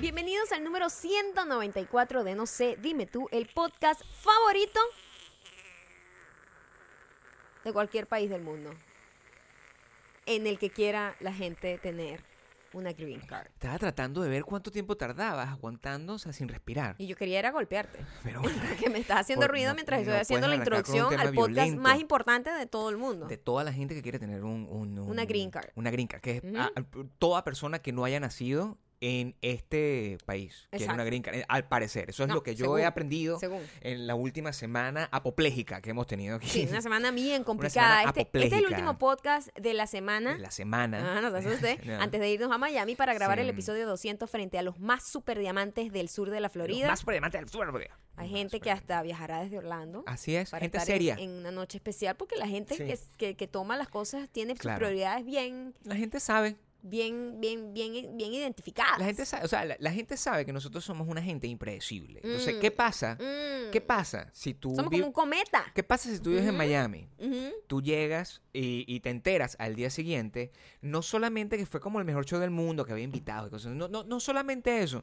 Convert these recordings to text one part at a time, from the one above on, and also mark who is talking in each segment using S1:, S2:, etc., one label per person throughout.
S1: Bienvenidos al número 194 de No sé, dime tú, el podcast favorito de cualquier país del mundo en el que quiera la gente tener una green card.
S2: Estaba tratando de ver cuánto tiempo tardabas aguantando, o sea, sin respirar.
S1: Y yo quería era golpearte.
S2: Pero bueno,
S1: Que me estás haciendo
S2: Por-
S1: ruido
S2: no-
S1: mientras
S2: no
S1: estoy haciendo la
S2: puedes arrancar con un
S1: introducción
S2: tema
S1: al podcast
S2: violento.
S1: más importante de todo el mundo.
S2: de toda la gente que quiere tener un, un- un-
S1: Una green card.
S2: Una green card, que es
S1: Ujú.
S2: a- a- toda persona que no haya nacido en este país. Quiere
S1: Exacto.
S2: una green card, eh, al parecer. Eso es
S1: No,
S2: lo que yo
S1: según-
S2: he aprendido
S1: según.
S2: en la última semana apopléjica que hemos tenido aquí.
S1: Sí, una semana bien
S2: semana
S1: complicada. Este, este es el
S2: apopléjica.
S1: último podcast de la semana.
S2: De la semana.
S1: Ah, no se asuste.
S2: No.
S1: Antes de irnos a Miami para grabar
S2: Sí.
S1: el episodio 200 frente a los más super diamantes del sur de la Florida.
S2: Más por diamante del sur, porque-
S1: Hay
S2: Más
S1: gente que
S2: por diamante.
S1: hasta viajará desde Orlando.
S2: Así es,
S1: para
S2: gente
S1: estar en-
S2: seria.
S1: En, una noche especial, porque la gente
S2: Sí.
S1: que, es- que, que toma las cosas tiene sus
S2: Claro.
S1: prioridades bien,
S2: La gente sabe.
S1: bien, bien, bien, bien identificadas.
S2: La gente sabe, o sea, la, la gente sabe que nosotros somos una gente impredecible. Entonces,
S1: Mm.
S2: ¿qué pasa?
S1: Mm.
S2: ¿Qué pasa si tú
S1: Somos
S2: vi-
S1: como un cometa.
S2: ¿Qué pasa si tú vives en Miami?
S1: Ujú.
S2: Tú llegas y, y te enteras al día siguiente, no solamente que fue como el mejor show del mundo, que había invitados y cosas, no, no, no solamente eso,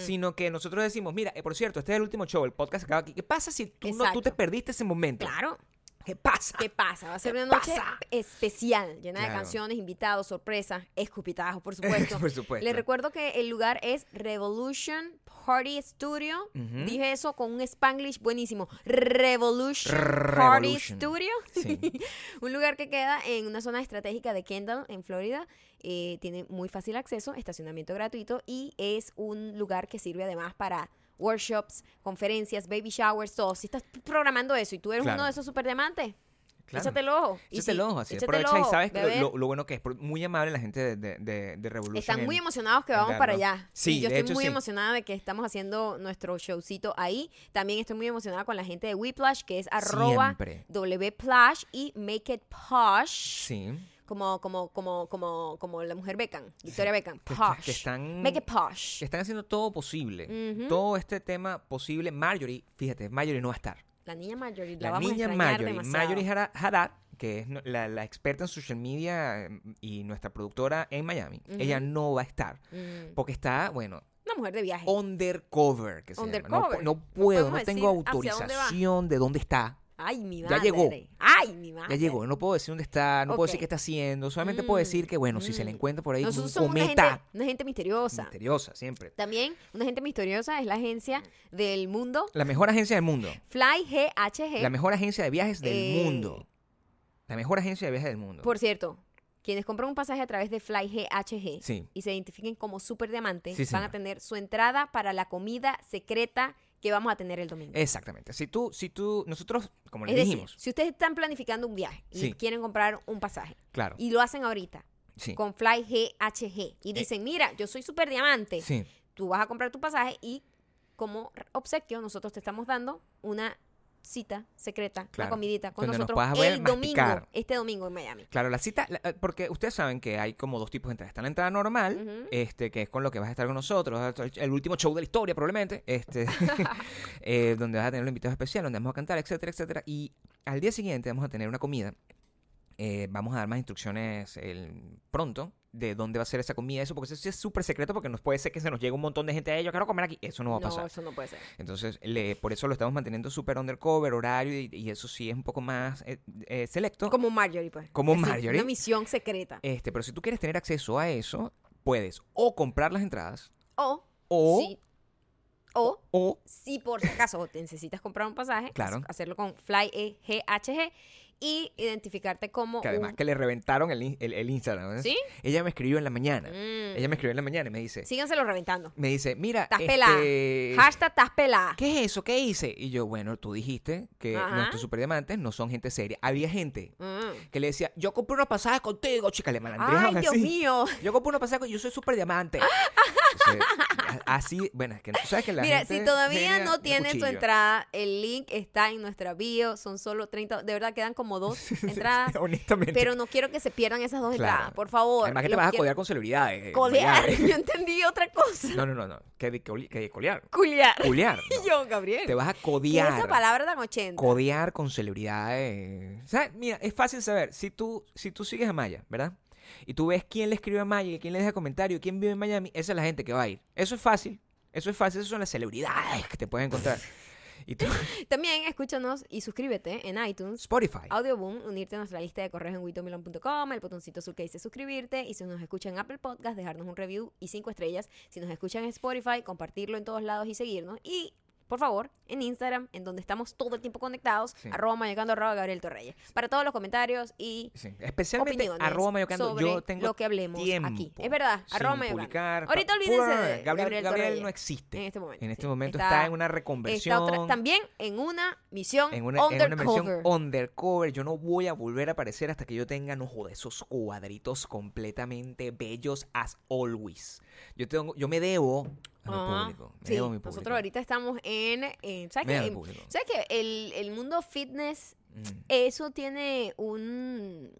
S2: sino que nosotros decimos, mira, eh, por cierto, este es el último show, el podcast acaba aquí. ¿Qué pasa si tú, no, tú te
S1: Exacto.
S2: perdiste ese momento?
S1: Claro.
S2: ¿Qué pasa?
S1: ¿Qué pasa? Va a ser
S2: ¿Qué
S1: una noche
S2: pasa?
S1: especial, llena de
S2: Claro.
S1: canciones, invitados, sorpresas, escupitajos, por supuesto.
S2: Por supuesto.
S1: Les recuerdo que el lugar es Revolution Party Studio.
S2: Ujú.
S1: Dije eso con un spanglish buenísimo. Revolution, Party
S2: Revolution.
S1: Studio.
S2: Sí.
S1: un lugar que queda en una zona estratégica de Kendall, en Florida. Eh, tiene muy fácil acceso, estacionamiento gratuito y es un lugar que sirve además para workshops, conferencias, baby showers, todo. Si estás programando eso y tú eres
S2: Claro.
S1: uno de esos super diamantes,
S2: Claro.
S1: échate el ojo. Y
S2: Échate el
S1: sí,
S2: ojo, así
S1: échate el
S2: aprovecha y
S1: ojo,
S2: sabes que lo-
S1: bebé.
S2: lo, lo bueno que es. por- Muy amable la gente de, de, de, de Revolution.
S1: Están
S2: en-
S1: muy emocionados que vamos
S2: Claro.
S1: para allá.
S2: Sí,
S1: Y yo
S2: de
S1: estoy
S2: hecho,
S1: muy
S2: sí.
S1: emocionada de que estamos haciendo nuestro showcito ahí. También estoy muy emocionada con la gente de Whiplash, que es arroba
S2: Siempre.
S1: Wplash y Make It Posh.
S2: Sí.
S1: Como, como, como, como, como la mujer Beckham, Victoria Beckham.
S2: Que está-
S1: Posh.
S2: que están-
S1: Make it posh.
S2: Que están haciendo todo posible. Todo este tema posible. Marjorie, fíjate, Marjorie no va a estar.
S1: La niña Marjorie, la,
S2: La,
S1: vamos
S2: niña
S1: a extrañar
S2: Marjorie,
S1: demasiado.
S2: Marjorie Hara- Haddad, que es no- la, la experta en social media eh, y nuestra productora en Miami, ella no va a estar.
S1: Mm,
S2: Porque está, bueno,
S1: Una mujer de
S2: Oh,
S1: viaje.
S2: undercover. Que se llama. No
S1: Undercover.
S2: pu- No, puedo,
S1: podemos
S2: no tengo
S1: decir hacia dónde va.
S2: autorización de dónde está.
S1: Ay, mi
S2: Ya
S1: madre.
S2: llegó.
S1: Ay, mi madre.
S2: Ya llegó, no puedo decir dónde está, no puedo
S1: Ah, Ok.
S2: decir
S1: Mm.
S2: qué está haciendo, solamente puedo decir que, bueno, si se le encuentra por ahí como un
S1: Nosotros somos una gente,
S2: cometa
S1: una gente misteriosa.
S2: misteriosa, siempre.
S1: También, una gente misteriosa es la agencia del mundo
S2: La mejor agencia del mundo,
S1: Fly GHG.
S2: la mejor agencia de viajes del
S1: Eh.
S2: mundo, la mejor agencia de viajes del mundo.
S1: Por cierto, quienes compran un pasaje a través de Fly GHG
S2: Sí.
S1: y se identifiquen como super diamante,
S2: Sí,
S1: van a
S2: señor.
S1: tener su entrada para la comida secreta que vamos a tener el domingo.
S2: Exactamente. Si tú, si tú, nosotros, como
S1: Es
S2: les
S1: decir,
S2: dijimos,
S1: si ustedes están planificando un viaje y
S2: Sí.
S1: quieren comprar un pasaje
S2: claro,
S1: y lo hacen ahorita
S2: sí, Eh.
S1: con Fly GHG y dicen, mira, yo soy super diamante,
S2: sí,
S1: tú vas a comprar tu pasaje y como obsequio nosotros te estamos dando una cita secreta,
S2: Claro.
S1: una comidita con
S2: Donde nos
S1: nosotros
S2: puedas ver
S1: el domingo,
S2: masticar.
S1: este domingo en Miami.
S2: claro. La cita, la- eh, porque ustedes saben que hay como dos tipos de entradas. Está la entrada normal,
S1: Ujú.
S2: este, que es con lo que vas a estar con nosotros, el- el último show de la historia probablemente, este, eh, donde vas a tener los invitados especiales, donde vamos a cantar, etcétera, etcétera. Y al día siguiente vamos a tener una comida. Eh, vamos a dar más instrucciones el- pronto de dónde va a ser esa comida, eso, porque eso sí es súper secreto, porque nos puede ser que se nos llegue un montón de gente, "Eh, yo quiero comer aquí, eso no va a pasar.
S1: No, eso no puede ser.
S2: Entonces, le- por eso lo estamos manteniendo súper undercover, horario, y, y eso sí es un poco más eh, eh, selecto.
S1: Como Marjorie, pues.
S2: Como
S1: Así,
S2: Marjorie.
S1: Una misión secreta.
S2: Este, pero si tú quieres tener acceso a eso, puedes o comprar las entradas,
S1: O,
S2: o,
S1: si, o,
S2: o
S1: si por si acaso te necesitas comprar un pasaje,
S2: Claro.
S1: has- hacerlo con Fly E GHG y identificarte como
S2: que además
S1: un-
S2: que le reventaron el, in- el- el Instagram. ¿no?
S1: ¿Sí?
S2: Ella me escribió en la mañana.
S1: Mm.
S2: Ella me escribió en la mañana y me dice,
S1: Síganselo reventando.
S2: me dice, mira,
S1: Estás
S2: este,
S1: pelada. Hashtag estás pelada.
S2: ¿qué es eso? ¿Qué hice? Y yo, bueno, tú dijiste que
S1: Ajá.
S2: nuestros superdiamantes no son gente seria. Había gente
S1: Mm.
S2: que le decía, yo compré una pasada contigo, chica, le malandreaban
S1: Ay, Dios
S2: así.
S1: mío.
S2: Yo compré una pasada con- yo soy super diamante. así, bueno, es que tú sabes que la
S1: Mira,
S2: gente
S1: si todavía
S2: seria
S1: no
S2: tiene
S1: tienes tu
S2: cuchillo.
S1: entrada, el link está en nuestra bio. Son solo 30. De verdad, quedan como dos entradas.
S2: Honestamente.
S1: pero no quiero que se pierdan esas dos
S2: Claro.
S1: entradas. Por favor.
S2: Además que te
S1: Los
S2: vas a
S1: quiero-
S2: codear con celebridades. eh,
S1: Codear.
S2: variedades.
S1: Yo entendí otra cosa.
S2: No, no, no, no. Que de, coli- que de colear.
S1: Culiar.
S2: Culear.
S1: Y
S2: no.
S1: yo, Gabriel.
S2: Te vas a
S1: ¿qué es
S2: codear.
S1: esa palabra tan 80?
S2: Codear con celebridades. O sea, mira, es fácil saber. Si tú, si tú sigues a Maya, ¿verdad? y tú ves quién le escribe a Michael, quién le deja comentario, quién vive en Miami, esa es la gente que va a ir. Eso es fácil, eso es fácil, esas son las celebridades que te puedes encontrar. Y tú,
S1: También escúchanos y suscríbete en iTunes.
S2: Spotify.
S1: Audioboom, unirte a nuestra lista de correos en witomilan.com, el botoncito azul que dice suscribirte y si nos escuchan en Apple Podcast, dejarnos un review y cinco estrellas. Si nos escuchan en Spotify, compartirlo en todos lados y seguirnos. Y, por favor, en Instagram, en donde estamos todo el tiempo conectados,
S2: Sí.
S1: arroba mayocando arroba Gabriel Torreyes. Para todos los comentarios y
S2: Sí, Especialmente
S1: opiniones
S2: arroba mayocando.
S1: sobre
S2: yo tengo
S1: lo que hablemos
S2: tiempo
S1: aquí. Es verdad,
S2: sin
S1: arroba mayocando.
S2: publicar,
S1: Ahorita
S2: pa-
S1: olvídense
S2: pura-
S1: de Gabriel
S2: Gabriel, Gabriel
S1: Torreyes.
S2: no existe.
S1: En este momento,
S2: En este
S1: sí.
S2: momento
S1: Está-
S2: está, en una
S1: esta
S2: reconversión.
S1: otra, también en una misión
S2: en una, en una versión
S1: undercover.
S2: undercover. Yo no voy a volver a aparecer hasta que yo tenga, no joder, esos cuadritos completamente bellos as always. Yo tengo, yo me debo a mi
S1: Ajá.
S2: público. Me
S1: Ah, Sí,
S2: debo a mi público.
S1: nosotros ahorita estamos en... en- ¿Sabes
S2: Me debo a
S1: qué?
S2: mi público.
S1: ¿Sabes qué? El, el mundo fitness,
S2: Mm.
S1: eso tiene un...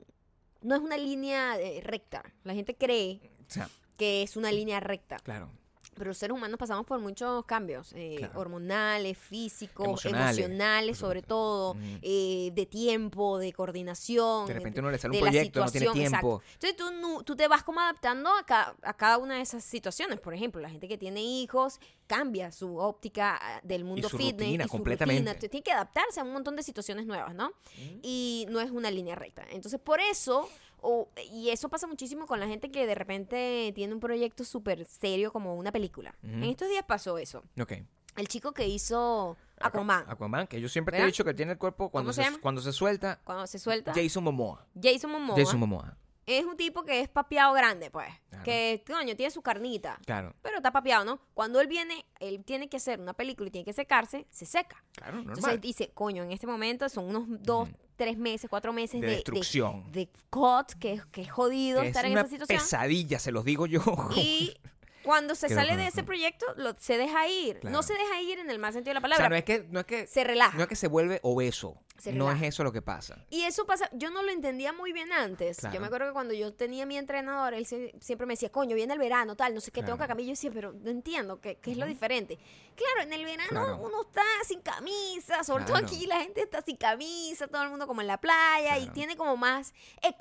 S1: No es una línea eh, recta. La gente cree
S2: O sea,
S1: que es una línea recta.
S2: claro.
S1: Pero los seres humanos pasamos por muchos cambios. eh,
S2: Claro.
S1: Hormonales, físicos, emocionales,
S2: Emocionales, por
S1: sobre
S2: supuesto.
S1: todo.
S2: Mm.
S1: eh, de tiempo, de coordinación.
S2: De repente
S1: entre-
S2: uno le sale
S1: de
S2: un
S1: la
S2: proyecto, no tiene
S1: situación,
S2: tiempo.
S1: exacto. Entonces tú, nu- tú te vas como adaptando a, ca- a cada una de esas situaciones. Por ejemplo, la gente que tiene hijos cambia su óptica ah, del mundo
S2: su
S1: fitness
S2: rutina,
S1: y su
S2: completamente.
S1: rutina. Entonces, tiene que adaptarse a un montón de situaciones nuevas, ¿no? Y no es una línea recta. Entonces por eso... o- y eso pasa muchísimo con la gente que de repente tiene un proyecto súper serio como una película.
S2: Ujú.
S1: En estos días pasó eso.
S2: Ok.
S1: El chico que hizo
S2: Aqua-
S1: Aquaman,
S2: Aquaman, que yo siempre te
S1: ¿Verdad?
S2: he dicho que tiene el cuerpo cuando
S1: ¿Cómo se
S2: se,
S1: llama?
S2: cuando se suelta,
S1: cuando se suelta,
S2: Jason Momoa.
S1: Jason Momoa.
S2: Jason Momoa.
S1: es un tipo que es papeado grande, pues.
S2: Claro.
S1: Que, coño, tiene su carnita.
S2: Claro.
S1: Pero está papeado, ¿no? Cuando él viene, él tiene que hacer una película y tiene que secarse, se seca.
S2: Claro, normal.
S1: Entonces dice, coño, en este momento son unos dos, tres meses, cuatro meses
S2: De
S1: de,
S2: destrucción.
S1: De, de cut, que, que es jodido
S2: Que
S1: estar
S2: es
S1: en
S2: una
S1: esa situación.
S2: pesadilla, se los digo yo.
S1: Y cuando se
S2: Que lo
S1: sale de
S2: conozco.
S1: ese proyecto, lo- se deja ir. No
S2: Claro.
S1: se deja ir en el mal sentido de la
S2: o
S1: palabra.
S2: sea, no es que, no es que,
S1: se relaja.
S2: no es que se vuelve obeso.
S1: Se
S2: no es
S1: relaja.
S2: eso lo que pasa.
S1: Y eso pasa, yo no lo entendía muy bien antes. Yo
S2: Claro.
S1: me acuerdo que cuando yo tenía mi entrenador, él sie- siempre me decía, coño, viene el verano, tal, no sé qué, tengo que
S2: Claro.
S1: cambiar. Yo decía, pero no entiendo, ¿qué, qué es lo diferente? Claro, en el verano
S2: Claro.
S1: uno está sin camisa, sobre
S2: Claro.
S1: todo aquí la gente está sin camisa, todo el mundo como en la playa y
S2: Claro.
S1: tiene como más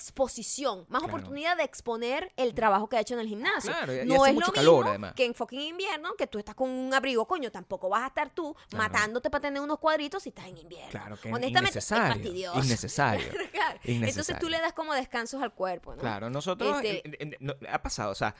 S1: exposición, más
S2: Claro.
S1: oportunidad de exponer el trabajo que ha hecho en el gimnasio.
S2: Claro, y- y
S1: no
S2: hace
S1: es
S2: mucho
S1: lo
S2: calor,
S1: mismo
S2: además.
S1: que en fucking invierno, que tú estás con un abrigo, coño, tampoco vas a estar tú
S2: Claro.
S1: matándote para tener unos cuadritos si estás en invierno.
S2: Claro, que
S1: Honestamente, es
S2: innecesario.
S1: fastidioso.
S2: Innecesario.
S1: Claro. Entonces tú
S2: Innecesario.
S1: le das como descansos al cuerpo, ¿no?
S2: Claro, nosotros
S1: Este-
S2: en- en- en- no- ha pasado, o sea,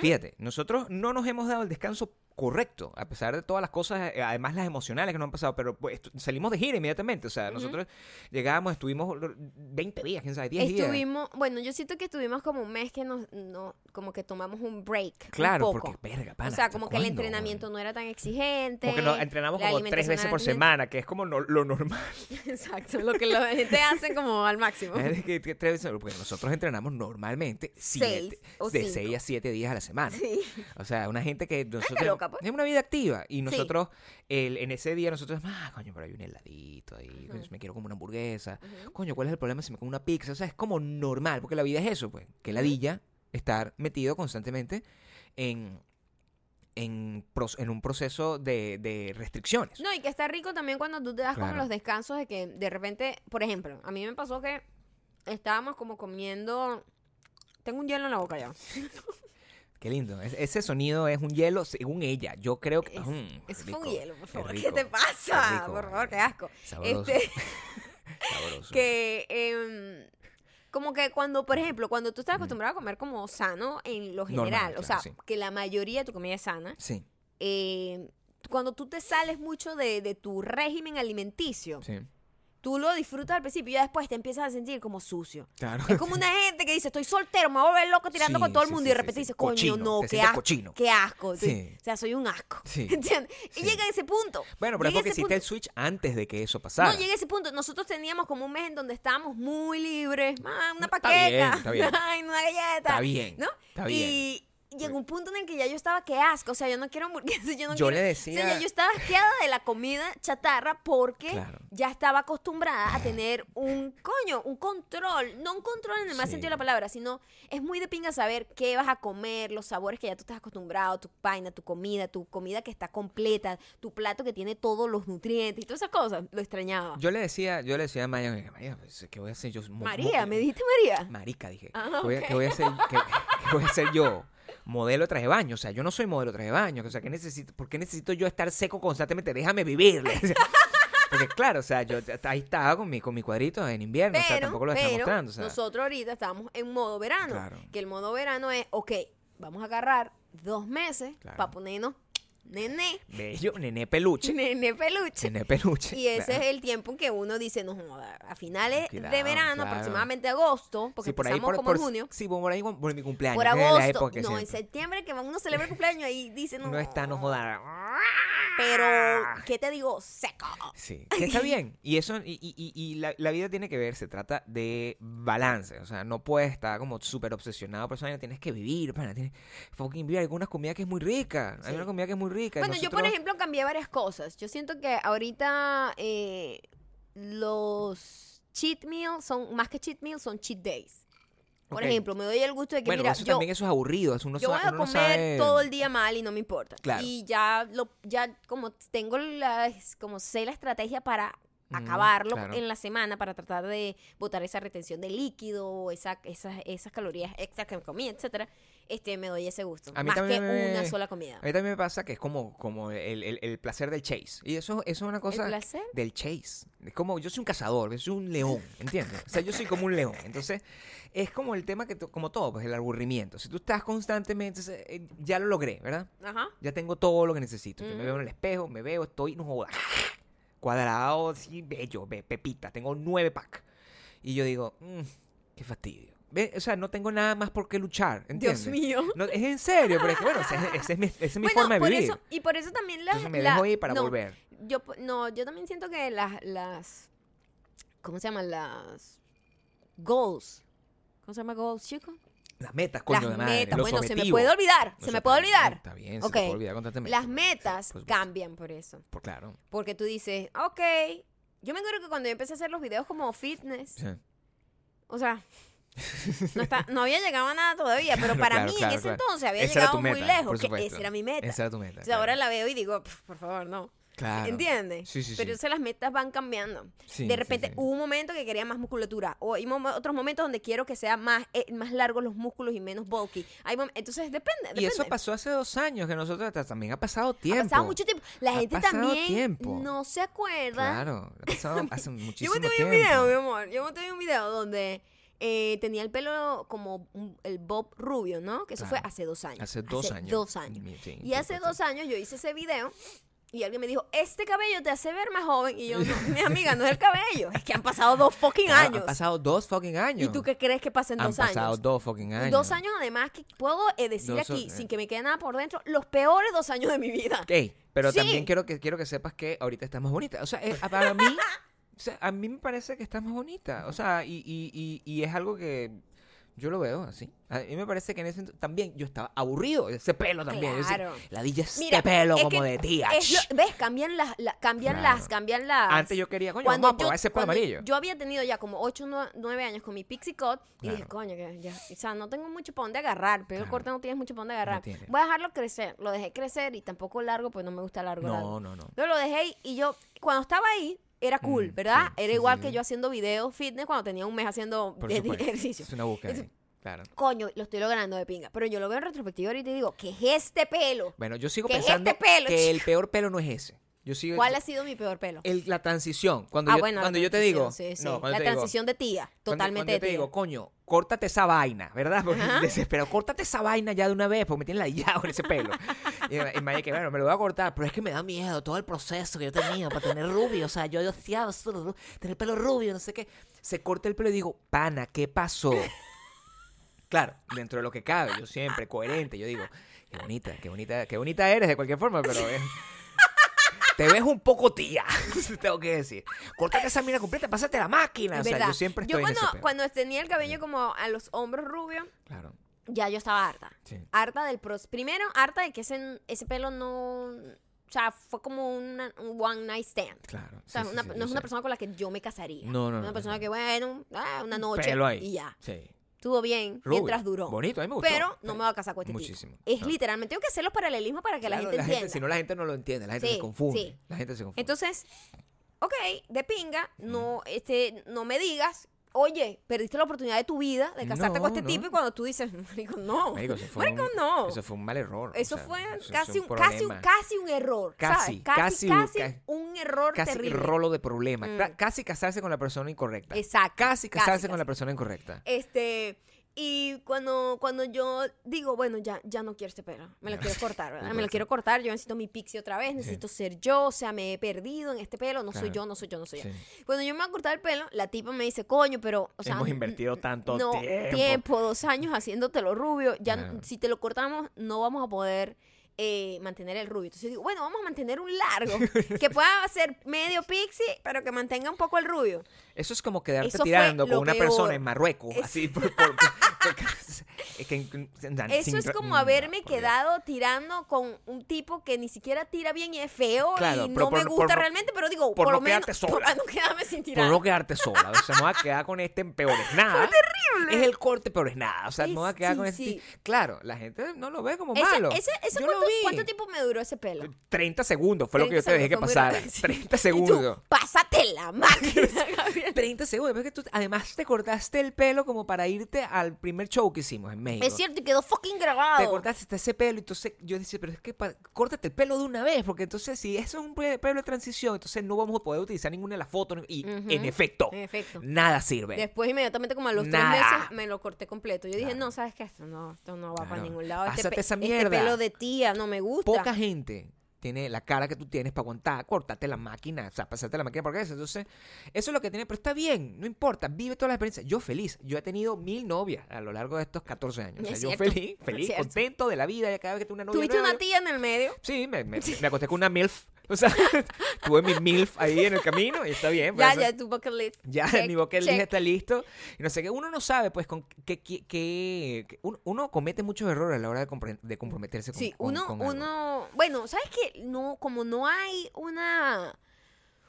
S2: fíjate, nosotros no nos hemos dado el descanso correcto, a pesar de todas las cosas, eh, además las emocionales que nos han pasado, pero pues, estu- salimos de gira inmediatamente, o sea, nosotros llegábamos, estuvimos lo- 20 días, quién sabe, 10 días.
S1: Estuvimos, bueno, yo siento que estuvimos como un mes que nos, no, como que tomamos un break. un
S2: Claro,
S1: poco.
S2: porque verga, pana,
S1: o sea,
S2: ¿hasta
S1: como que el
S2: cuándo,
S1: entrenamiento
S2: weón?
S1: no era tan exigente.
S2: Porque nos entrenamos
S1: la
S2: como tres
S1: alimentación
S2: veces
S1: era
S2: por
S1: tan-
S2: semana, que es como no- lo normal.
S1: Exacto, lo que la gente hace como al máximo.
S2: Es que- que tres veces- porque nosotros entrenamos normalmente
S1: Seis
S2: siete-
S1: o
S2: de
S1: cinco.
S2: 6 a 7 días a la semana.
S1: Sí.
S2: O sea, una gente que nosotros
S1: loca, pues.
S2: es una vida activa y nosotros el- en ese día nosotros, ah, coño, pero hay un heladito ahí, coño, me quiero comer una hamburguesa. Coño, ¿cuál es el problema si me como una pizza? O sea, es como normal, porque la vida es eso, pues, que ladilla estar metido constantemente en en, pro- en un proceso de, de restricciones.
S1: No, y que está rico también cuando tú te das como
S2: Claro.
S1: los descansos de que de repente, por ejemplo, a mí me pasó que estábamos como comiendo. Tengo un hielo en la boca ya.
S2: Qué lindo. Es- ese sonido es un hielo, según ella. Yo creo que
S1: Es-
S2: mm,
S1: Eso
S2: rico,
S1: fue un hielo,
S2: qué
S1: por favor. ¿Qué
S2: rico,
S1: te pasa?
S2: qué rico,
S1: por favor,
S2: vale.
S1: qué asco.
S2: Sabroso.
S1: Este-
S2: Sabroso.
S1: que em, como que cuando, por ejemplo, cuando tú estás acostumbrado a comer como sano en lo
S2: Normal,
S1: general, o
S2: claro,
S1: sea,
S2: sí.
S1: que la mayoría de tu comida es sana,
S2: Sí,
S1: eh, cuando tú te sales mucho de, de tu régimen alimenticio,
S2: sí.
S1: tú lo disfrutas al principio y ya después te empiezas a sentir como sucio.
S2: Claro.
S1: Es como una gente que dice, estoy soltero, me voy a volver loco tirando
S2: Sí,
S1: con todo el
S2: sí,
S1: mundo y
S2: sí,
S1: de
S2: sí,
S1: repente
S2: sí.
S1: dices, coño,
S2: Cochino,
S1: no,
S2: te
S1: qué
S2: sientes
S1: asco,
S2: cochino".
S1: qué asco. Estoy-
S2: Sí.
S1: O sea, soy un asco.
S2: Sí,
S1: ¿Entiendes? Y
S2: sí.
S1: llega a ese punto.
S2: Bueno, pero es
S1: llega
S2: porque
S1: ese
S2: hiciste
S1: punto.
S2: el switch antes de que eso pasara.
S1: No, llega ese punto. Nosotros teníamos como un mes en donde estábamos muy libres. Ah, una
S2: Está bien,
S1: paqueca.
S2: está bien.
S1: Ay, una galleta.
S2: Está bien,
S1: ¿No?
S2: está
S1: Y llegó un punto en el que ya yo estaba que asco, o sea, yo no quiero hamburguesas, yo no
S2: Yo
S1: quiero...
S2: le
S1: O
S2: decía-
S1: sea, ya yo estaba asqueada de la comida chatarra porque
S2: Claro.
S1: ya estaba acostumbrada a tener un coño, un control, no un control en el más
S2: Sí.
S1: sentido de la palabra, sino es muy de pinga saber qué vas a comer, los sabores que ya tú estás acostumbrado, tu vaina, tu comida, tu comida que está completa, tu plato que tiene todos los nutrientes y todas esas cosas, lo extrañaba.
S2: Yo le decía, yo le decía a Maya, María, pues, ¿qué voy a hacer yo? Mo-
S1: María,
S2: mo-
S1: ¿me dijiste María?
S2: Marica, dije.
S1: Ah,
S2: voy a- ¿qué, voy a hacer, qué, qué voy a hacer yo? Modelo de traje de baño. O sea, yo no soy modelo de traje de baño. O sea, ¿qué necesito, ¿por qué necesito yo estar seco constantemente? Déjame vivir. le decía. Porque claro, o sea, yo t- ahí estaba con mi, con mi cuadrito en invierno. o sea,
S1: Pero,
S2: tampoco lo estaba
S1: pero
S2: mostrando. O sea,
S1: nosotros ahorita estamos en modo verano.
S2: Claro.
S1: Que el modo verano es, ok, vamos a agarrar dos meses
S2: Claro.
S1: para ponernos nene,
S2: bello, nené peluche.
S1: nene peluche.
S2: Nené peluche.
S1: Y ese
S2: claro.
S1: es el tiempo en que uno dice, no, joda, a finales
S2: Tranquilado,
S1: de verano,
S2: claro.
S1: aproximadamente agosto, porque
S2: Sí, por ahí,
S1: empezamos
S2: por,
S1: como en
S2: por-
S1: junio,
S2: Sí, por ahí por mi cumpleaños.
S1: por
S2: que es la
S1: agosto,
S2: época que
S1: no, en
S2: siempre-
S1: septiembre que uno celebra el cumpleaños, ahí dice, no,
S2: no está, no joda.
S1: pero, ¿qué te digo? Seco.
S2: Sí, que está bien. Y eso, y, y- y- y la, la vida tiene que ver, se trata de balance. O sea, no puedes estar como súper obsesionado por esa vaina, Tienes que vivir, pana. Tienes fucking vivir. Hay alguna comida que es muy rica. Hay
S1: Sí.
S2: una comida que es muy rica. y
S1: Bueno, yo por
S2: nosotros-
S1: ejemplo cambié varias cosas. Yo siento que ahorita eh, los cheat meals son, más que cheat meals, son cheat days. Por
S2: Ok.
S1: ejemplo, me doy el gusto de que,
S2: Bueno,
S1: mira,
S2: eso
S1: yo,
S2: también eso es aburrido. Eso uno
S1: yo voy
S2: sabe-
S1: a
S2: uno no
S1: comer
S2: sabe-
S1: todo el día mal y no me importa.
S2: Claro.
S1: Y ya, lo, ya como tengo la, como sé la estrategia para
S2: Mm,
S1: acabarlo
S2: claro.
S1: en la semana para tratar de botar esa retención de líquido, esa, esas, esas calorías extras que me comí, etcétera, este me doy ese gusto.
S2: A mí
S1: más que
S2: también me-
S1: una sola comida.
S2: A mí también me pasa que es como, como el, el- el placer del chase. Y eso, eso es una cosa.
S1: ¿El placer?
S2: Del chase. Es como, yo soy un cazador, yo soy un león, ¿entiendes? O sea, yo soy como un león. Entonces, es como el tema que, tú- como todo, pues el aburrimiento. Si tú estás constantemente, entonces, eh, ya lo logré, ¿verdad?
S1: Ajá.
S2: Ya tengo todo lo que necesito. Yo me
S1: Ujú.
S2: veo en el espejo, me veo, estoy, no joda. Cuadrado, sí, bello, ve, pepita. Tengo nueve pack. Y yo digo, "Mm, qué fastidio. Ve, O sea, no tengo nada más por qué luchar, ¿entiendes?
S1: Dios mío.
S2: No, es en serio, pero es que bueno, esa es, esa es mi, esa es mi
S1: Bueno,
S2: forma de
S1: por
S2: vivir.
S1: eso- y por eso también las.
S2: Entonces me
S1: la-
S2: dejo ir para
S1: no,
S2: volver.
S1: Yo, po- no, yo también siento que las, las. ¿Cómo se llaman? Las. Goals. ¿Cómo se llama goals, chico?
S2: Las metas, coño
S1: las
S2: de madre.
S1: metas.
S2: los
S1: Bueno, se me
S2: objetivos.
S1: puede olvidar.
S2: No
S1: se
S2: sé,
S1: me puede
S2: está bien,
S1: olvidar.
S2: Está bien,
S1: Ok.
S2: se te puede olvidar constantemente.
S1: Las
S2: pero-
S1: metas
S2: por supuesto.
S1: cambian por eso.
S2: Por- claro.
S1: Porque tú dices, ok. Yo me acuerdo que cuando yo empecé a hacer los videos como fitness,
S2: sí.
S1: o sea, no, está- no había llegado a nada todavía, pero
S2: Claro,
S1: para
S2: claro,
S1: mí
S2: claro,
S1: en ese
S2: claro.
S1: entonces había
S2: Esa era
S1: llegado
S2: tu
S1: muy
S2: meta,
S1: lejos,
S2: por
S1: que
S2: supuesto.
S1: esa era mi meta.
S2: Esa era tu meta.
S1: Entonces ahora la veo y digo, "Pf, por favor, no.
S2: claro.
S1: ¿Entiendes?
S2: Sí, sí,
S1: Pero
S2: sí.
S1: entonces las metas van cambiando.
S2: Sí,
S1: de
S2: sí,
S1: repente uh,
S2: sí.
S1: hubo un momento que quería más musculatura. O hay mom- otros momentos donde quiero que sea más, eh, más largos los músculos y menos bulky. Hay mom- entonces depende, depende.
S2: Y eso pasó hace dos años, que nosotros hasta- también ha pasado tiempo.
S1: Ha pasado mucho tiempo. La
S2: Ha
S1: gente
S2: pasado
S1: también
S2: tiempo.
S1: no se acuerda.
S2: Claro, ha pasado hace
S1: Yo
S2: muchísimo
S1: me
S2: tiempo.
S1: tuve un video, mi amor. Yo me tuve un video donde eh, tenía el pelo como un- el bob rubio, ¿no? Que eso
S2: Claro.
S1: fue hace dos años.
S2: Hace dos años.
S1: Dos años.
S2: Mi- sí,
S1: Y hace
S2: perfecto.
S1: dos años yo hice ese video y alguien me dijo, este cabello te hace ver más joven. Y yo, no, mi amiga, no es el cabello. Es que han pasado dos fucking
S2: Claro,
S1: años.
S2: Han pasado dos fucking años.
S1: ¿Y tú qué crees que pasen
S2: Ah, Han
S1: dos
S2: pasado
S1: años?
S2: dos fucking años.
S1: Dos años además que puedo eh, decir
S2: Dos o-
S1: aquí,
S2: eh.
S1: sin que me quede nada por dentro, los peores dos años de mi vida.
S2: Ok, pero
S1: Sí.
S2: también quiero que, quiero que sepas que ahorita estás más bonita. O sea, eh, para mí, o sea, a mí me parece que estás más bonita. O sea, y, y, y, y es algo que yo lo veo así. A mí me parece que en ese ento- también yo estaba aburrido. de Ese pelo también. yo decía,
S1: Claro.
S2: la dilla este
S1: Mira,
S2: pelo
S1: es
S2: como
S1: que
S2: de tía.
S1: es lo- ¿Ves? Cambian las, la- cambian
S2: Claro.
S1: las, cambian las.
S2: Antes yo quería, coño,
S1: Cuando
S2: vamos a probar ese pelo
S1: cuando
S2: amarillo.
S1: Yo había tenido ya como 8 o 9 años con mi pixie cut y
S2: Claro.
S1: dije, coño, que ya, o sea, no tengo mucho para dónde agarrar, pero
S2: Claro.
S1: corto no tienes mucho para dónde agarrar.
S2: No tiene.
S1: Voy a dejarlo crecer, lo dejé crecer y tampoco largo, pues no me gusta largo. largo.
S2: no, no, no.
S1: Entonces lo dejé y- y yo, cuando estaba ahí, era cool,
S2: Mm,
S1: ¿verdad?
S2: sí,
S1: Era
S2: sí,
S1: igual
S2: sí,
S1: que
S2: sí.
S1: yo haciendo videos fitness cuando tenía un mes haciendo
S2: Por
S1: de- de
S2: supuesto.
S1: ejercicio.
S2: Es una búsqueda.
S1: Es-
S2: ahí, Claro.
S1: Coño, lo estoy logrando de pinga. Pero yo lo veo en retrospectiva ahorita y digo, ¿qué es este pelo?
S2: Bueno, yo sigo
S1: ¿Qué es
S2: pensando
S1: este pelo,
S2: que el
S1: chico?
S2: peor pelo no es ese. Yo sigo.
S1: ¿Cuál ha sido mi peor pelo?
S2: el- la transición. Cuando
S1: ah,
S2: yo,
S1: bueno, la
S2: cuando yo te
S1: transición,
S2: digo.
S1: sí, sí.
S2: no, cuando
S1: la
S2: te digo,
S1: transición de tía,
S2: Cuando-
S1: totalmente
S2: cuando yo
S1: de
S2: te
S1: tía.
S2: digo, coño, córtate esa vaina, ¿verdad? Porque
S1: Ajá.
S2: desespero, córtate esa vaina ya de una vez, porque me tiene ladillado con ese pelo. y, y Maya que, bueno, me lo voy a cortar, pero es que me da miedo todo el proceso que yo tenía para tener rubio, o sea, yo deseaba solo ru- tener pelo rubio, no sé qué. Se corta el pelo y digo, pana, ¿qué pasó? Claro, dentro de lo que cabe, yo siempre coherente, yo digo, qué bonita, qué bonita, qué bonita eres de cualquier forma, pero eh, te ves un poco tía, tengo que decir. Córtate esa mina completa, pásate la máquina,
S1: Es
S2: o sea,
S1: verdad.
S2: yo siempre estoy en
S1: cuando,
S2: ese peo.
S1: cuando tenía el cabello como a los hombros rubio,
S2: Claro.
S1: ya yo estaba harta.
S2: Sí.
S1: Harta del pros. Primero, harta de que ese, ese pelo no. O sea, fue como una- un one night stand.
S2: Claro.
S1: O sea,
S2: sí, sí,
S1: una-
S2: sí,
S1: no
S2: yo
S1: es una
S2: sé.
S1: persona con la que yo me casaría.
S2: No, no,
S1: Una
S2: no,
S1: persona
S2: no.
S1: que, bueno, ah, una noche.
S2: Pelo ahí.
S1: Y ya.
S2: Sí.
S1: Estuvo bien
S2: Rubio.
S1: mientras duró.
S2: Bonito, a mí me gustó.
S1: pero no me voy a casar con este tipo.
S2: Muchísimo.
S1: Es
S2: Ah.
S1: literalmente, tengo que hacer los paralelismos para que la
S2: Claro,
S1: gente entienda.
S2: Si no, la gente no lo entiende. La gente
S1: Sí,
S2: se confunde.
S1: sí.
S2: La gente se confunde.
S1: Entonces, ok, de pinga, no, este, no me digas, oye, perdiste la oportunidad de tu vida de casarte
S2: No,
S1: con este
S2: no.
S1: tipo y cuando tú dices, marico, no,
S2: Marico, eso fue
S1: marico,
S2: un,
S1: no.
S2: Eso fue un mal error. o
S1: Eso
S2: sea,
S1: fue
S2: eso-
S1: casi,
S2: eso
S1: un,
S2: es
S1: casi, un,
S2: problema.
S1: casi un error.
S2: Casi,
S1: ¿sabes? Casi, casi,
S2: casi, ca-
S1: un error
S2: casi
S1: terrible.
S2: rolo de problema.
S1: Mm.
S2: Ca- Casi casarse con la persona incorrecta.
S1: Exacto.
S2: Casi casarse con
S1: casi.
S2: la persona incorrecta.
S1: Este, y cuando, cuando yo digo, bueno, ya, ya no quiero este pelo, me lo
S2: Ya.
S1: quiero cortar, ¿verdad?
S2: Sí,
S1: Me lo
S2: pues.
S1: quiero cortar, yo necesito mi pixie otra vez, necesito ser yo, o sea, me he perdido en este pelo, no soy
S2: Claro.
S1: yo, no soy yo, no soy yo.
S2: Sí.
S1: Cuando yo me voy a cortar el pelo, la tipa me dice, coño, pero, o sea,
S2: Hemos
S1: n-
S2: invertido tanto
S1: no,
S2: tiempo.
S1: dos años haciéndotelo rubio, ya n-
S2: Claro.
S1: si te lo cortamos no vamos a poder eh, mantener el rubio. Entonces digo, bueno, vamos a mantener un largo, que pueda ser medio pixie, pero que mantenga un poco el rubio.
S2: Eso es como quedarte
S1: Eso fue
S2: tirando con
S1: lo
S2: una
S1: peor.
S2: persona en Marruecos.
S1: Es-
S2: Así por- por- por- es que-
S1: Eso
S2: sin-
S1: es como
S2: no,
S1: haberme
S2: por Dios.
S1: quedado tirando con un tipo que ni siquiera tira bien y es feo
S2: Claro,
S1: y
S2: pero
S1: no
S2: por-
S1: me
S2: por
S1: gusta
S2: no-
S1: realmente, pero digo,
S2: por
S1: por
S2: no
S1: lo menos,
S2: quedarte sola.
S1: por no quedarme sin
S2: Por
S1: tirar.
S2: no quedarte sola. O sea, no vas a quedar con este en peores nada. ¡Fue terrible! Es el corte peores nada. O sea, no vas a
S1: Es-
S2: quedar
S1: sí,
S2: con este.
S1: sí.
S2: Claro, la gente no lo ve como
S1: Ese-
S2: malo.
S1: ese- ese
S2: Yo lo
S1: cuánto,
S2: vi.
S1: cuánto tiempo me duró ese pelo?
S2: 30 segundos fue lo que
S1: 30
S2: yo te dejé que
S1: segundos, fue muy
S2: pasara.
S1: rápido, sí.
S2: 30
S1: Y
S2: segundos.
S1: tú, pásate la máquina, Gabriel.
S2: 30 segundos. Pero es que tú, además te cortaste el pelo como para irte al primer show que hicimos en México.
S1: Es cierto, y quedó fucking grabado.
S2: Te cortaste hasta ese pelo, entonces yo decía, pero es que pa- córtate el pelo de una vez, porque entonces si eso es un pe- pelo de transición, entonces no vamos a poder utilizar ninguna de las fotos. Y
S1: Ujú.
S2: en efecto,
S1: En efecto.
S2: nada sirve.
S1: Después, inmediatamente, como a los tres
S2: Nada.
S1: meses, me lo corté completo. Yo dije,
S2: Claro.
S1: no, ¿sabes qué? Esto no, esto no va para
S2: Claro.
S1: ningún lado. Este,
S2: Pásate esa
S1: este
S2: mierda.
S1: pelo de tía no me gusta.
S2: Poca gente tiene la cara que tú tienes para aguantar, cortarte la máquina, o sea, pasarte la máquina por cabeza. Entonces, eso es lo que tiene, pero está bien, no importa, vive todas las experiencias. Yo feliz, yo he tenido mil novias a lo largo de estos 14 años. O sea,
S1: Es
S2: yo
S1: cierto,
S2: feliz,
S1: es
S2: feliz,
S1: cierto.
S2: contento de la vida, ya cada vez que tengo una novia.
S1: Tuviste
S2: nueva,
S1: una tía en el medio.
S2: Sí, me, me- me acosté con una MILF. O sea, tuve mi MILF ahí en el camino y está
S1: Ya,
S2: bien. pero Eh, eso-
S1: ya, tu bucket list.
S2: ya,
S1: Check,
S2: mi bucket list
S1: check.
S2: está listo. Y no sé qué, uno no sabe, pues, con qué. qué- qué- qué- uno, uno comete muchos errores a la hora de, compre- de comprometerse con
S1: Sí,
S2: con-
S1: uno,
S2: con algo.
S1: uno, bueno, ¿sabes qué? No, como no hay una,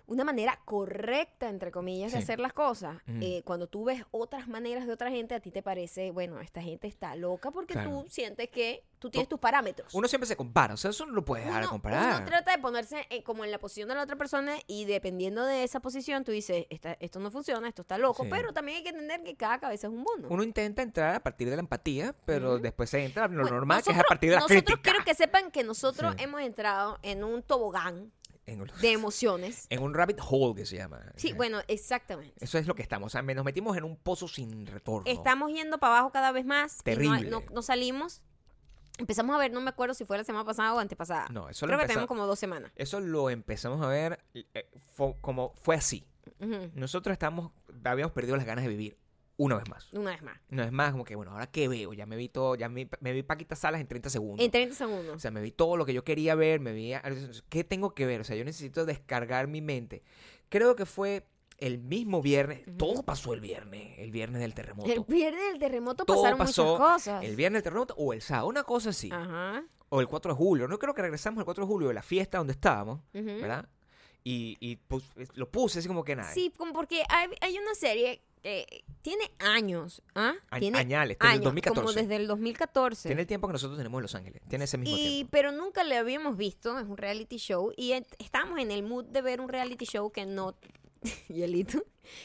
S1: una manera correcta, entre comillas, de
S2: Sí.
S1: hacer las cosas,
S2: Ujú.
S1: eh, cuando tú ves otras maneras de otra gente, a ti te parece, bueno, esta gente está loca porque
S2: Claro.
S1: tú sientes que tú tienes
S2: Co-
S1: tus parámetros.
S2: Uno siempre se compara, o sea, eso no lo puedes dejar de
S1: Pues Uno-
S2: comparar.
S1: uno trata de ponerse eh, como en la posición de la otra persona y dependiendo de esa posición, tú dices, "Esta- esto no funciona, esto está loco,
S2: Sí.
S1: pero también hay que entender que cada cabeza es un mundo.
S2: Uno intenta entrar a partir de la empatía, pero
S1: Ujú.
S2: después se entra a lo
S1: Bueno,
S2: normal, que es a
S1: nosotros-
S2: partir de la
S1: Nosotros
S2: crítica.
S1: quiero que sepan que nosotros
S2: Sí.
S1: hemos entrado en un tobogán
S2: en, un,
S1: de emociones.
S2: en un rabbit hole que se llama. Eh,
S1: Sí, bueno, exactamente.
S2: Eso es lo que estamos. O sea, me- nos metimos en un pozo sin retorno.
S1: Estamos yendo para abajo cada vez más. y no-
S2: Terrible.
S1: no, no salimos. Empezamos a ver, no me acuerdo si fue la semana pasada o antepasada.
S2: No, eso lo
S1: Creo que
S2: empezamos-
S1: tenemos como dos semanas.
S2: Eso lo empezamos a ver eh, fo- como fue así.
S1: Ujú.
S2: Nosotros estamos, habíamos perdido las ganas de vivir una vez más.
S1: Una vez más.
S2: Una vez más, como que, bueno, ahora qué veo, ya me vi todo, ya me, me vi Paquita Salas en 30 segundos.
S1: En 30 segundos.
S2: o sea, me vi todo lo que yo quería ver, me vi... ¿Qué tengo que ver? O sea, yo necesito descargar mi mente. Creo que fue el mismo viernes,
S1: Ujú.
S2: todo pasó el viernes, el viernes del terremoto.
S1: el viernes del terremoto
S2: Todo
S1: pasaron
S2: pasó,
S1: muchas cosas. Ah.
S2: El viernes del terremoto o el sábado, una cosa así.
S1: Ajá.
S2: O el 4 de julio. No creo que regresamos el 4 de julio de la fiesta donde estábamos.
S1: Ujú.
S2: ¿verdad? Y, y pus- es- lo puse así como que nada.
S1: Sí, como porque hay, hay una serie que tiene años. ¿ah?
S2: A-
S1: tiene
S2: añales, desde el
S1: años,
S2: 2014.
S1: Como desde el 2014.
S2: Tiene el tiempo que nosotros tenemos en Los Ángeles. Tiene ese mismo
S1: Y,
S2: tiempo.
S1: pero nunca le habíamos visto, es un reality show, y et- estábamos en el mood de ver un reality show que no, hielito,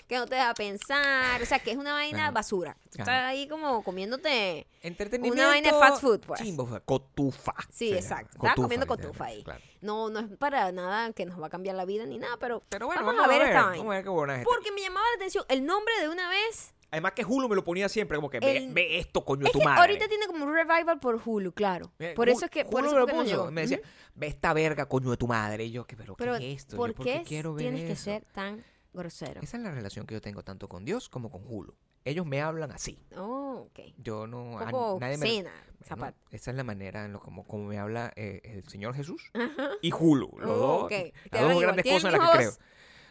S1: que no te deja pensar, o sea, que es una vaina
S2: Ajá.
S1: basura. Tú estás
S2: Ajá.
S1: ahí como comiéndote,
S2: Entretenimiento.
S1: una vaina de fast food, pues.
S2: chimbo, fue cotufa.
S1: Sí,
S2: Se
S1: exacto.
S2: llama.
S1: Estaba comiendo
S2: literalmente,
S1: cotufa ahí.
S2: claro.
S1: no, no es para nada que nos va a cambiar la vida ni nada, pero,
S2: Pero bueno,
S1: vamos, a ver, esta vaina.
S2: Vamos a ver qué buena es esta.
S1: Porque me llamaba la atención el nombre de una vez.
S2: Además que Hulu me lo ponía siempre como que ve-
S1: El-
S2: ve, esto, coño, de
S1: Es
S2: tu
S1: que
S2: madre.
S1: ahorita tiene como un revival por Hulu, claro.
S2: Mira,
S1: Por
S2: Hulu-
S1: eso es que, por eso
S2: Hulu me
S1: fue
S2: lo
S1: que nos
S2: puso.
S1: llegó.
S2: Me
S1: Ujú.
S2: decía, ve esta verga, coño, de tu madre. Y yo, que, pero,
S1: pero
S2: ¿qué es esto? Yo,
S1: ¿por
S2: ¿por
S1: qué
S2: quiero ver
S1: tienes que
S2: eso?
S1: ser tan grosero?
S2: Esa es la relación que yo tengo tanto con Dios como con Hulu. Ellos me hablan así.
S1: Oh, ok.
S2: Yo no...
S1: Un
S2: a-
S1: poco
S2: nadie me,
S1: cena,
S2: Bueno,
S1: zapato.
S2: esa es la manera en lo como, como me habla eh, el Señor Jesús y Hulu. Los
S1: Oh,
S2: dos,
S1: ok. Te
S2: las
S1: hablan
S2: dos
S1: igual.
S2: grandes
S1: ¿Tienen
S2: cosas en las que
S1: hijos?
S2: creo.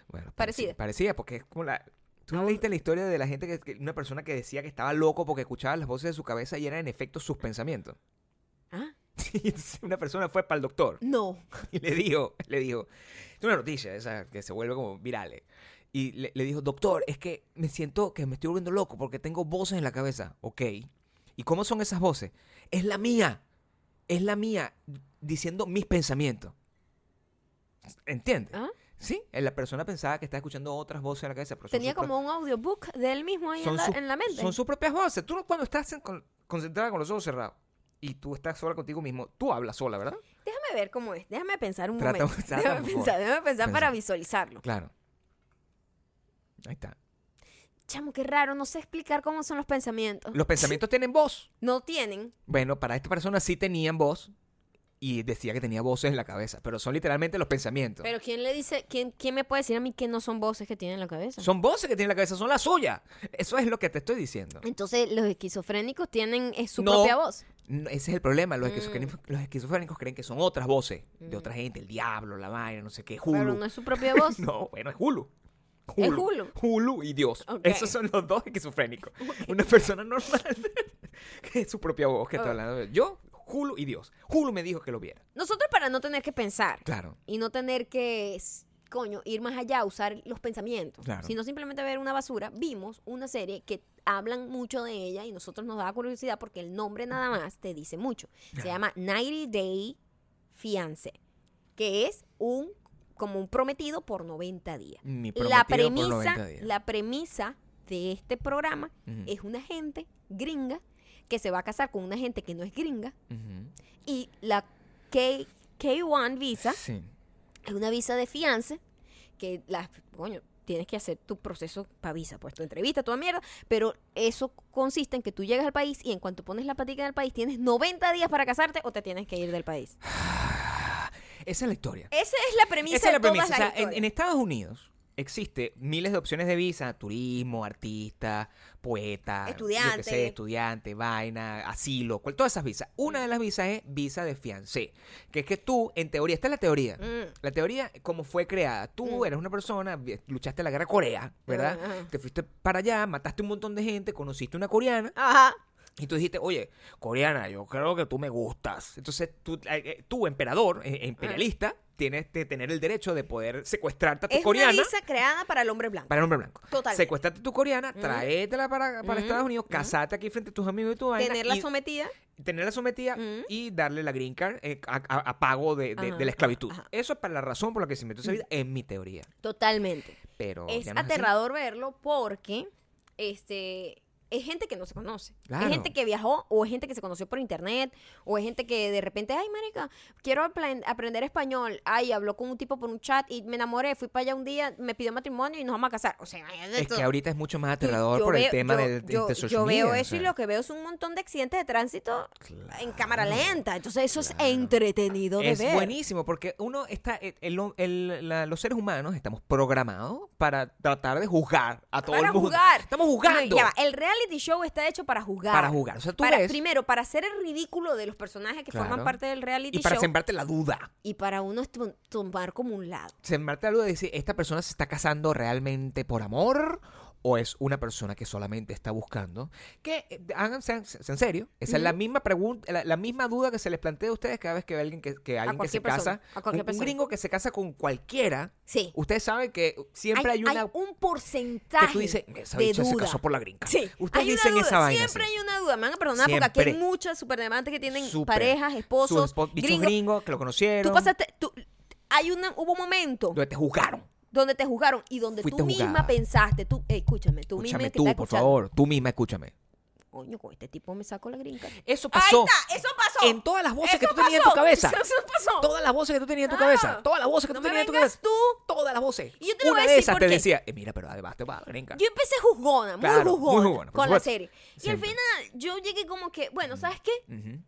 S2: Bueno, pareci-
S1: Parecida.
S2: Parecida, porque es como la. ¿Tú no leíste la historia de la gente, que, que- una persona que decía que estaba loco porque escuchaba las voces de su cabeza y eran en efecto sus pensamientos?
S1: ¿Ah?
S2: Sí, entonces una persona fue para el doctor
S1: No.
S2: y le dijo, le dijo, es una noticia esa que se vuelve como virales. Y le, le dijo, doctor, es que me siento que me estoy volviendo loco porque tengo voces en la cabeza. Ok. ¿Y cómo son esas voces? Es la mía. Es la mía diciendo mis pensamientos. ¿Entiendes?
S1: ¿Ah?
S2: Sí, eh, la persona pensaba que estaba escuchando otras voces en la cabeza. pero son
S1: Tenía
S2: sus pro-
S1: como un audiobook de él mismo ahí en
S2: son
S1: la,
S2: sus-
S1: en la mente.
S2: Son sus propias voces. Tú no- cuando estás en- con- concentrada con los ojos cerrados y tú estás sola contigo mismo, tú hablas sola, ¿verdad?
S1: Déjame ver cómo es. Déjame pensar un
S2: Trata-
S1: momento.
S2: trata
S1: déjame,
S2: mejor.
S1: pensar, déjame pensar para
S2: Pensar.
S1: visualizarlo.
S2: Claro. Ahí está.
S1: Chamo, qué raro. No sé explicar cómo son los pensamientos.
S2: Los pensamientos tienen voz.
S1: No tienen.
S2: Bueno, para esta persona sí tenían voz y decía que tenía voces en la cabeza, pero son literalmente los pensamientos.
S1: Pero ¿quién le dice, quién, quién me puede decir a mí que no son voces que tienen en la cabeza?
S2: son voces que tiene en la cabeza, son las suyas. Eso es lo que te estoy diciendo.
S1: Entonces, los esquizofrénicos tienen eh, su
S2: No.
S1: propia voz.
S2: No, Ese es el problema. Los,
S1: Mm.
S2: esquizofrénicos, los esquizofrénicos creen que son otras voces de otra gente, el diablo, la vaina, no sé qué, Hulu.
S1: Pero no es su propia voz.
S2: No, bueno, es Hulu.
S1: Es Hulu.
S2: Hulu y Dios.
S1: Ok.
S2: Esos son los dos esquizofrénicos. Una persona normal que es su propia voz que está
S1: Oh.
S2: hablando. Yo, Hulu y Dios. Hulu me dijo que lo viera.
S1: Nosotros para no tener que pensar
S2: Claro.
S1: y no tener que, s- coño, ir más allá, usar los pensamientos,
S2: Claro.
S1: sino simplemente ver una basura, vimos una serie que hablan mucho de ella y nosotros nos daba curiosidad porque el nombre nada más te dice mucho. Se llama 90 Day Fiance, que es un como un prometido por 90 días.
S2: Mi
S1: La
S2: prometido por
S1: premisa,
S2: 90 días.
S1: la premisa de este programa
S2: Ujú.
S1: es una gente gringa que se va a casar con una gente que no es gringa
S2: Ujú.
S1: y la K, K1 visa
S2: Sí.
S1: es una visa de fiance que las coño tienes que hacer tu proceso para visa pues tu entrevista toda mierda pero eso consiste en que tú llegas al país y en cuanto pones la patica en el país tienes 90 días para casarte o te tienes que ir del país
S2: Esa es la historia.
S1: esa es la premisa
S2: Esa es la
S1: de
S2: premisa.
S1: todas
S2: O sea,
S1: las
S2: en, en
S1: historias.
S2: Estados Unidos existe miles de opciones de visa: turismo, artista, poeta, yo qué
S1: Estudiante.
S2: sé, estudiante, vaina, asilo, cual- todas esas visas. Una de las visas es visa de fiancé, que es que tú, en teoría, esta es la teoría.
S1: Mm.
S2: La teoría, como fue creada, tú eres una persona, vi- luchaste en la guerra Corea, ¿verdad?
S1: Ajá, ajá.
S2: Te fuiste para allá, mataste un montón de gente, conociste una coreana,
S1: ajá
S2: y tú dijiste, oye, coreana, yo creo que tú me gustas. Entonces, tú, eh, eh, tú, emperador, eh, eh, imperialista, tienes que tener el derecho de poder secuestrarte a tu
S1: es
S2: coreana.
S1: una visa creada para el hombre blanco
S2: Para el hombre blanco.
S1: Totalmente.
S2: Secuestrarte a tu coreana, traétela para, para
S1: Ujú,
S2: Estados Unidos, casate aquí frente a tus amigos y tu vaina.
S1: tenerla
S2: y-
S1: sometida
S2: tenerla sometida
S1: Ujú.
S2: y darle la green card eh, a, a- a pago de, de- de
S1: Ajá,
S2: la esclavitud.
S1: ajá, ajá.
S2: Eso es para la razón por la que se inventó esa vida, es mi teoría.
S1: totalmente
S2: Pero
S1: es
S2: Oh, ya no así.
S1: aterrador verlo porque este es gente que no se conoce.
S2: Claro.
S1: Es gente que viajó o es gente que se conoció por internet o es gente que de repente, ay, marica, quiero aplan- aprender español. Ay, habló con un tipo por un chat y me enamoré, fui para allá un día, me pidió matrimonio y nos vamos a casar. O sea, es
S2: Es que ahorita es mucho más
S1: tú-
S2: aterrador
S1: yo
S2: por el
S1: veo-
S2: tema
S1: yo-
S2: del
S1: yo,
S2: de social
S1: yo veo
S2: media, o
S1: eso y
S2: sea.
S1: lo que veo es un montón de accidentes de tránsito en cámara lenta. Entonces eso
S2: claro.
S1: es entretenido de
S2: Es
S1: ver.
S2: buenísimo porque uno está, eh, el- el- el- la- los seres humanos estamos programados para tratar de juzgar a todo
S1: Para
S2: el mundo.
S1: jugar.
S2: Estamos jugando.
S1: Ya va, El reality show está hecho para jugar.
S2: Para jugar. O sea, tú
S1: Para-
S2: ves-
S1: Primero, para hacer el ridículo de los personajes que
S2: Claro.
S1: forman parte del reality
S2: y para
S1: show.
S2: sembrarte la duda.
S1: y para uno estu- tomar como un lado.
S2: Sembrarte la duda de decir, ¿esta persona se está casando realmente por amor? ¿O es una persona que solamente está buscando? Que eh, háganse háganse en serio. Esa es la misma pregunta, la, la misma duda que se les plantea a ustedes cada vez que ve alguien que, que alguien que se
S1: cualquier persona,
S2: casa.
S1: a cualquier
S2: un, un
S1: persona.
S2: gringo que se casa con cualquiera.
S1: Sí.
S2: Ustedes saben que siempre hay, una
S1: un porcentaje
S2: que tú dices, esa
S1: de
S2: bicha se
S1: duda.
S2: casó por la gringa.
S1: Sí.
S2: Ustedes
S1: Hay una
S2: dicen
S1: duda,
S2: esa vaina.
S1: Siempre
S2: sí.
S1: hay una duda. Me van a perdonar porque aquí
S2: Siempre.
S1: hay muchas superdemantes que tienen
S2: Súper.
S1: parejas,
S2: Sus
S1: esposos,
S2: espo- bichos
S1: gringos.
S2: gringos que lo conocieron.
S1: Tú pasaste... Tú, hay una, hubo un momento
S2: Donde te juzgaron.
S1: donde te juzgaron y donde
S2: Fuiste
S1: tú misma
S2: juzgada.
S1: pensaste, tú, eh, escúchame, tú misma
S2: escúchame
S1: que
S2: tú, por
S1: estás escuchando,
S2: favor. Tú misma, escúchame.
S1: Coño, con este tipo me saco la gringa.
S2: Eso
S1: Ahí
S2: pasó.
S1: está, eso pasó.
S2: En todas las voces
S1: Eso
S2: que tú tenías en tu
S1: pasó,
S2: cabeza.
S1: Eso pasó.
S2: Todas las voces que tú tenías en tu
S1: Claro.
S2: cabeza. Todas las voces que
S1: No
S2: tú
S1: me
S2: tenías en tu
S1: vengas
S2: cabeza. Tú. Todas las voces.
S1: Y yo te lo voy
S2: una
S1: a
S2: de
S1: decir
S2: esas
S1: por
S2: te
S1: qué.
S2: decía, eh, mira, pero además te va a gringa.
S1: Yo empecé juzgona, muy
S2: Claro, muy
S1: jugona
S2: juzgona, por
S1: con la
S2: supuesto. Mm.
S1: serie. Y al
S2: Siempre.
S1: final yo llegué como que, bueno, ¿sabes qué?
S2: Ujú.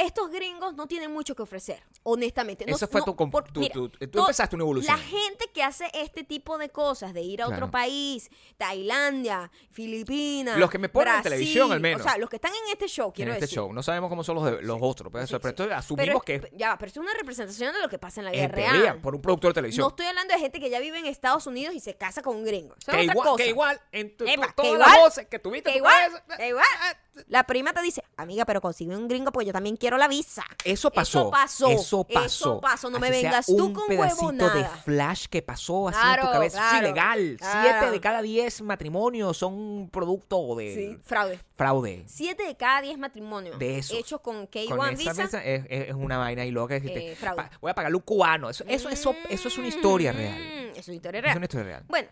S1: estos gringos no tienen mucho que ofrecer, honestamente. No-
S2: Eso fue
S1: no-
S2: tu, com-
S1: por-
S2: tu-
S1: mira,
S2: tu- tú
S1: to-
S2: empezaste una evolución.
S1: La gente que hace este tipo de cosas, de ir a
S2: Claro.
S1: otro país, Tailandia, Filipinas.
S2: Los que me ponen en
S1: Brasil,
S2: televisión, al menos.
S1: O sea, los que están en este show,
S2: en
S1: quiero
S2: este
S1: decir.
S2: show. No sabemos cómo son los, de- los otros, pero, eso-
S1: Sí,
S2: pero
S1: sí.
S2: esto
S1: Pero
S2: asumimos
S1: es-
S2: que es
S1: Ya, pero es una representación de lo que pasa en la vida
S2: en teoría
S1: real.
S2: por un productor de televisión.
S1: No estoy hablando de gente que ya vive en Estados Unidos y se casa con un gringo. Eso
S2: que,
S1: es otra
S2: igual,
S1: cosa.
S2: que igual, en tu, tu-
S1: Epa, que
S2: todas las
S1: igual,
S2: voces que tuviste, ah, en
S1: que
S2: tu
S1: igual,
S2: cabeza-
S1: que igual. La prima te dice, amiga, pero consigue un gringo porque yo también quiero la visa.
S2: Eso pasó.
S1: Eso pasó.
S2: Eso pasó.
S1: Eso pasó. No me
S2: Así sea
S1: vengas tú
S2: un
S1: con
S2: pedacito de
S1: huevonada.
S2: flash que pasó así en tu
S1: Claro,
S2: cabeza. Eso es
S1: claro,
S2: ilegal.
S1: claro.
S2: Siete de cada diez matrimonios son producto de
S1: Sí, fraude.
S2: fraude.
S1: Siete de cada diez matrimonios
S2: De esos.
S1: hechos con K1
S2: Con esa
S1: Visa.
S2: mesa es, es- es una vaina y loca. dijiste,
S1: Eh, fraude.
S2: pa- voy a pagarle un cubano. Eso, eso, eso, eso es una historia
S1: Mm,
S2: real.
S1: Eso es una historia
S2: Es
S1: real.
S2: una historia real.
S1: Bueno,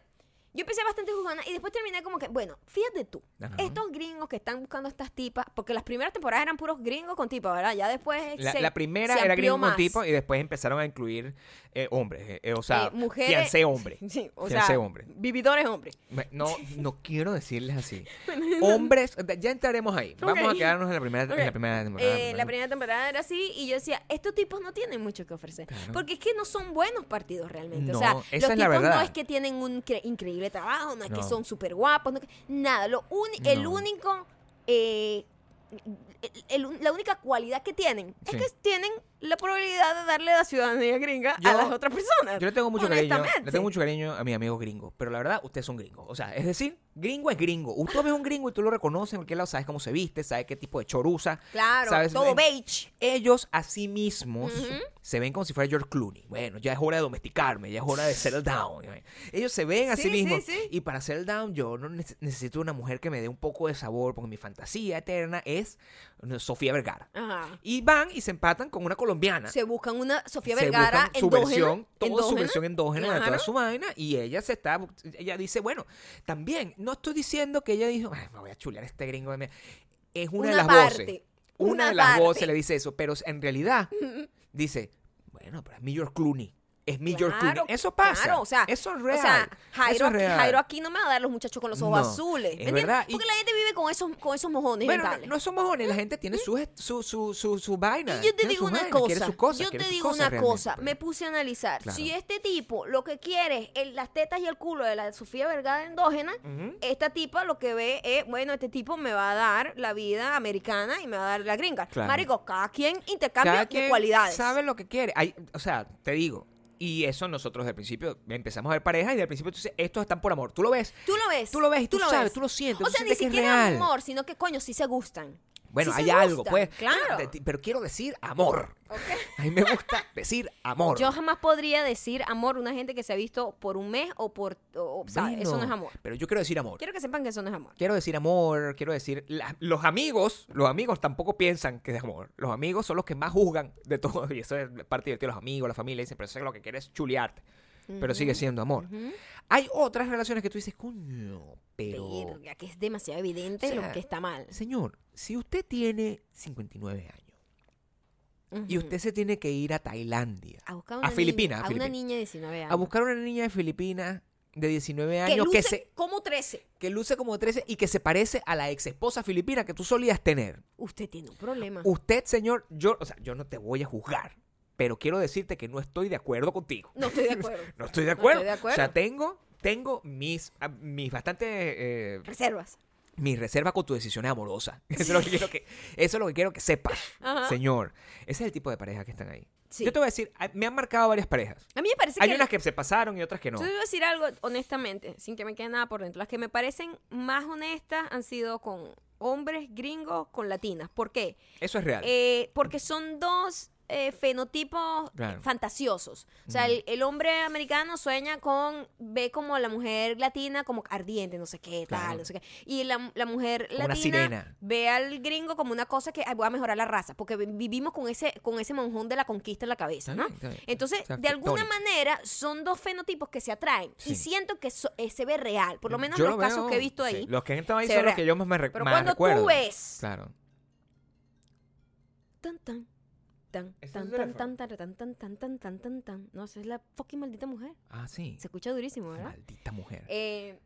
S1: yo empecé bastante jugona y después terminé como que, bueno, fíjate tú,
S2: Ajá.
S1: estos gringos que están buscando estas tipas, porque las primeras temporadas eran puros gringos con tipas, ¿verdad? Ya después
S2: La,
S1: se-
S2: la primera
S1: se
S2: era
S1: amplió
S2: gringo con
S1: más.
S2: tipo y después empezaron a incluir eh, hombres. eh, eh, o sea,
S1: Eh, mujeres,
S2: fiancé hombre.
S1: Sí, o
S2: Fiancé
S1: sea,
S2: hombre.
S1: vividores hombres.
S2: Me- No, no quiero decirles así. Hombres, ya entraremos ahí. Vamos
S1: Ok.
S2: a quedarnos en la primera, en la
S1: Ok.
S2: primera temporada.
S1: Eh, la primera temporada era así y yo decía, estos tipos no tienen mucho que ofrecer.
S2: Claro.
S1: Porque es que no son buenos partidos realmente.
S2: No,
S1: o sea,
S2: esa
S1: los
S2: es la
S1: tipos
S2: verdad.
S1: no es que tienen un cre- increíble trabajo, no es que
S2: No.
S1: son súper guapos, no que- nada. Lo uni- El
S2: No.
S1: único... eh, el- el- la única cualidad que tienen
S2: Sí.
S1: es que tienen la probabilidad de darle la ciudadanía gringa
S2: Yo-
S1: a las otras personas.
S2: Yo le tengo mucho cariño. Le
S1: honestamente.
S2: tengo mucho cariño a mis amigos gringos. Pero la verdad, ustedes son gringos. O sea, es decir, gringo es gringo. Usted ves un gringo y tú lo reconoces en cualquier lado, sabes cómo se viste, sabes qué tipo de chorusa.
S1: Claro,
S2: sabes-
S1: todo
S2: en-
S1: beige.
S2: Ellos a sí mismos
S1: Ujú.
S2: se ven como si fuera George Clooney. Bueno, ya es hora de domesticarme, ya es hora de settle down. Ellos se ven a sí,
S1: Sí, sí,
S2: mismos.
S1: sí.
S2: Y para settle down, yo no nece- necesito una mujer que me dé un poco de sabor, porque mi fantasía eterna es no, Sofía Vergara.
S1: Ajá.
S2: Y van y se empatan con una colombiana.
S1: Se buscan una Sofía
S2: Ah. Se
S1: Vergara
S2: buscan su
S1: endógena,
S2: versión, todo su
S1: endógena.
S2: versión endógena de toda
S1: Claro.
S2: su vaina y ella se está, ella dice, bueno, también, no estoy diciendo que ella dijo, "Ay, me voy a chulear a este gringo de mierda". Es una, de las voces, una, de las
S1: parte.
S2: voces le dice eso, pero en realidad dice, bueno, pero es mi George Clooney, es mi George
S1: Claro,
S2: Clooney, eso pasa,
S1: claro, o sea,
S2: eso es
S1: O
S2: real,
S1: sea, Jairo,
S2: eso es
S1: aquí-
S2: real.
S1: Jairo aquí no me va a dar los muchachos con los ojos
S2: No,
S1: azules.
S2: es
S1: ¿me entiendes?
S2: verdad, y-
S1: Porque la gente vive con esos, con esos mojones
S2: bueno, no,
S1: mentales.
S2: no somos jóvenes, la gente tiene su, su, su, su, su vaina.
S1: Y yo te
S2: tiene
S1: digo
S2: sus
S1: una
S2: vainas, quiere
S1: cosa,
S2: sus cosas,
S1: yo
S2: quiere
S1: te
S2: sus
S1: digo
S2: cosas
S1: una cosa,
S2: realmente. pues.
S1: me puse a analizar,
S2: Claro.
S1: si este tipo lo que quiere es el- las tetas y el culo de la Sofía Vergara endógena,
S2: Ujú.
S1: esta tipa lo que ve es, bueno, este tipo me va a dar la vida americana y me va a dar la gringa.
S2: Claro.
S1: Marico, cada quien intercambia
S2: Cada
S1: de
S2: quien
S1: cualidades.
S2: Sabe lo que quiere. Hay- o sea, te digo. Y eso nosotros desde el principio empezamos a ver parejas y del principio tú dices, estos están por amor. Tú lo ves.
S1: Tú lo ves.
S2: Tú lo ves y tú sabes, tú lo sientes,
S1: O
S2: tú
S1: sea, ni
S2: sientes que es
S1: siquiera
S2: real.
S1: amor, sino que coño, sí se gustan.
S2: Bueno,
S1: Sí se
S2: hay algo,
S1: gustan,
S2: pues.
S1: Claro.
S2: de ti- Pero quiero decir amor.
S1: Ok.
S2: A mí me gusta decir amor.
S1: Yo jamás podría decir amor a una gente que se ha visto por un mes o por. o- o, ¿sabes?
S2: Bueno,
S1: Eso no es amor.
S2: Pero yo quiero decir amor.
S1: Quiero que sepan que eso no es amor.
S2: Quiero decir amor, quiero decir... la- los amigos, los amigos tampoco piensan que es amor. Los amigos son los que más juzgan de todo. Y eso es parte divertida. Los amigos, la familia dicen, pero eso es lo que quieres es chulearte. Pero sigue siendo amor.
S1: Ujú.
S2: Hay otras relaciones que tú dices, coño, pero...
S1: Verga, que es demasiado evidente
S2: O sea,
S1: lo que está mal.
S2: Señor, si usted tiene 59 años y
S1: Ujú.
S2: usted se tiene que ir a Tailandia
S1: A buscar
S2: a
S1: una niña-
S2: Filipinas, a
S1: A, una
S2: Filipinas.
S1: niña de 19 años.
S2: a buscar una niña de Filipinas de 19
S1: que
S2: años
S1: luce
S2: que, se,
S1: como 13.
S2: que luce como 13 y que se parece a la ex esposa filipina que tú solías tener.
S1: Usted tiene un problema.
S2: Usted, señor, yo, o sea, yo no te voy a juzgar, pero quiero decirte que no estoy de acuerdo contigo.
S1: No estoy de acuerdo.
S2: No estoy de acuerdo.
S1: de acuerdo.
S2: O sea, tengo, tengo mis, ah, mis bastante... eh,
S1: Reservas.
S2: mi reserva con tu decisión amorosa. Eso es lo que quiero que, eso es lo que, quiero que sepas,
S1: Ajá.
S2: señor. Ese es el tipo de parejas que están ahí.
S1: Sí.
S2: Yo te voy a decir, a- me han marcado varias parejas.
S1: A mí me parece
S2: Hay
S1: que.
S2: unas que se pasaron y otras que no.
S1: Yo te voy a decir algo, honestamente, sin que me quede nada por dentro. Las que me parecen más honestas han sido con hombres gringos, con latinas. ¿Por qué?
S2: Eso es real.
S1: Eh, porque son dos eh, fenotipos
S2: Claro. Mm.
S1: eh, fantasiosos. O sea, el, el hombre americano sueña con, ve como a la mujer latina como ardiente, no sé qué,
S2: Claro.
S1: tal, no sé qué. Y la, la mujer
S2: Como una
S1: latina
S2: sirena.
S1: ve al gringo como una cosa que "Ay, voy a mejorar la raza, porque vi- vivimos con ese, con ese monjón de la conquista en la cabeza,
S2: Está
S1: ¿no?
S2: bien, está bien.
S1: Entonces,
S2: O sea,
S1: de alguna
S2: tectónico.
S1: manera, son dos fenotipos que se atraen.
S2: Sí. Mm,
S1: Y siento que so- eh, se ve real, por lo menos
S2: Yo
S1: los
S2: lo
S1: casos
S2: veo,
S1: que he visto
S2: sí.
S1: ahí.
S2: Los que han estado ahí
S1: se
S2: son los
S1: rea-
S2: que yo más me re-
S1: Pero
S2: más
S1: cuando
S2: recuerdo.
S1: tú ves
S2: Claro.
S1: tan tan tan
S2: ¿Ese es
S1: tan
S2: el
S1: tan tan
S2: teléfono?
S1: tan tan tan tan tan tan tan no esa es la fucking maldita mujer
S2: Ah, sí.
S1: se escucha durísimo verdad
S2: Maldita mujer.
S1: Eh,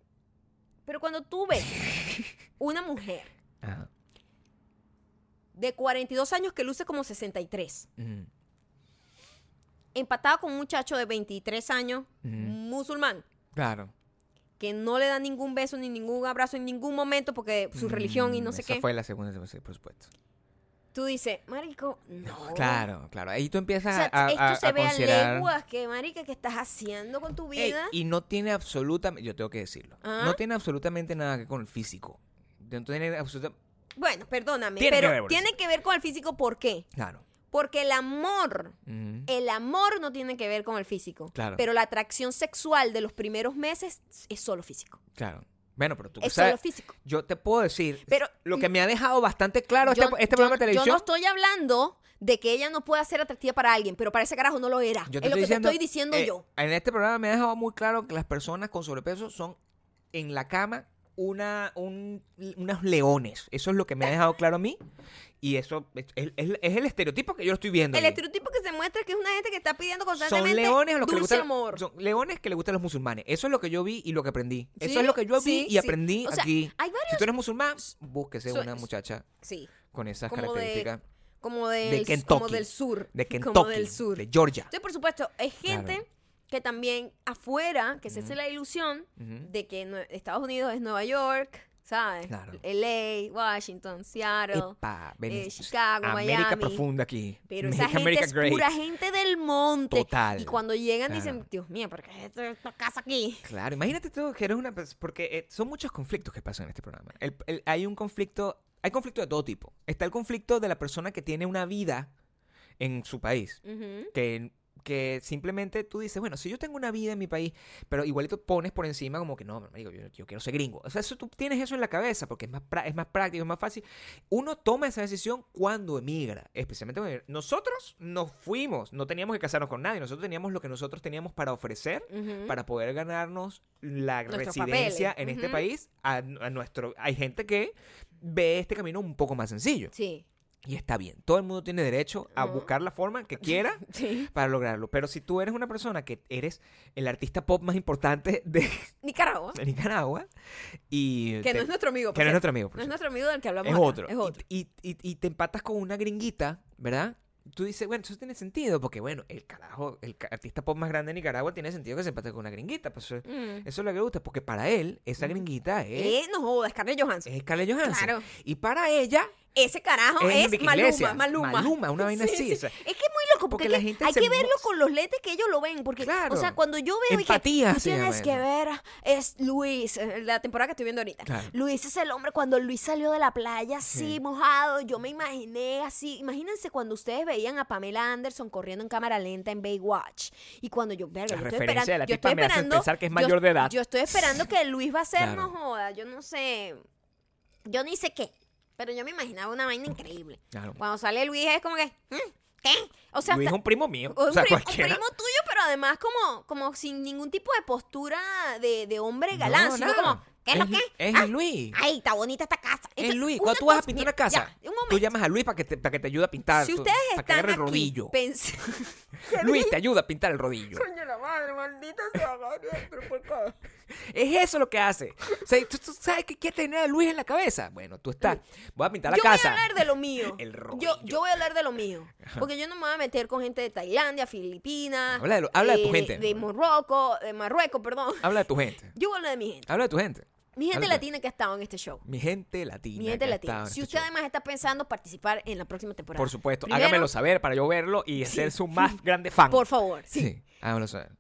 S1: pero cuando tú ves una mujer
S2: Ajá.
S1: de 42 años que luce como 63.
S2: Ujú.
S1: Empatado con un muchacho de 23 años,
S2: Ujú.
S1: musulmán,
S2: Claro.
S1: que no le da ningún beso ni ningún abrazo en ningún momento porque su religión y
S2: Mm,
S1: no sé
S2: esa
S1: qué.
S2: fue la segunda, sí, por supuesto.
S1: Tú dices, marico, no.
S2: Claro, claro. Ahí tú
S1: Oh. O
S2: empiezas
S1: sea,
S2: a,
S1: esto
S2: a-
S1: se
S2: a
S1: ve a
S2: considerar...
S1: leguas que, marica, ¿qué estás haciendo con tu
S2: Ey,
S1: vida?
S2: y no tiene absolutamente, yo tengo que decirlo,
S1: ¿Ah?
S2: no tiene absolutamente nada que ver con el físico. No tiene absolutamente...
S1: Bueno, perdóname,
S2: Tiene que
S1: pero
S2: ver con
S1: tiene que ver con el físico, ¿por qué?
S2: Claro. mm,
S1: Porque el amor,
S2: Ujú.
S1: el amor no tiene que ver con el físico.
S2: Claro.
S1: Pero la atracción sexual de los primeros meses es solo físico.
S2: Claro. Bueno, pero tú
S1: Es
S2: sabes,
S1: solo físico.
S2: yo te puedo decir
S1: Pero-
S2: lo que me ha dejado bastante claro
S1: Yo-
S2: este,
S1: yo-
S2: este programa de
S1: Yo no
S2: televisión.
S1: estoy hablando de que ella no pueda ser atractiva para alguien, pero para ese carajo no lo era.
S2: Yo
S1: es lo que te estoy diciendo
S2: eh,
S1: yo.
S2: En este programa me ha dejado muy claro que las personas con sobrepeso son en la cama una, un- unos leones. Eso es lo que me ha dejado claro a mí. Y eso es, es- es el estereotipo que yo estoy viendo.
S1: El
S2: ahí.
S1: estereotipo que se muestra es que es una gente que está pidiendo
S2: son
S1: constantemente
S2: leones a los que les
S1: dulce
S2: gusta
S1: amor.
S2: son leones que le gustan a los musulmanes. Eso es lo que yo vi y lo que aprendí.
S1: Sí,
S2: Eso es lo que yo vi
S1: sí, sí.
S2: y aprendí
S1: O sea,
S2: aquí.
S1: hay varios-
S2: Si tú eres musulmán, búsquese
S1: So-
S2: una muchacha
S1: Sí.
S2: con esas
S1: Como de-
S2: características
S1: Como
S2: de,
S1: del,
S2: Kentucky,
S1: como del sur.
S2: de Kentucky,
S1: Como del sur.
S2: de Georgia.
S1: Entonces, por supuesto, es gente
S2: Claro.
S1: que también afuera, que se hace la ilusión
S2: Ujú.
S1: de que Nue- Estados Unidos es Nueva York, ¿sabes?
S2: Claro.
S1: LA, Washington, Seattle.
S2: Epa, Vene-
S1: eh, Chicago,
S2: América
S1: Miami.
S2: profunda aquí.
S1: Pero
S2: Make
S1: esa gente
S2: America
S1: es
S2: great.
S1: pura gente del monte.
S2: Total.
S1: Y cuando llegan
S2: Claro.
S1: dicen, Dios mío, ¿por qué esto- esta casa aquí?
S2: Claro, imagínate tú que eres una pers- porque eh, son muchos conflictos que pasan en este programa. El- el- hay un conflicto, hay conflicto de todo tipo. Está el conflicto de la persona que tiene una vida en su país,
S1: Ujú.
S2: que, que simplemente tú dices, bueno, si yo tengo una vida en mi país, pero igualito pones por encima como que no, marico, yo, yo quiero ser gringo. O sea, eso, tú tienes eso en la cabeza porque es más, pra- es más práctico, es más fácil. Uno toma esa decisión cuando emigra, especialmente cuando emigra. Nosotros nos fuimos, no teníamos que casarnos con nadie, nosotros teníamos lo que nosotros teníamos para ofrecer
S1: Ujú.
S2: para poder ganarnos la
S1: Nuestros
S2: residencia
S1: papeles,
S2: en este
S1: ujú.
S2: país a, a nuestro hay gente que ve este camino un poco más sencillo
S1: Sí.
S2: y está bien todo el mundo tiene derecho a
S1: Ujú.
S2: buscar la forma que quiera
S1: Sí.
S2: para lograrlo pero si tú eres una persona que eres el artista pop más importante de,
S1: Nicaragua,
S2: de Nicaragua y
S1: que
S2: te-
S1: no es nuestro amigo. por
S2: que no
S1: cierto.
S2: es nuestro amigo por
S1: No es
S2: cierto.
S1: nuestro amigo del que hablamos.
S2: Es
S1: acá,
S2: otro.
S1: Es otro.
S2: Y, y- y- y te empatas con una gringuita, ¿verdad? Tú dices, bueno, eso tiene sentido, porque bueno, el carajo, el ca- artista pop más grande de Nicaragua tiene sentido que se empate con una gringuita. Pues eso,
S1: Mm.
S2: eso es lo que le gusta, porque para él, esa
S1: Mm.
S2: gringuita es,
S1: Eh, no jodas, Scarlett Johansson.
S2: es Scarlett Johansson.
S1: Claro.
S2: Y para ella
S1: Ese carajo
S2: es,
S1: es,
S2: Enrique
S1: Maluma,
S2: Iglesias.
S1: Maluma.
S2: Maluma, una vaina
S1: Sí,
S2: así.
S1: sí.
S2: o sea,
S1: Es que es muy loco porque,
S2: Porque la
S1: es que
S2: gente
S1: hay
S2: se
S1: que verlo
S2: mo-
S1: con los lentes que ellos lo ven. Porque,
S2: Claro.
S1: o sea, cuando yo veo y
S2: Empatía
S1: que tú
S2: se llama
S1: tienes que
S2: eso.
S1: ver, a- es Luis, eh, la temporada que estoy viendo ahorita.
S2: Claro.
S1: Luis es el hombre, cuando Luis salió de la playa así,
S2: Sí.
S1: mojado, yo me imaginé así. Imagínense cuando ustedes veían a Pamela Anderson corriendo en cámara lenta en Baywatch. Y cuando yo, verga,
S2: La
S1: yo estoy
S2: referencia
S1: esperando.
S2: de la
S1: yo
S2: tipa
S1: estoy
S2: me hace
S1: esperando.
S2: pensar que es
S1: yo-
S2: mayor de edad.
S1: Yo estoy esperando que Luis va a ser,
S2: Claro.
S1: no joda, yo no sé. Yo ni sé qué. Pero yo me imaginaba una vaina increíble.
S2: Claro.
S1: Cuando sale Luis es como que, "Mm, ¿qué? O sea,
S2: Luis es
S1: hasta-
S2: un primo mío.
S1: o
S2: O sea,
S1: un, pri- un
S2: cualquiera.
S1: primo tuyo, pero además como, como sin ningún tipo de postura de, de hombre galán,
S2: No,
S1: sino
S2: nada.
S1: como, ¿qué es lo que?
S2: Es
S1: Ah,
S2: Luis.
S1: Ay, está bonita esta casa.
S2: Es
S1: Esto-
S2: Luis.
S1: una
S2: Cuando tú vas a
S1: cosa-
S2: pintar
S1: mira,
S2: una casa,
S1: ya, un
S2: tú
S1: momento.
S2: llamas a Luis para que te, para que te ayude a pintar.
S1: Si
S2: tú-
S1: ustedes
S2: para que
S1: están
S2: agarre el
S1: aquí
S2: rodillo.
S1: pensando...
S2: Luis te ayuda a pintar el rodillo.
S1: Coño, la madre, maldita sea, Gabriel, pero por favor.
S2: Es eso lo que hace. O sea, ¿tú, tú sabes qué quiere tener a Luis en la cabeza? Bueno, tú estás. Voy a pintar la
S1: yo
S2: casa.
S1: voy a hablar de lo mío.
S2: El
S1: yo,
S2: rodillo.
S1: yo voy a hablar de lo mío. Porque yo no me voy a meter con gente de Tailandia, Filipinas.
S2: Habla de lo- habla de tu
S1: eh,
S2: gente. Ah.
S1: De, Morroco, de Marruecos, perdón.
S2: Habla de tu gente.
S1: Yo voy a hablar de mi gente.
S2: Habla de tu gente.
S1: Mi gente
S2: Habla de tu-
S1: latina que ha estado en este show.
S2: Mi gente latina.
S1: Mi gente
S2: que ha
S1: latina.
S2: estado en
S1: Si
S2: este
S1: usted
S2: show.
S1: además está pensando participar en la próxima temporada.
S2: Por supuesto,
S1: Primero,
S2: hágamelo saber para yo verlo y ser su más grande fan.
S1: Por favor, sí.
S2: sí. hágamelo saber.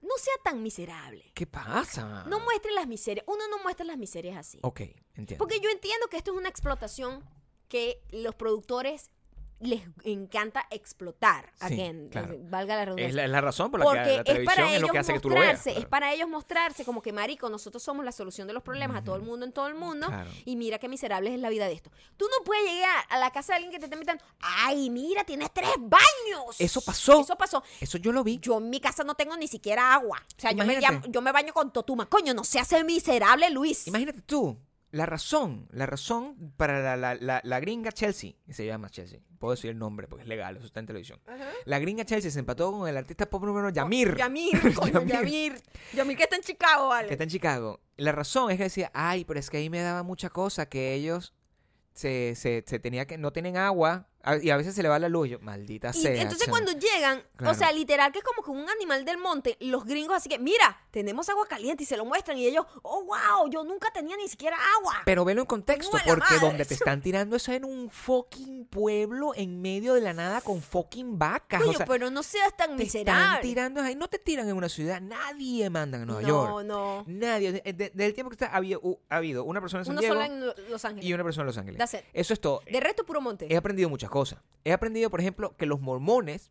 S1: No sea tan miserable.
S2: ¿Qué pasa?
S1: No muestre las miserias. Uno no muestra las miserias así.
S2: Ah. Ok, entiendo.
S1: Porque yo entiendo que esto es una explotación que los productores les encanta explotar. a
S2: Sí,
S1: quien-
S2: claro.
S1: valga la redundancia.
S2: es, la, es la razón por la que
S1: Porque
S2: la
S1: es
S2: televisión
S1: para
S2: es
S1: ellos
S2: lo que hace que tú lo veas.
S1: mostrarse, es
S2: claro.
S1: para ellos mostrarse como que marico, nosotros somos la solución de los problemas a todo el mundo en todo el mundo
S2: Claro.
S1: y mira qué miserable es la vida de esto. Tú no puedes llegar a la casa de alguien que te está invitando, ay, mira, tienes tres baños.
S2: Eso pasó.
S1: Eso pasó.
S2: Eso yo lo vi.
S1: Yo en mi casa no tengo ni siquiera agua. O sea, yo me,
S2: Imagínate.
S1: llamo- yo me baño con totuma. Coño, no se hace miserable, Luis.
S2: Imagínate tú, la razón, la razón para la, la- la- la gringa Chelsea, que se llama Chelsea, puedo decir el nombre porque es legal, eso está en televisión. La gringa Chelsea se empató con el artista pop número uno, Yamir,
S1: Yamir, coño,
S2: Yamir.
S1: Yamir. Yamir que está en Chicago,
S2: que
S1: ¿vale?
S2: está en Chicago. La razón es que decía, ay, pero es que ahí me daba mucha cosa que ellos se, se, se tenía que, no tienen agua a- y a veces se le va la luz. Yo, maldita
S1: Y
S2: sea.
S1: entonces
S2: chamo".
S1: cuando llegan, o
S2: Claro.
S1: sea, literal que es como que un animal del monte, los gringos así que, mira, tenemos agua caliente y se lo muestran y ellos, oh, wow, yo nunca tenía ni siquiera agua.
S2: Pero velo en contexto,
S1: Coño de la
S2: porque
S1: madre.
S2: donde te están tirando eso es en un fucking pueblo en medio de la nada con fucking vacas.
S1: Coño,
S2: o sea,
S1: pero no seas tan
S2: te están
S1: miserable.
S2: tirando ahí. No te tiran en una ciudad. Nadie manda en Nueva
S1: No,
S2: York.
S1: no.
S2: Nadie. De- de- desde el tiempo que está, ha habido, hu- ha habido una persona en San
S1: Uno
S2: Diego
S1: solo en Lo- Los Ángeles.
S2: y una persona en Los Ángeles.
S1: That's it.
S2: Eso es todo.
S1: De resto, puro monte.
S2: He aprendido muchas cosas. He aprendido, por ejemplo, que los mormones,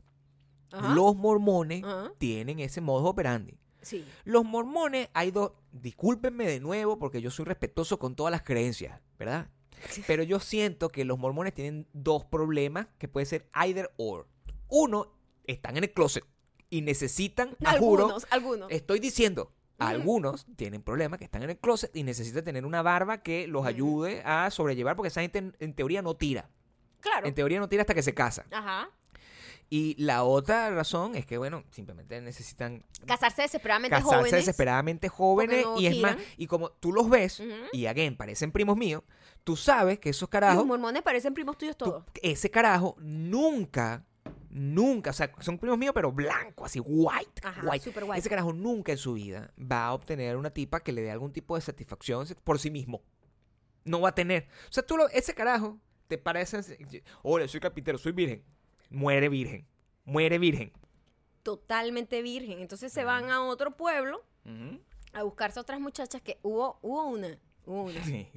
S1: Ajá.
S2: los mormones
S1: Ajá.
S2: tienen ese modo operandi.
S1: Sí.
S2: Los mormones hay dos. Discúlpenme de nuevo porque yo soy respetuoso con todas las creencias, ¿verdad? Pero yo siento que los mormones tienen dos problemas que puede ser either or. Uno, están en el closet y necesitan, a juro,
S1: Algunos, algunos.
S2: estoy diciendo, algunos tienen problemas que están en el closet y necesitan tener una barba que los ayude a sobrellevar porque esa gente en, en teoría no tira.
S1: Claro.
S2: En teoría no tira hasta que se casan.
S1: Ajá.
S2: Y la otra razón es que, bueno, simplemente necesitan
S1: Casarse desesperadamente
S2: casarse
S1: jóvenes.
S2: desesperadamente jóvenes
S1: no
S2: y es más
S1: tiran.
S2: y como tú los ves
S1: Ujú.
S2: y again parecen primos míos tú sabes que esos
S1: Los
S2: carajos
S1: mormones parecen primos tuyos
S2: tú-
S1: todos.
S2: ese carajo nunca nunca o sea son primos míos pero blanco así white
S1: Ajá,
S2: white.
S1: super white.
S2: ese carajo nunca en su vida va a obtener una tipa que le dé algún tipo de satisfacción se- por sí mismo no va a tener o sea tú lo, ese carajo te parece hola soy carpintero soy virgen muere virgen muere virgen
S1: Totalmente virgen. Entonces se van a otro pueblo
S2: Ujú.
S1: a buscarse otras muchachas que hubo, hubo una. Hubo una.
S2: Sí.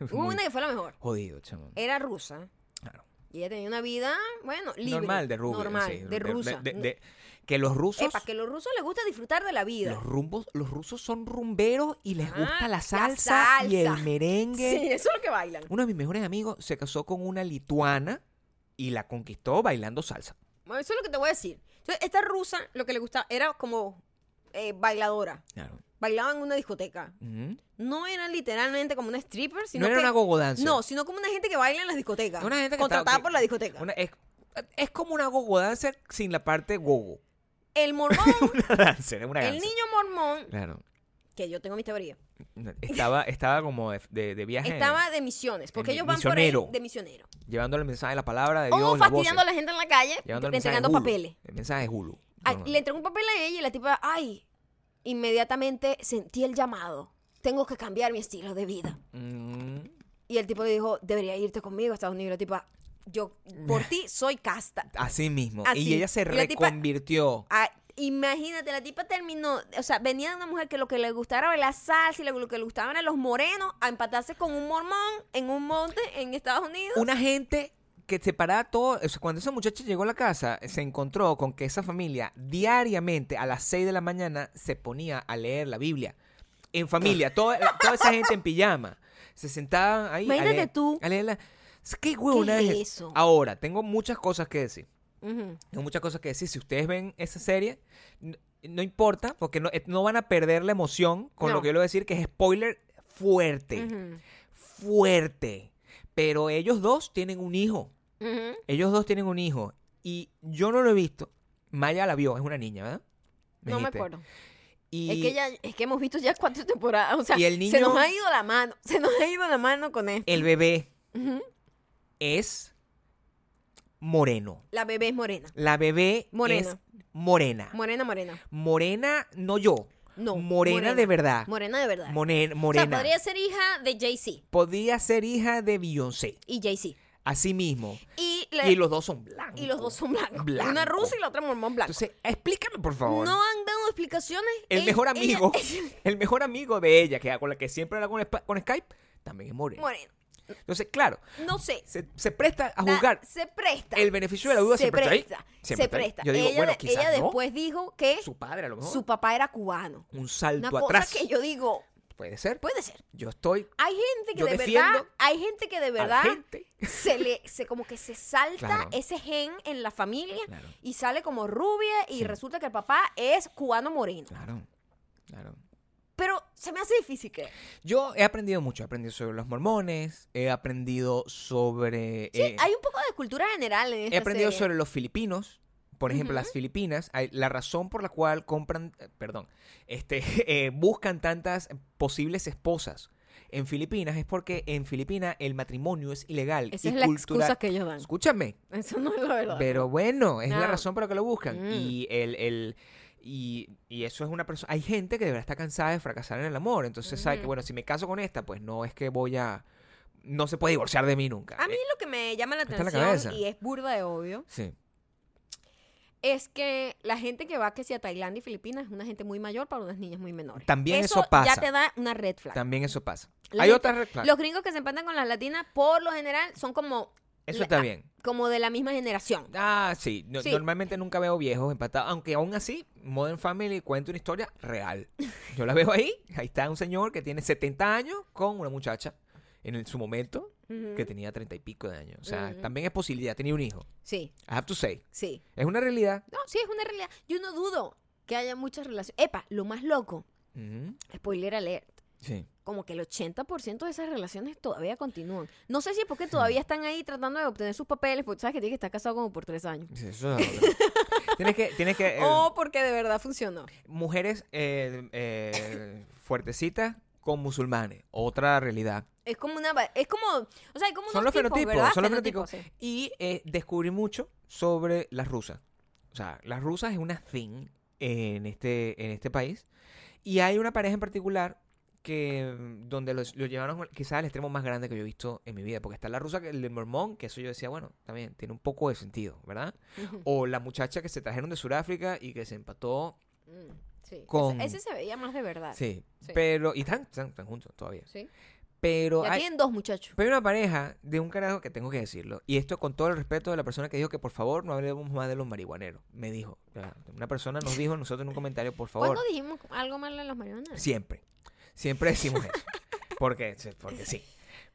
S1: Hubo
S2: Muy
S1: una Eh, que fue la mejor.
S2: jodido chamo
S1: Era rusa.
S2: Claro.
S1: Y ella tenía una vida, bueno, libre.
S2: normal de rubio.
S1: Normal,
S2: sí,
S1: de, rusa.
S2: de- de- que los rusos,
S1: Epa, que los rusos les gusta disfrutar de la vida.
S2: los rumbos, los rusos son rumberos y les
S1: Ajá,
S2: gusta
S1: la
S2: la salsa, y
S1: salsa.
S2: el merengue.
S1: Sí, eso es lo que bailan.
S2: Uno de mis mejores amigos se casó con una lituana y la conquistó bailando salsa.
S1: Bueno, eso es lo que te voy a decir. Entonces, esta rusa lo que le gustaba era como eh, bailadora.
S2: Claro.
S1: Bailaba en una discoteca.
S2: Ujú.
S1: No era literalmente como una stripper, sino
S2: no era
S1: que-
S2: una gogo dancer.
S1: No, sino como una gente que baila en las discotecas.
S2: Una gente que
S1: contratada
S2: estaba- que-
S1: por la discoteca.
S2: Una- es, es como una gogo dancer sin la parte gogo.
S1: El mormón,
S2: Una dancer, es una
S1: el
S2: dancer.
S1: niño mormón,
S2: Claro.
S1: que yo tengo mi teoría,
S2: Estaba, estaba como de, de- de viaje,
S1: estaba de misiones, porque
S2: El
S1: ellos van por ahí
S2: misionero.
S1: de misionero.
S2: llevando el mensaje de la palabra de Dios.
S1: O
S2: en las voces,
S1: Oh, fastidiando a la gente en la calle,
S2: llevando el mensaje de
S1: entregando
S2: Hulu.
S1: papeles.
S2: El mensaje de Hulu.
S1: Ah,
S2: No, no.
S1: Le entregó un papel a ella y la tipa, ay, inmediatamente sentí el llamado. Tengo que cambiar mi estilo de vida.
S2: Mm.
S1: Y el tipo le dijo, debería irte conmigo a Estados Unidos. La tipa, yo por ti soy casta.
S2: Así mismo.
S1: Así.
S2: Y ella se
S1: Y la tipa-
S2: reconvirtió.
S1: Ah, imagínate, la tipa terminó, o sea, venía de una mujer que lo que le gustara era la salsa y lo lo que le gustaban a los morenos a empatarse con un mormón en un monte en Estados Unidos.
S2: Una gente que se paraba todo. o sea, cuando esa muchacha llegó a la casa, se encontró con que esa familia diariamente a las 6 de la mañana se ponía a leer la Biblia. En familia, toda, la- toda esa gente en pijama. Se sentaban ahí. a
S1: Imagínate
S2: leer-
S1: tú.
S2: A leerla. ¿Qué huevona
S1: es
S2: es
S1: eso?
S2: Ahora, tengo muchas cosas que decir.
S1: Ujú.
S2: Tengo muchas cosas que decir. Si ustedes ven esa serie, n- no, importa, porque no, eh, no van a perder la emoción con
S1: No.
S2: lo que yo le voy a decir, que es spoiler fuerte.
S1: Ujú.
S2: Fuerte. Pero ellos dos tienen un hijo.
S1: Ujú.
S2: Ellos dos tienen un hijo. Y yo no lo he visto. Maya la vio, es una niña, ¿verdad?
S1: No me
S2: dijiste.
S1: acuerdo.
S2: Y
S1: Es que ya, es que hemos visto ya cuatro temporadas. O sea,
S2: Y el
S1: se
S2: niño-
S1: nos ha ido la mano. Se nos ha ido la mano con esto.
S2: el bebé
S1: Ujú.
S2: es moreno.
S1: La bebé es morena.
S2: La bebé
S1: Morena.
S2: es morena.
S1: Morena, morena.
S2: morena, no yo.
S1: No.
S2: Morena, de verdad.
S1: Morena de verdad.
S2: Monen-
S1: O sea,
S2: morena.
S1: podría ser hija de Jay-Z
S2: podía ser hija de Beyoncé,
S1: y Jay-Z.
S2: así mismo.
S1: Y, la-
S2: Y los dos son blancos.
S1: y los dos son blancos.
S2: Blanco.
S1: Una rusa y la otra mormón blanco.
S2: Entonces, explícame, por favor.
S1: no han dado explicaciones.
S2: el
S1: Ella-
S2: mejor
S1: ella-
S2: amigo, el mejor amigo de ella, que con la que siempre habla con, Sp- con Skype, también es moreno.
S1: morena.
S2: Entonces, claro,
S1: No sé.
S2: se, se presta a
S1: Da-
S2: juzgar.
S1: se presta.
S2: El beneficio de la duda
S1: se
S2: siempre está ahí.
S1: presta.
S2: Siempre
S1: se
S2: está ahí.
S1: presta.
S2: Yo digo,
S1: ella
S2: bueno,
S1: de-
S2: quizás
S1: ella
S2: no.
S1: después dijo que
S2: Su padre, a lo mejor.
S1: su papá era cubano.
S2: un salto
S1: Una cosa
S2: atrás.
S1: que yo Pues digo,
S2: Puede ser.
S1: puede ser.
S2: Yo estoy.
S1: Hay gente que
S2: Yo
S1: de verdad,
S2: defiendo
S1: hay gente que de
S2: a
S1: verdad
S2: la gente.
S1: se le, se como que se salta
S2: Claro.
S1: ese gen en la familia
S2: Claro.
S1: y sale como rubia y
S2: Sí.
S1: resulta que el papá es cubano moreno.
S2: Claro. Claro.
S1: Pero se me hace difícil que
S2: Yo he aprendido mucho. He aprendido sobre los mormones. He aprendido sobre.
S1: Sí,
S2: eh,
S1: hay un poco de cultura general en esta
S2: he aprendido
S1: serie.
S2: sobre los filipinos. Por ejemplo, las Filipinas, hay- la razón por la cual compran, eh, perdón, este, eh, buscan tantas posibles esposas en Filipinas es porque en Filipinas el matrimonio es ilegal.
S1: Esa
S2: y
S1: es la
S2: cultura-
S1: excusa que ellos dan.
S2: Escúchame,
S1: Eso no es la verdad.
S2: pero bueno, es
S1: No.
S2: la razón por la que lo buscan.
S1: Mm.
S2: Y el... el- y, y eso es una persona. Hay gente que de verdad está cansada de fracasar en el amor. Entonces sabe que,
S1: Ujú.
S2: bueno, si me caso con esta, pues no es que voy a. No se puede divorciar de mí nunca.
S1: a mí
S2: Eh,
S1: lo que me llama la
S2: Está en la
S1: atención
S2: cabeza.
S1: y es burda de obvio
S2: Sí.
S1: es que la gente que va que sea a Tailandia y Filipinas es una gente muy mayor para unas niñas muy menores.
S2: También eso pasa.
S1: Ya te da una red flag.
S2: También eso pasa.
S1: La
S2: Hay
S1: gente-
S2: otras red flags.
S1: Los gringos que se empantan con las latinas, por lo general, son como,
S2: Eso está
S1: Ah.
S2: bien.
S1: como de la misma generación.
S2: Ah, sí. No-
S1: Sí.
S2: Normalmente nunca veo viejos empatados. Aunque aún así, Modern Family cuenta una historia real. Yo la veo ahí. Ahí está un señor que tiene 70 años con una muchacha en el- su momento que
S1: Ujú.
S2: tenía 30 y pico de años. O sea,
S1: Ujú.
S2: también es posibilidad. Tenía un hijo.
S1: Sí,
S2: I have to say.
S1: sí.
S2: Es una realidad.
S1: No, sí, es una realidad. Yo no dudo que haya muchas relaciones. Epa, lo más loco,
S2: Ujú.
S1: spoiler alert,
S2: Mm-hmm. Sí.
S1: como que el 80% de esas relaciones todavía continúan. No sé si es porque todavía están ahí tratando de obtener sus papeles, porque tú sabes que tienes que estar casado como por tres años.
S2: Sí, Eso es otra. tienes que. Tienes que eh,
S1: O porque de verdad funcionó.
S2: Mujeres eh, eh, fuertecitas con musulmanes. Otra realidad.
S1: Es como una. va- Es como. O sea, hay como
S2: Son
S1: unos
S2: los
S1: tipos,
S2: fenotipos,
S1: ¿verdad?
S2: son los
S1: Fenotipos, sí.
S2: Y eh, descubrí mucho sobre las rusas. O sea, las rusas es una thing en este, en este país. Y hay una pareja en particular que mm, donde los- lo llevaron quizás al extremo más grande que yo he visto en mi vida. Porque está la rusa, que- el del mormón, que eso yo decía, bueno, también tiene un poco de sentido, ¿verdad?
S1: Ujú.
S2: O la muchacha que se trajeron de Sudáfrica y que se empató.
S1: Mm, sí.
S2: Con-
S1: Ese, ese se veía más de verdad. Sí.
S2: Sí, pero... Y están, están, están juntos todavía.
S1: Sí.
S2: Pero
S1: Ya
S2: hay,
S1: tienen dos muchachos.
S2: Pero hay una pareja de un carajo que tengo que decirlo. Y esto con todo el respeto de la persona que dijo que por favor no hablemos más de los marihuaneros. Me dijo. O sea, Una persona nos dijo a nosotros en un comentario, por favor.
S1: ¿Cuándo Pues dijimos algo malo de los marihuanas?
S2: Siempre. Siempre decimos eso. Porque, porque sí.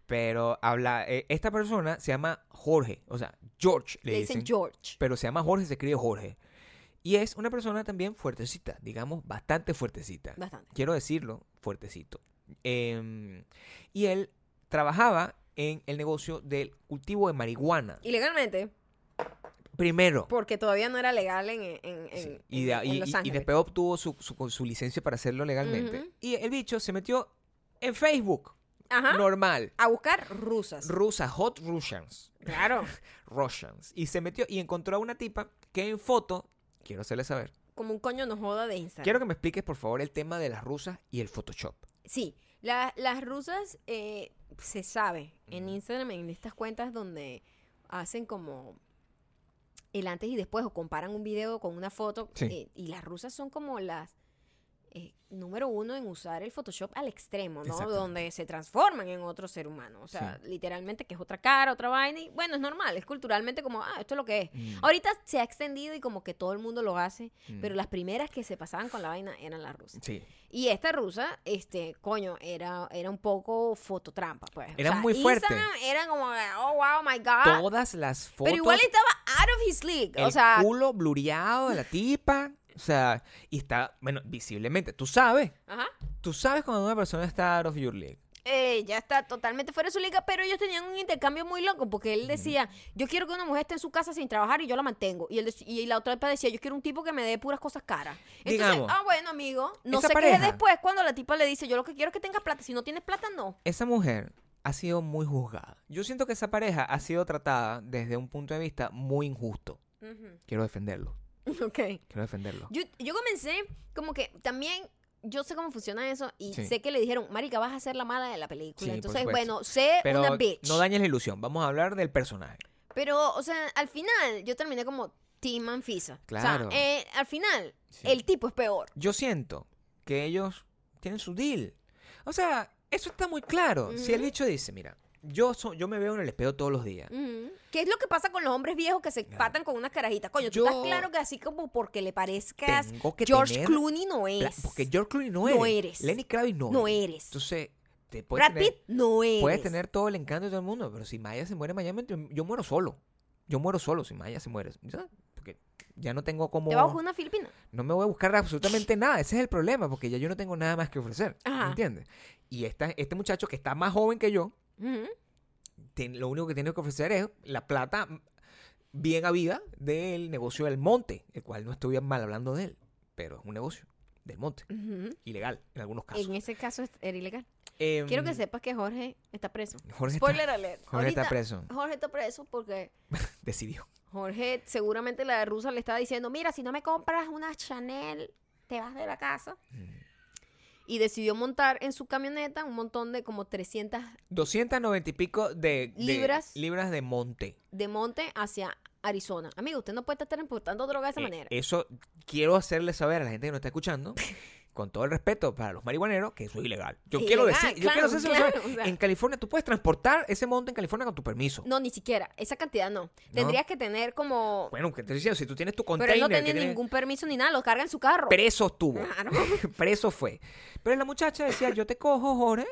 S2: Pero habla. eh, esta persona se llama Jorge. O sea, George le,
S1: Le dicen George.
S2: pero se llama Jorge, se escribe Jorge. Y es una persona también fuertecita, digamos, bastante fuertecita
S1: Bastante.
S2: quiero decirlo, fuertecito. Em, y él trabajaba en el negocio del cultivo de marihuana.
S1: Ilegalmente,
S2: Primero.
S1: porque todavía no era legal en, en, en-
S2: Sí,
S1: en-
S2: Y, de-
S1: en
S2: y-
S1: Los
S2: y- y
S1: Ángeles.
S2: después obtuvo su, su- su licencia para hacerlo legalmente.
S1: Ujú.
S2: Y el bicho se metió en Facebook.
S1: Ajá.
S2: Normal.
S1: A buscar rusas.
S2: Rusa, hot Russians.
S1: claro.
S2: Russians. Y se metió y encontró a una tipa que en foto, quiero hacerle saber,
S1: Como un coño no joda de Instagram.
S2: quiero que me expliques por favor el tema de las rusas y el Photoshop.
S1: Sí, la- las rusas eh, se sabe en Instagram, en estas cuentas donde hacen como el antes y después o comparan un video con una foto.
S2: Sí.
S1: eh, y las rusas son como las eh, número uno en usar el Photoshop al extremo, ¿no?
S2: Exactamente.
S1: Donde se transforman en otro ser humano. O sea, literalmente que es otra cara, otra vaina. Y bueno, es normal, es culturalmente como, ah, esto es lo que es.
S2: Mm.
S1: Ahorita se ha extendido y como que todo el mundo lo hace,
S2: Mm.
S1: pero las primeras que se pasaban con la vaina eran las rusas.
S2: Sí.
S1: Y esta rusa, este, coño, era, era un poco fototrampa, pues. O
S2: Era
S1: sea,
S2: muy fuerte.
S1: Instagram era como, oh, wow, my God.
S2: Todas las fotos.
S1: Pero igual estaba out of his league.
S2: el
S1: o sea,
S2: culo blureado de la tipa. O sea, y está, bueno, visiblemente. Tú sabes,
S1: ajá,
S2: tú sabes cuando una persona está out of your league.
S1: eh, ya está totalmente fuera de su liga, pero ellos tenían un intercambio muy loco, porque él decía, yo quiero que una mujer esté en su casa sin trabajar y yo la mantengo. Y, él, dec- y la otra tipa decía, yo quiero un tipo que me dé puras cosas caras. Entonces,
S2: Digamos,
S1: ah, bueno, amigo, no
S2: esa
S1: sé qué
S2: pareja-
S1: después cuando la tipa le dice, yo lo que quiero es que tengas plata. Si no tienes plata, no.
S2: Esa mujer ha sido muy juzgada. Yo siento que esa pareja ha sido tratada desde un punto de vista muy injusto.
S1: Ujú.
S2: Quiero defenderlo.
S1: Ok.
S2: Quiero defenderlo.
S1: Yo, yo comencé como que también yo sé cómo funciona eso y
S2: Sí.
S1: sé que le dijeron, marica, vas a ser la mala de la película.
S2: Sí, por
S1: Entonces,
S2: supuesto.
S1: bueno, sé
S2: Pero
S1: una bitch.
S2: no dañes la ilusión. Vamos a hablar del personaje.
S1: Pero, o sea, al final yo terminé como Team Anfisa. O sea,
S2: Claro.
S1: eh, al final,
S2: Sí.
S1: el tipo es peor.
S2: Yo siento que ellos tienen su deal. O sea, eso está muy claro. Si el
S1: Ujú.
S2: bicho dice, mira, yo, so- yo me veo en el espejo todos los días.
S1: Ujú. ¿Qué es lo que pasa con los hombres viejos que se
S2: Claro.
S1: patan con unas carajitas? Coño,
S2: Yo-
S1: tú estás claro que así como porque le parezcas
S2: Tengo que
S1: George
S2: tener
S1: Clooney no
S2: Pla-
S1: es.
S2: Porque George Clooney no,
S1: No
S2: eres.
S1: eres.
S2: Lenny Kravitz no,
S1: no
S2: eres.
S1: eres.
S2: Entonces, te puedes
S1: Brad
S2: tener,
S1: Pitt no eres.
S2: puedes tener todo el encanto de todo el mundo, pero si Maya se muere en Miami, yo- yo muero solo. Yo muero solo si Maya se muere. ¿sabes? Porque ya no tengo como...
S1: Te vas a buscar una filipina.
S2: No me voy a buscar absolutamente nada. Ese es el problema, porque ya yo no tengo nada más que ofrecer.
S1: Ajá.
S2: ¿Me entiendes? Y esta, este muchacho que está más joven que yo,
S1: Ujú.
S2: te- lo único que tiene que ofrecer es la plata bien habida del negocio del monte, el cual no estoy mal hablando de él, pero es un negocio del monte,
S1: Ujú.
S2: ilegal en algunos casos.
S1: En ese caso es- era ilegal.
S2: Em,
S1: Quiero que sepas que Jorge está preso.
S2: Jorge está-
S1: Spoiler alert.
S2: Jorge está
S1: Ahorita
S2: preso.
S1: Jorge está preso porque
S2: decidió.
S1: Jorge seguramente la rusa le estaba diciendo, mira, si no me compras una Chanel, te vas de la casa.
S2: Mm.
S1: Y decidió montar en su camioneta un montón de como 300
S2: 290 y pico de, de-
S1: Libras.
S2: libras de monte.
S1: de monte hacia Arizona. Amigo, usted no puede estar importando droga de esa
S2: Eh,
S1: manera.
S2: Eso quiero hacerle saber a la gente que nos está escuchando, con todo el respeto para los marihuaneros, que eso es ilegal. Yo
S1: Es
S2: quiero
S1: ilegal,
S2: decir, yo quiero
S1: ah, claro,
S2: hacer
S1: claro,
S2: saber,
S1: o sea.
S2: en California tú puedes transportar ese monte en California con tu permiso.
S1: No, ni siquiera. Esa cantidad no. Tendrías que tener como...
S2: Bueno, que te estoy diciendo, si tú tienes tu container
S1: Pero él no
S2: que
S1: tenía
S2: tiene-
S1: ningún permiso ni nada, lo carga en su carro.
S2: preso estuvo.
S1: Claro.
S2: preso fue. Pero la muchacha decía, "Yo te cojo, Jorge."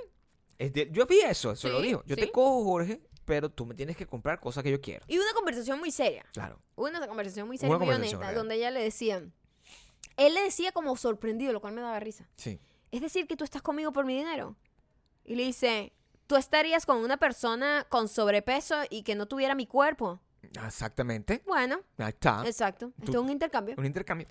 S2: Es de- yo vi eso, eso
S1: Sí,
S2: lo dijo. "Yo te
S1: sí.
S2: cojo, Jorge, pero tú me tienes que comprar cosas que yo quiero."
S1: Y una conversación muy seria.
S2: Claro.
S1: Hubo una conversación muy
S2: Hubo
S1: seria,
S2: una
S1: muy
S2: conversación,
S1: honesta,
S2: real.
S1: donde ella le decía, él le decía como sorprendido, lo cual me daba risa.
S2: Sí.
S1: Es decir, que tú estás conmigo por mi dinero. Y le dice, tú estarías con una persona con sobrepeso y que no tuviera mi cuerpo.
S2: Exactamente.
S1: Bueno,
S2: Ahí está.
S1: exacto. Esto es un intercambio.
S2: Un intercambio.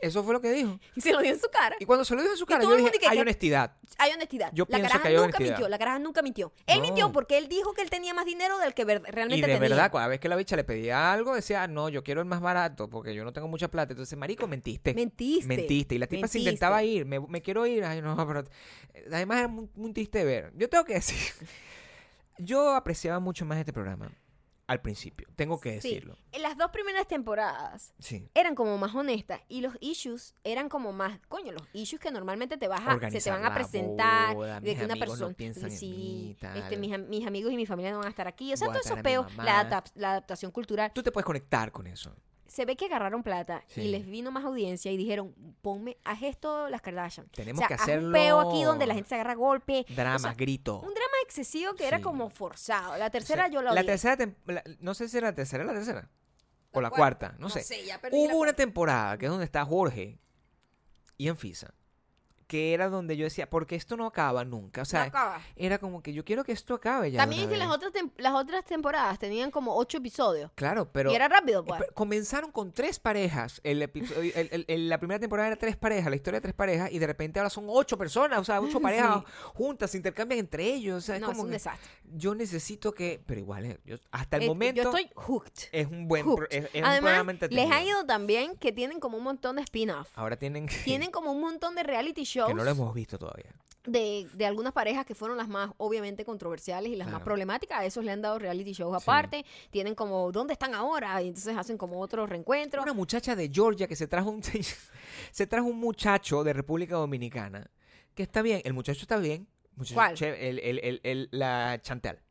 S2: Eso fue lo que dijo.
S1: Y se lo dio en su cara.
S2: Y cuando se lo dijo en su cara,
S1: todo
S2: yo
S1: el
S2: dije,
S1: mundo que-
S2: hay
S1: que-
S2: honestidad.
S1: Hay honestidad.
S2: Yo
S1: la
S2: pienso
S1: caraja
S2: que hay
S1: nunca
S2: honestidad.
S1: mintió. La caraja nunca mintió. Él
S2: No.
S1: mintió porque él dijo que él tenía más dinero del que ver- realmente
S2: Y de
S1: tenía.
S2: verdad, cada vez que la bicha le pedía algo, decía, "Ah, no, yo quiero el más barato porque yo no tengo mucha plata. Entonces, marico, mentiste.
S1: Mentiste.
S2: Mentiste. Y la tipa
S1: Mentiste.
S2: se intentaba ir. Me, me quiero ir. Ay, no, pero... Además, era muy, muy triste de ver. Yo tengo que decir... Yo apreciaba mucho más este programa al principio. Tengo que
S1: Sí.
S2: decirlo.
S1: En las dos primeras temporadas
S2: Sí.
S1: eran como más honestas y los issues eran como más, coño, los issues que normalmente te vas a, se te
S2: Organizar
S1: van a
S2: la
S1: presentar
S2: boda,
S1: de
S2: mis
S1: que una
S2: amigos no
S1: persona
S2: piensan en mí, tal.
S1: este, mis, am- mis amigos y mi familia no van a estar aquí, o sea,
S2: Voy a
S1: todos esos
S2: traer a mi
S1: peos,
S2: mamá.
S1: la, adap- la adaptación cultural.
S2: Tú te puedes conectar con eso.
S1: Se ve que agarraron plata
S2: Sí.
S1: y les vino más audiencia y dijeron, ponme, haz esto las Kardashian.
S2: Tenemos
S1: o sea,
S2: que
S1: Haz un peo
S2: hacerlo.
S1: aquí donde la gente se agarra a golpe.
S2: Drama,
S1: O sea,
S2: grito.
S1: un drama excesivo que era
S2: Sí.
S1: como forzado. La
S2: O
S1: tercera
S2: sea,
S1: yo la odié.
S2: tercera, tem- la- no sé si era la tercera, la tercera. O
S1: La
S2: la, cuarta,
S1: cuarta,
S2: no,
S1: no
S2: sé.
S1: sé, ya perdí la
S2: Hubo una
S1: cuenta.
S2: temporada que es donde está Jorge y Anfisa, que era donde yo decía, porque esto no acaba nunca. O sea,
S1: acaba.
S2: era como que yo quiero que esto acabe ya. de
S1: También es
S2: una
S1: que
S2: vez.
S1: las otras, tem- las otras temporadas tenían como ocho episodios.
S2: Claro, pero.
S1: y era rápido,
S2: eh,
S1: pues.
S2: pero Comenzaron con tres parejas. El episodio- el- el- el- la primera temporada era tres parejas, la historia de tres parejas, y de repente ahora son ocho personas, o sea, ocho parejas juntas, se intercambian entre ellos. O sea, es
S1: no,
S2: como
S1: es un
S2: que
S1: desastre.
S2: yo necesito que. Pero igual, eh, yo- hasta el
S1: Eh,
S2: momento.
S1: Yo estoy hooked.
S2: Es un buen
S1: hooked.
S2: pro- es, es un
S1: Además,
S2: programa entretenido.
S1: les ha ido también que tienen como un montón de spin-off.
S2: Ahora tienen que,
S1: Tienen como un montón de reality shows
S2: que no lo hemos visto todavía.
S1: de, de algunas parejas que fueron las más obviamente controversiales y las más
S2: Claro.
S1: problemáticas. A esos le han dado reality shows
S2: Sí.
S1: aparte. Tienen como, ¿dónde están ahora? Y entonces hacen como otros reencuentros.
S2: Una muchacha de Georgia que se trajo un se trajo un muchacho de República Dominicana que está bien, el muchacho está bien, muchacho
S1: ¿Cuál?
S2: chévere, el, el- el- el- la Chantal.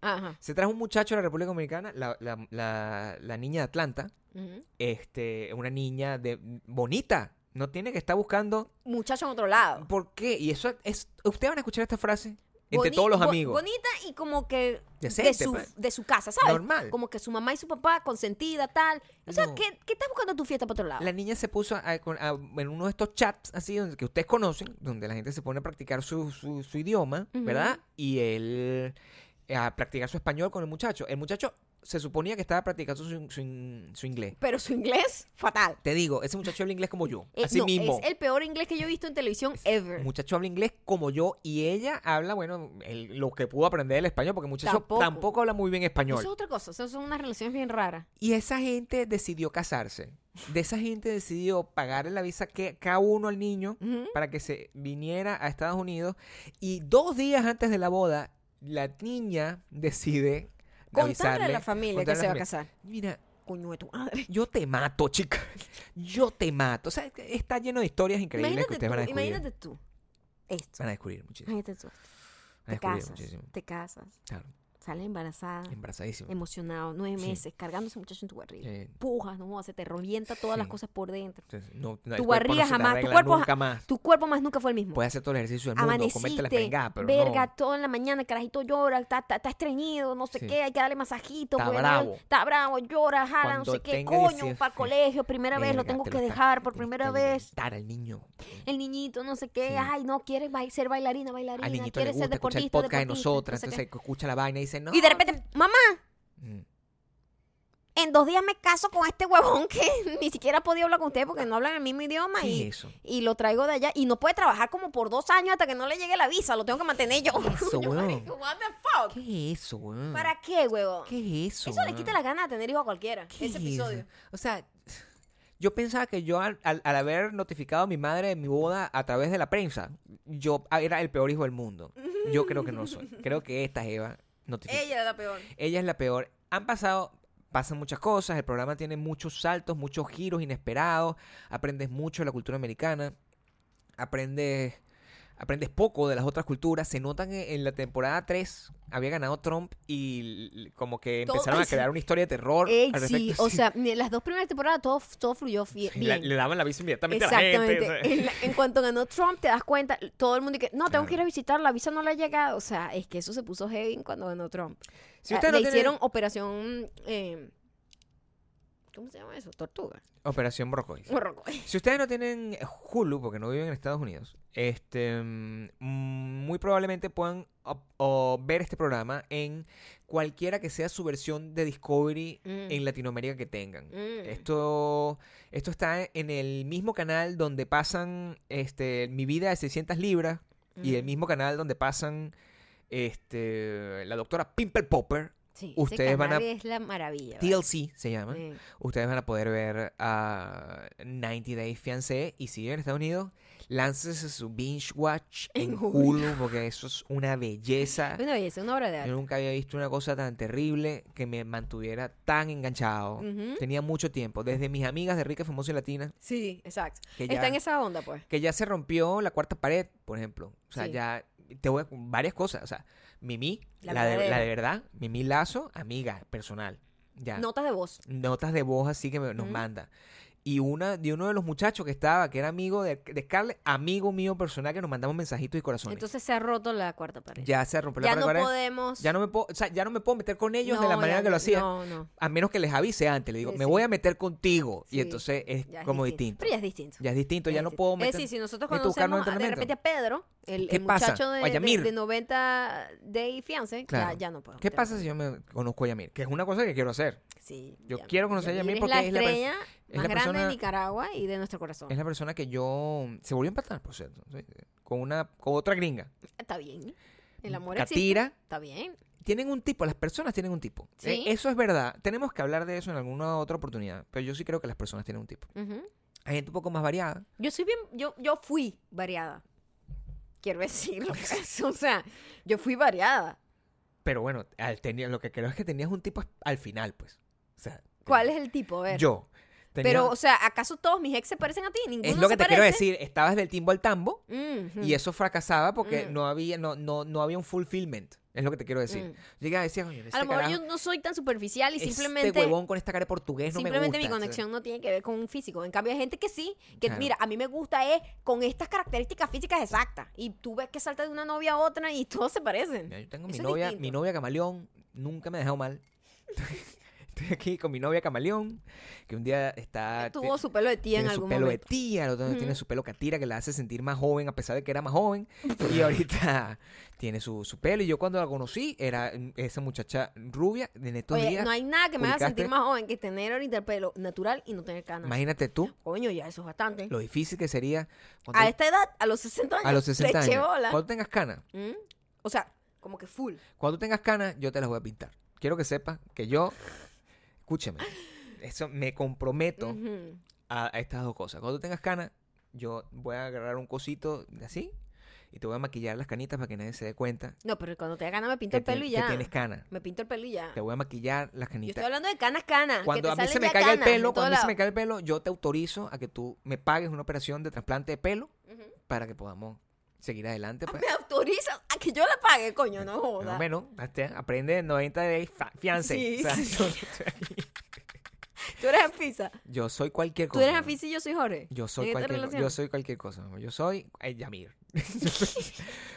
S1: Ajá.
S2: Se trajo un muchacho de la República Dominicana, la, la- la- la niña de Atlanta,
S1: Ujú.
S2: este, una niña de bonita. No tiene que estar buscando
S1: Muchacho en otro lado.
S2: por qué. Y eso es. Ustedes van a escuchar esta frase entre
S1: Boni-
S2: todos los
S1: bo-
S2: amigos.
S1: Bonita y como que
S2: Decente,
S1: de, su,
S2: pues.
S1: de su casa, ¿sabes?
S2: Normal.
S1: Como que su mamá y su papá consentida, tal. O sea,
S2: No.
S1: ¿qué, qué estás buscando en tu fiesta para otro lado?
S2: La niña se puso a- con- a- en uno de estos chats así donde, que ustedes conocen, donde la gente se pone a practicar su, su- su idioma,
S1: Ujú.
S2: ¿verdad? Y él eh, a practicar su español con el muchacho. El muchacho se suponía que estaba practicando su, su in- su inglés.
S1: Pero su inglés, fatal.
S2: Te digo, ese muchacho habla inglés como yo.
S1: Eh,
S2: así
S1: no,
S2: mismo.
S1: Es el peor inglés que yo he visto en televisión ever.
S2: El muchacho habla inglés como yo y ella habla, bueno, el- lo que pudo aprender el español, porque el muchacho tampoco,
S1: Tampoco.
S2: habla muy bien
S1: Eso
S2: español.
S1: es otra cosa. Eso son unas relaciones bien raras.
S2: Y esa gente decidió casarse. De esa gente decidió pagarle la visa que cada uno al niño
S1: Ujú.
S2: para que se viniera a Estados Unidos. Y dos días antes de la boda, la niña decide
S1: Contarle a
S2: avisarle-
S1: la familia
S2: contarle
S1: que
S2: a la
S1: se va a
S2: familia,
S1: casar.
S2: Mira,
S1: Coño de tu madre.
S2: yo te mato, chica. Yo te mato. O sea, está lleno de historias increíbles que
S1: Imagínate
S2: ustedes
S1: tú,
S2: van a descubrir.
S1: imagínate tú. Esto.
S2: Van a descubrir muchísimo.
S1: Imagínate tú.
S2: Van a
S1: Te
S2: descubrir
S1: casas. Ah.
S2: muchísimo.
S1: Te casas.
S2: Claro,
S1: Sales embarazada.
S2: embarazadísimo.
S1: Emocionado. Nueve
S2: Sí.
S1: meses. Cargando a ese muchacho en tu barriga.
S2: Eh,
S1: Pujas, no, se te revienta todas las
S2: Sí.
S1: cosas por dentro.
S2: entonces, no- no,
S1: Tu
S2: el cuerpo no
S1: barriga
S2: se te
S1: jamás, tu
S2: arregla
S1: cuerpo ja-
S2: nunca más.
S1: Tu cuerpo más nunca fue el mismo.
S2: Puedes hacer todo Pues, el ejercicio del mundo, comerte la
S1: Amaneciste,
S2: pengada, pero
S1: verga,
S2: no.
S1: todo en la mañana, el carajito llora, está, está, está estreñido, no sé
S2: Sí.
S1: qué, hay que darle masajito.
S2: Está
S1: güey,
S2: bravo.
S1: Está bravo, llora, jala,
S2: Cuando
S1: no sé qué,
S2: tenga
S1: coño,
S2: 18,
S1: para el colegio, primera vez, lo
S2: Verga,
S1: tengo
S2: te
S1: que
S2: está-
S1: dejar por
S2: te lo
S1: primera
S2: está
S1: vez.
S2: alimentar al niño.
S1: El niñito, no sé qué,
S2: Sí.
S1: ay, no, quiere ba- ser bailarina,
S2: al
S1: bailarina,
S2: niñito le
S1: quiere ser
S2: gusta escuchar el
S1: deportista,
S2: podcast de
S1: deportista,
S2: nosotras,
S1: no sé
S2: entonces
S1: qué.
S2: escucha la vaina y dice, no.
S1: Y de repente, mamá,
S2: Mm.
S1: en dos días me caso con este huevón que ni siquiera ha podido hablar con ustedes porque no hablan el mismo idioma
S2: ¿Qué
S1: y,
S2: es eso?
S1: y lo traigo de allá y no puede trabajar como por dos años hasta que no le llegue la visa, lo tengo que mantener yo.
S2: ¿Qué es eso,
S1: Yo,
S2: huevón?
S1: marico, what the fuck?
S2: ¿Qué es eso, weón?
S1: ¿Para qué, huevón?
S2: Mm. ¿Qué es eso?
S1: Eso le
S2: weón?
S1: quita la gana de tener hijos a cualquiera,
S2: ¿Qué
S1: ese
S2: es
S1: episodio.
S2: eso? O sea, yo pensaba que yo al, al- al haber notificado a mi madre de mi boda a través de la prensa, yo era el peor hijo del mundo. Yo creo que no soy. Creo que esta Eva notificó.
S1: Ella era la peor.
S2: Ella es la peor. Han pasado, pasan muchas cosas. El programa tiene muchos saltos, muchos giros inesperados. Aprendes mucho de la cultura americana. Aprendes, aprendes poco de las otras culturas. Se notan en, en la temporada 3 había ganado Trump y l- como que
S1: Todo-
S2: empezaron
S1: ay,
S2: a crear una historia de terror.
S1: Ey,
S2: al
S1: sí,
S2: respecto.
S1: o
S2: Sí.
S1: sea, mira, las dos primeras temporadas todo, todo fluyó fi-
S2: Y la-
S1: bien.
S2: le daban la visa inmediatamente
S1: Exactamente.
S2: a la gente. o sea.
S1: En, la- en cuanto ganó Trump, te das cuenta, todo el mundo que no, tengo que ir a visitar, la visa no le ha llegado. O sea, es que eso se puso heavy cuando ganó Trump.
S2: Si
S1: Ah,
S2: usted no
S1: le
S2: tiene-
S1: hicieron operación. eh, ¿Cómo se llama eso? Tortuga.
S2: Operación Brocois.
S1: Morrocoy.
S2: Si ustedes no tienen Hulu, porque no viven en Estados Unidos, este, mm, muy probablemente puedan op- o ver este programa en cualquiera que sea su versión de Discovery
S1: Mm.
S2: en Latinoamérica que tengan.
S1: Mm.
S2: Esto, esto está en el mismo canal donde pasan este, Mi vida de 600 libras y el
S1: Mm.
S2: mismo canal donde pasan este, la doctora Pimple Popper,
S1: Sí, ese
S2: ustedes van a-
S1: canal Es la maravilla. ¿vale?
S2: TLC se llama.
S1: Eh,
S2: Ustedes van a poder ver a 90 Days Fiancé y si viven en Estados Unidos, láncese su binge watch
S1: En
S2: en
S1: Hulu.
S2: Hulu porque eso es una belleza.
S1: es una belleza, una obra de
S2: ah.
S1: arte.
S2: Yo nunca había visto una cosa tan terrible que me mantuviera tan enganchado.
S1: Ujú.
S2: Tenía mucho tiempo, desde mis amigas de Rica, Famosa y Latina,
S1: Sí, exacto.
S2: que ya,
S1: Está en esa onda, pues.
S2: que ya se rompió la cuarta pared, por ejemplo. O sea,
S1: Sí.
S2: ya te voy a varias cosas. O sea, Mimi,
S1: La
S2: la, de,
S1: verdadera.
S2: la de verdad, Mimi Lazo, amiga personal. Ya
S1: Notas de voz.
S2: notas de voz así que me- nos
S1: Ujú.
S2: manda. Y una de uno de los muchachos que estaba, que era amigo de, de Scarlett, amigo mío personal, que nos mandamos mensajitos y corazones.
S1: Entonces se ha roto la cuarta pared.
S2: ya se rompió la
S1: Ya
S2: pared
S1: no
S2: pared.
S1: podemos.
S2: Ya no me puedo, o sea, ya no me puedo meter con ellos de la
S1: No,
S2: manera
S1: ya
S2: que lo
S1: no-
S2: hacía.
S1: No, no.
S2: A menos que les avise antes. Le digo,
S1: Sí,
S2: me
S1: sí.
S2: voy a meter contigo.
S1: Sí,
S2: Y entonces es
S1: Ya es
S2: como distinto.
S1: Pero ya es distinto.
S2: Ya es distinto, ya no puedo
S1: Es
S2: meter.
S1: decir, si nosotros
S2: hay que buscar nuevo
S1: conocemos a- de repente a Pedro, el,
S2: ¿Qué
S1: el
S2: pasa?
S1: muchacho de,
S2: O a
S1: de-
S2: Yamir.
S1: de 90 de fiance,
S2: Claro.
S1: ya, ya no puedo.
S2: ¿Qué
S1: meterme.
S2: pasa si yo me conozco a Yamir? Que es una cosa que quiero hacer.
S1: Sí,
S2: Yo
S1: Yamir.
S2: quiero conocer a Yamir porque
S1: es
S2: es
S1: la
S2: la pers-
S1: estrella
S2: es
S1: más
S2: la
S1: grande de
S2: persona-
S1: Nicaragua y de nuestro corazón.
S2: Es la persona que yo. Se volvió a empatar, por cierto. ¿sí? Con una, con otra gringa.
S1: Está bien. El amor existe.
S2: Katira.
S1: Está bien.
S2: tienen un tipo, las personas tienen un tipo. Eh,
S1: Sí.
S2: eso es verdad. Tenemos que hablar de eso en alguna otra oportunidad, pero yo sí creo que las personas tienen un tipo.
S1: Ujú.
S2: Hay gente un poco más variada.
S1: Yo soy bien, yo, yo fui variada. Quiero decirlo. pues, o sea, yo fui variada.
S2: Pero bueno, al tener- lo que creo es que tenías un tipo al final, pues. O sea,
S1: ¿Cuál es el tipo? A ver.
S2: Yo. tenía-
S1: Pero, o sea, ¿acaso todos mis ex se parecen a ti? Ninguno
S2: es lo
S1: se
S2: que te
S1: parece.
S2: quiero decir. Estabas del timbo al tambo
S1: Ujú.
S2: y eso fracasaba porque
S1: Mm.
S2: no había no, no, no había un fulfillment. Es lo que te quiero decir.
S1: Mm.
S2: Llega a decir, oye,
S1: A
S2: este
S1: lo mejor
S2: carajo,
S1: yo no soy tan superficial y
S2: este
S1: simplemente
S2: huevón con esta cara de portugués no me gusta.
S1: Simplemente mi
S2: o sea,
S1: conexión no tiene que ver con un físico. En cambio, hay gente que sí, que
S2: Claro.
S1: mira, a mí me gusta es con estas características físicas exactas. Y tú ves que salta de una novia a otra y todos se parecen.
S2: Mira, yo tengo mi
S1: Eso es
S2: novia, mi
S1: distinto.
S2: novia camaleón, nunca me ha dejado mal. Estoy aquí con mi novia camaleón, que un día está...
S1: Tuvo su pelo de tía en
S2: tiene su
S1: algún
S2: pelo
S1: momento.
S2: de tía, el otro día tiene
S1: Ujú.
S2: su pelo catira que la hace sentir más joven a pesar de que era más joven. y ahorita tiene su, su pelo. Y yo cuando la conocí era mm, esa muchacha rubia de estos
S1: Oye,
S2: días.
S1: no hay nada que me haga sentir
S2: publicaste-
S1: más joven que tener ahorita el pelo natural y no tener canas.
S2: Imagínate tú
S1: Coño, ya eso es bastante.
S2: lo difícil que sería cuando-
S1: A esta edad, a los 60 años,
S2: a los 60
S1: le eché
S2: años.
S1: bola.
S2: Cuando tengas canas,
S1: ¿Mm? O sea, como que full.
S2: Cuando tengas canas, yo te las voy a pintar. Quiero que sepas que yo, escúchame, eso me comprometo
S1: Ujú.
S2: a, a estas dos cosas. Cuando tengas canas, yo voy a agarrar un cosito de así y te voy a maquillar las canitas para que nadie se dé cuenta
S1: No, pero cuando te da ganas me pinto
S2: que,
S1: el pelo
S2: tien-
S1: y
S2: que
S1: ya.
S2: tienes canas.
S1: Me pinto el pelo y ya.
S2: Te voy a maquillar las
S1: Yo estoy
S2: canitas.
S1: hablando de canas, canas. que
S2: Cuando
S1: te
S2: a mí
S1: salen
S2: se me
S1: ya
S2: caiga el
S1: canas en
S2: pelo,
S1: todo
S2: cuando a mí se
S1: lado.
S2: me caiga el pelo, yo te autorizo a que tú me pagues una operación de trasplante de pelo
S1: Ujú.
S2: para que podamos seguir adelante. pues.
S1: me autorizas a que yo la pague, coño, no
S2: Más o
S1: Ah, joda.
S2: menos, hazte- aprende 90 de fiance.
S1: Sí,
S2: O sea,
S1: sí.
S2: yo, estoy aquí.
S1: Tú eres anfisa.
S2: Yo soy cualquier
S1: Tú
S2: cosa.
S1: eres
S2: ¿no?
S1: anfisa y yo soy Jorge.
S2: Yo
S1: ¿En
S2: soy
S1: esta
S2: cualquier cosa.
S1: relación?
S2: Yo soy cualquier cosa. mamá. Yo soy eh, Yamir. Yo soy-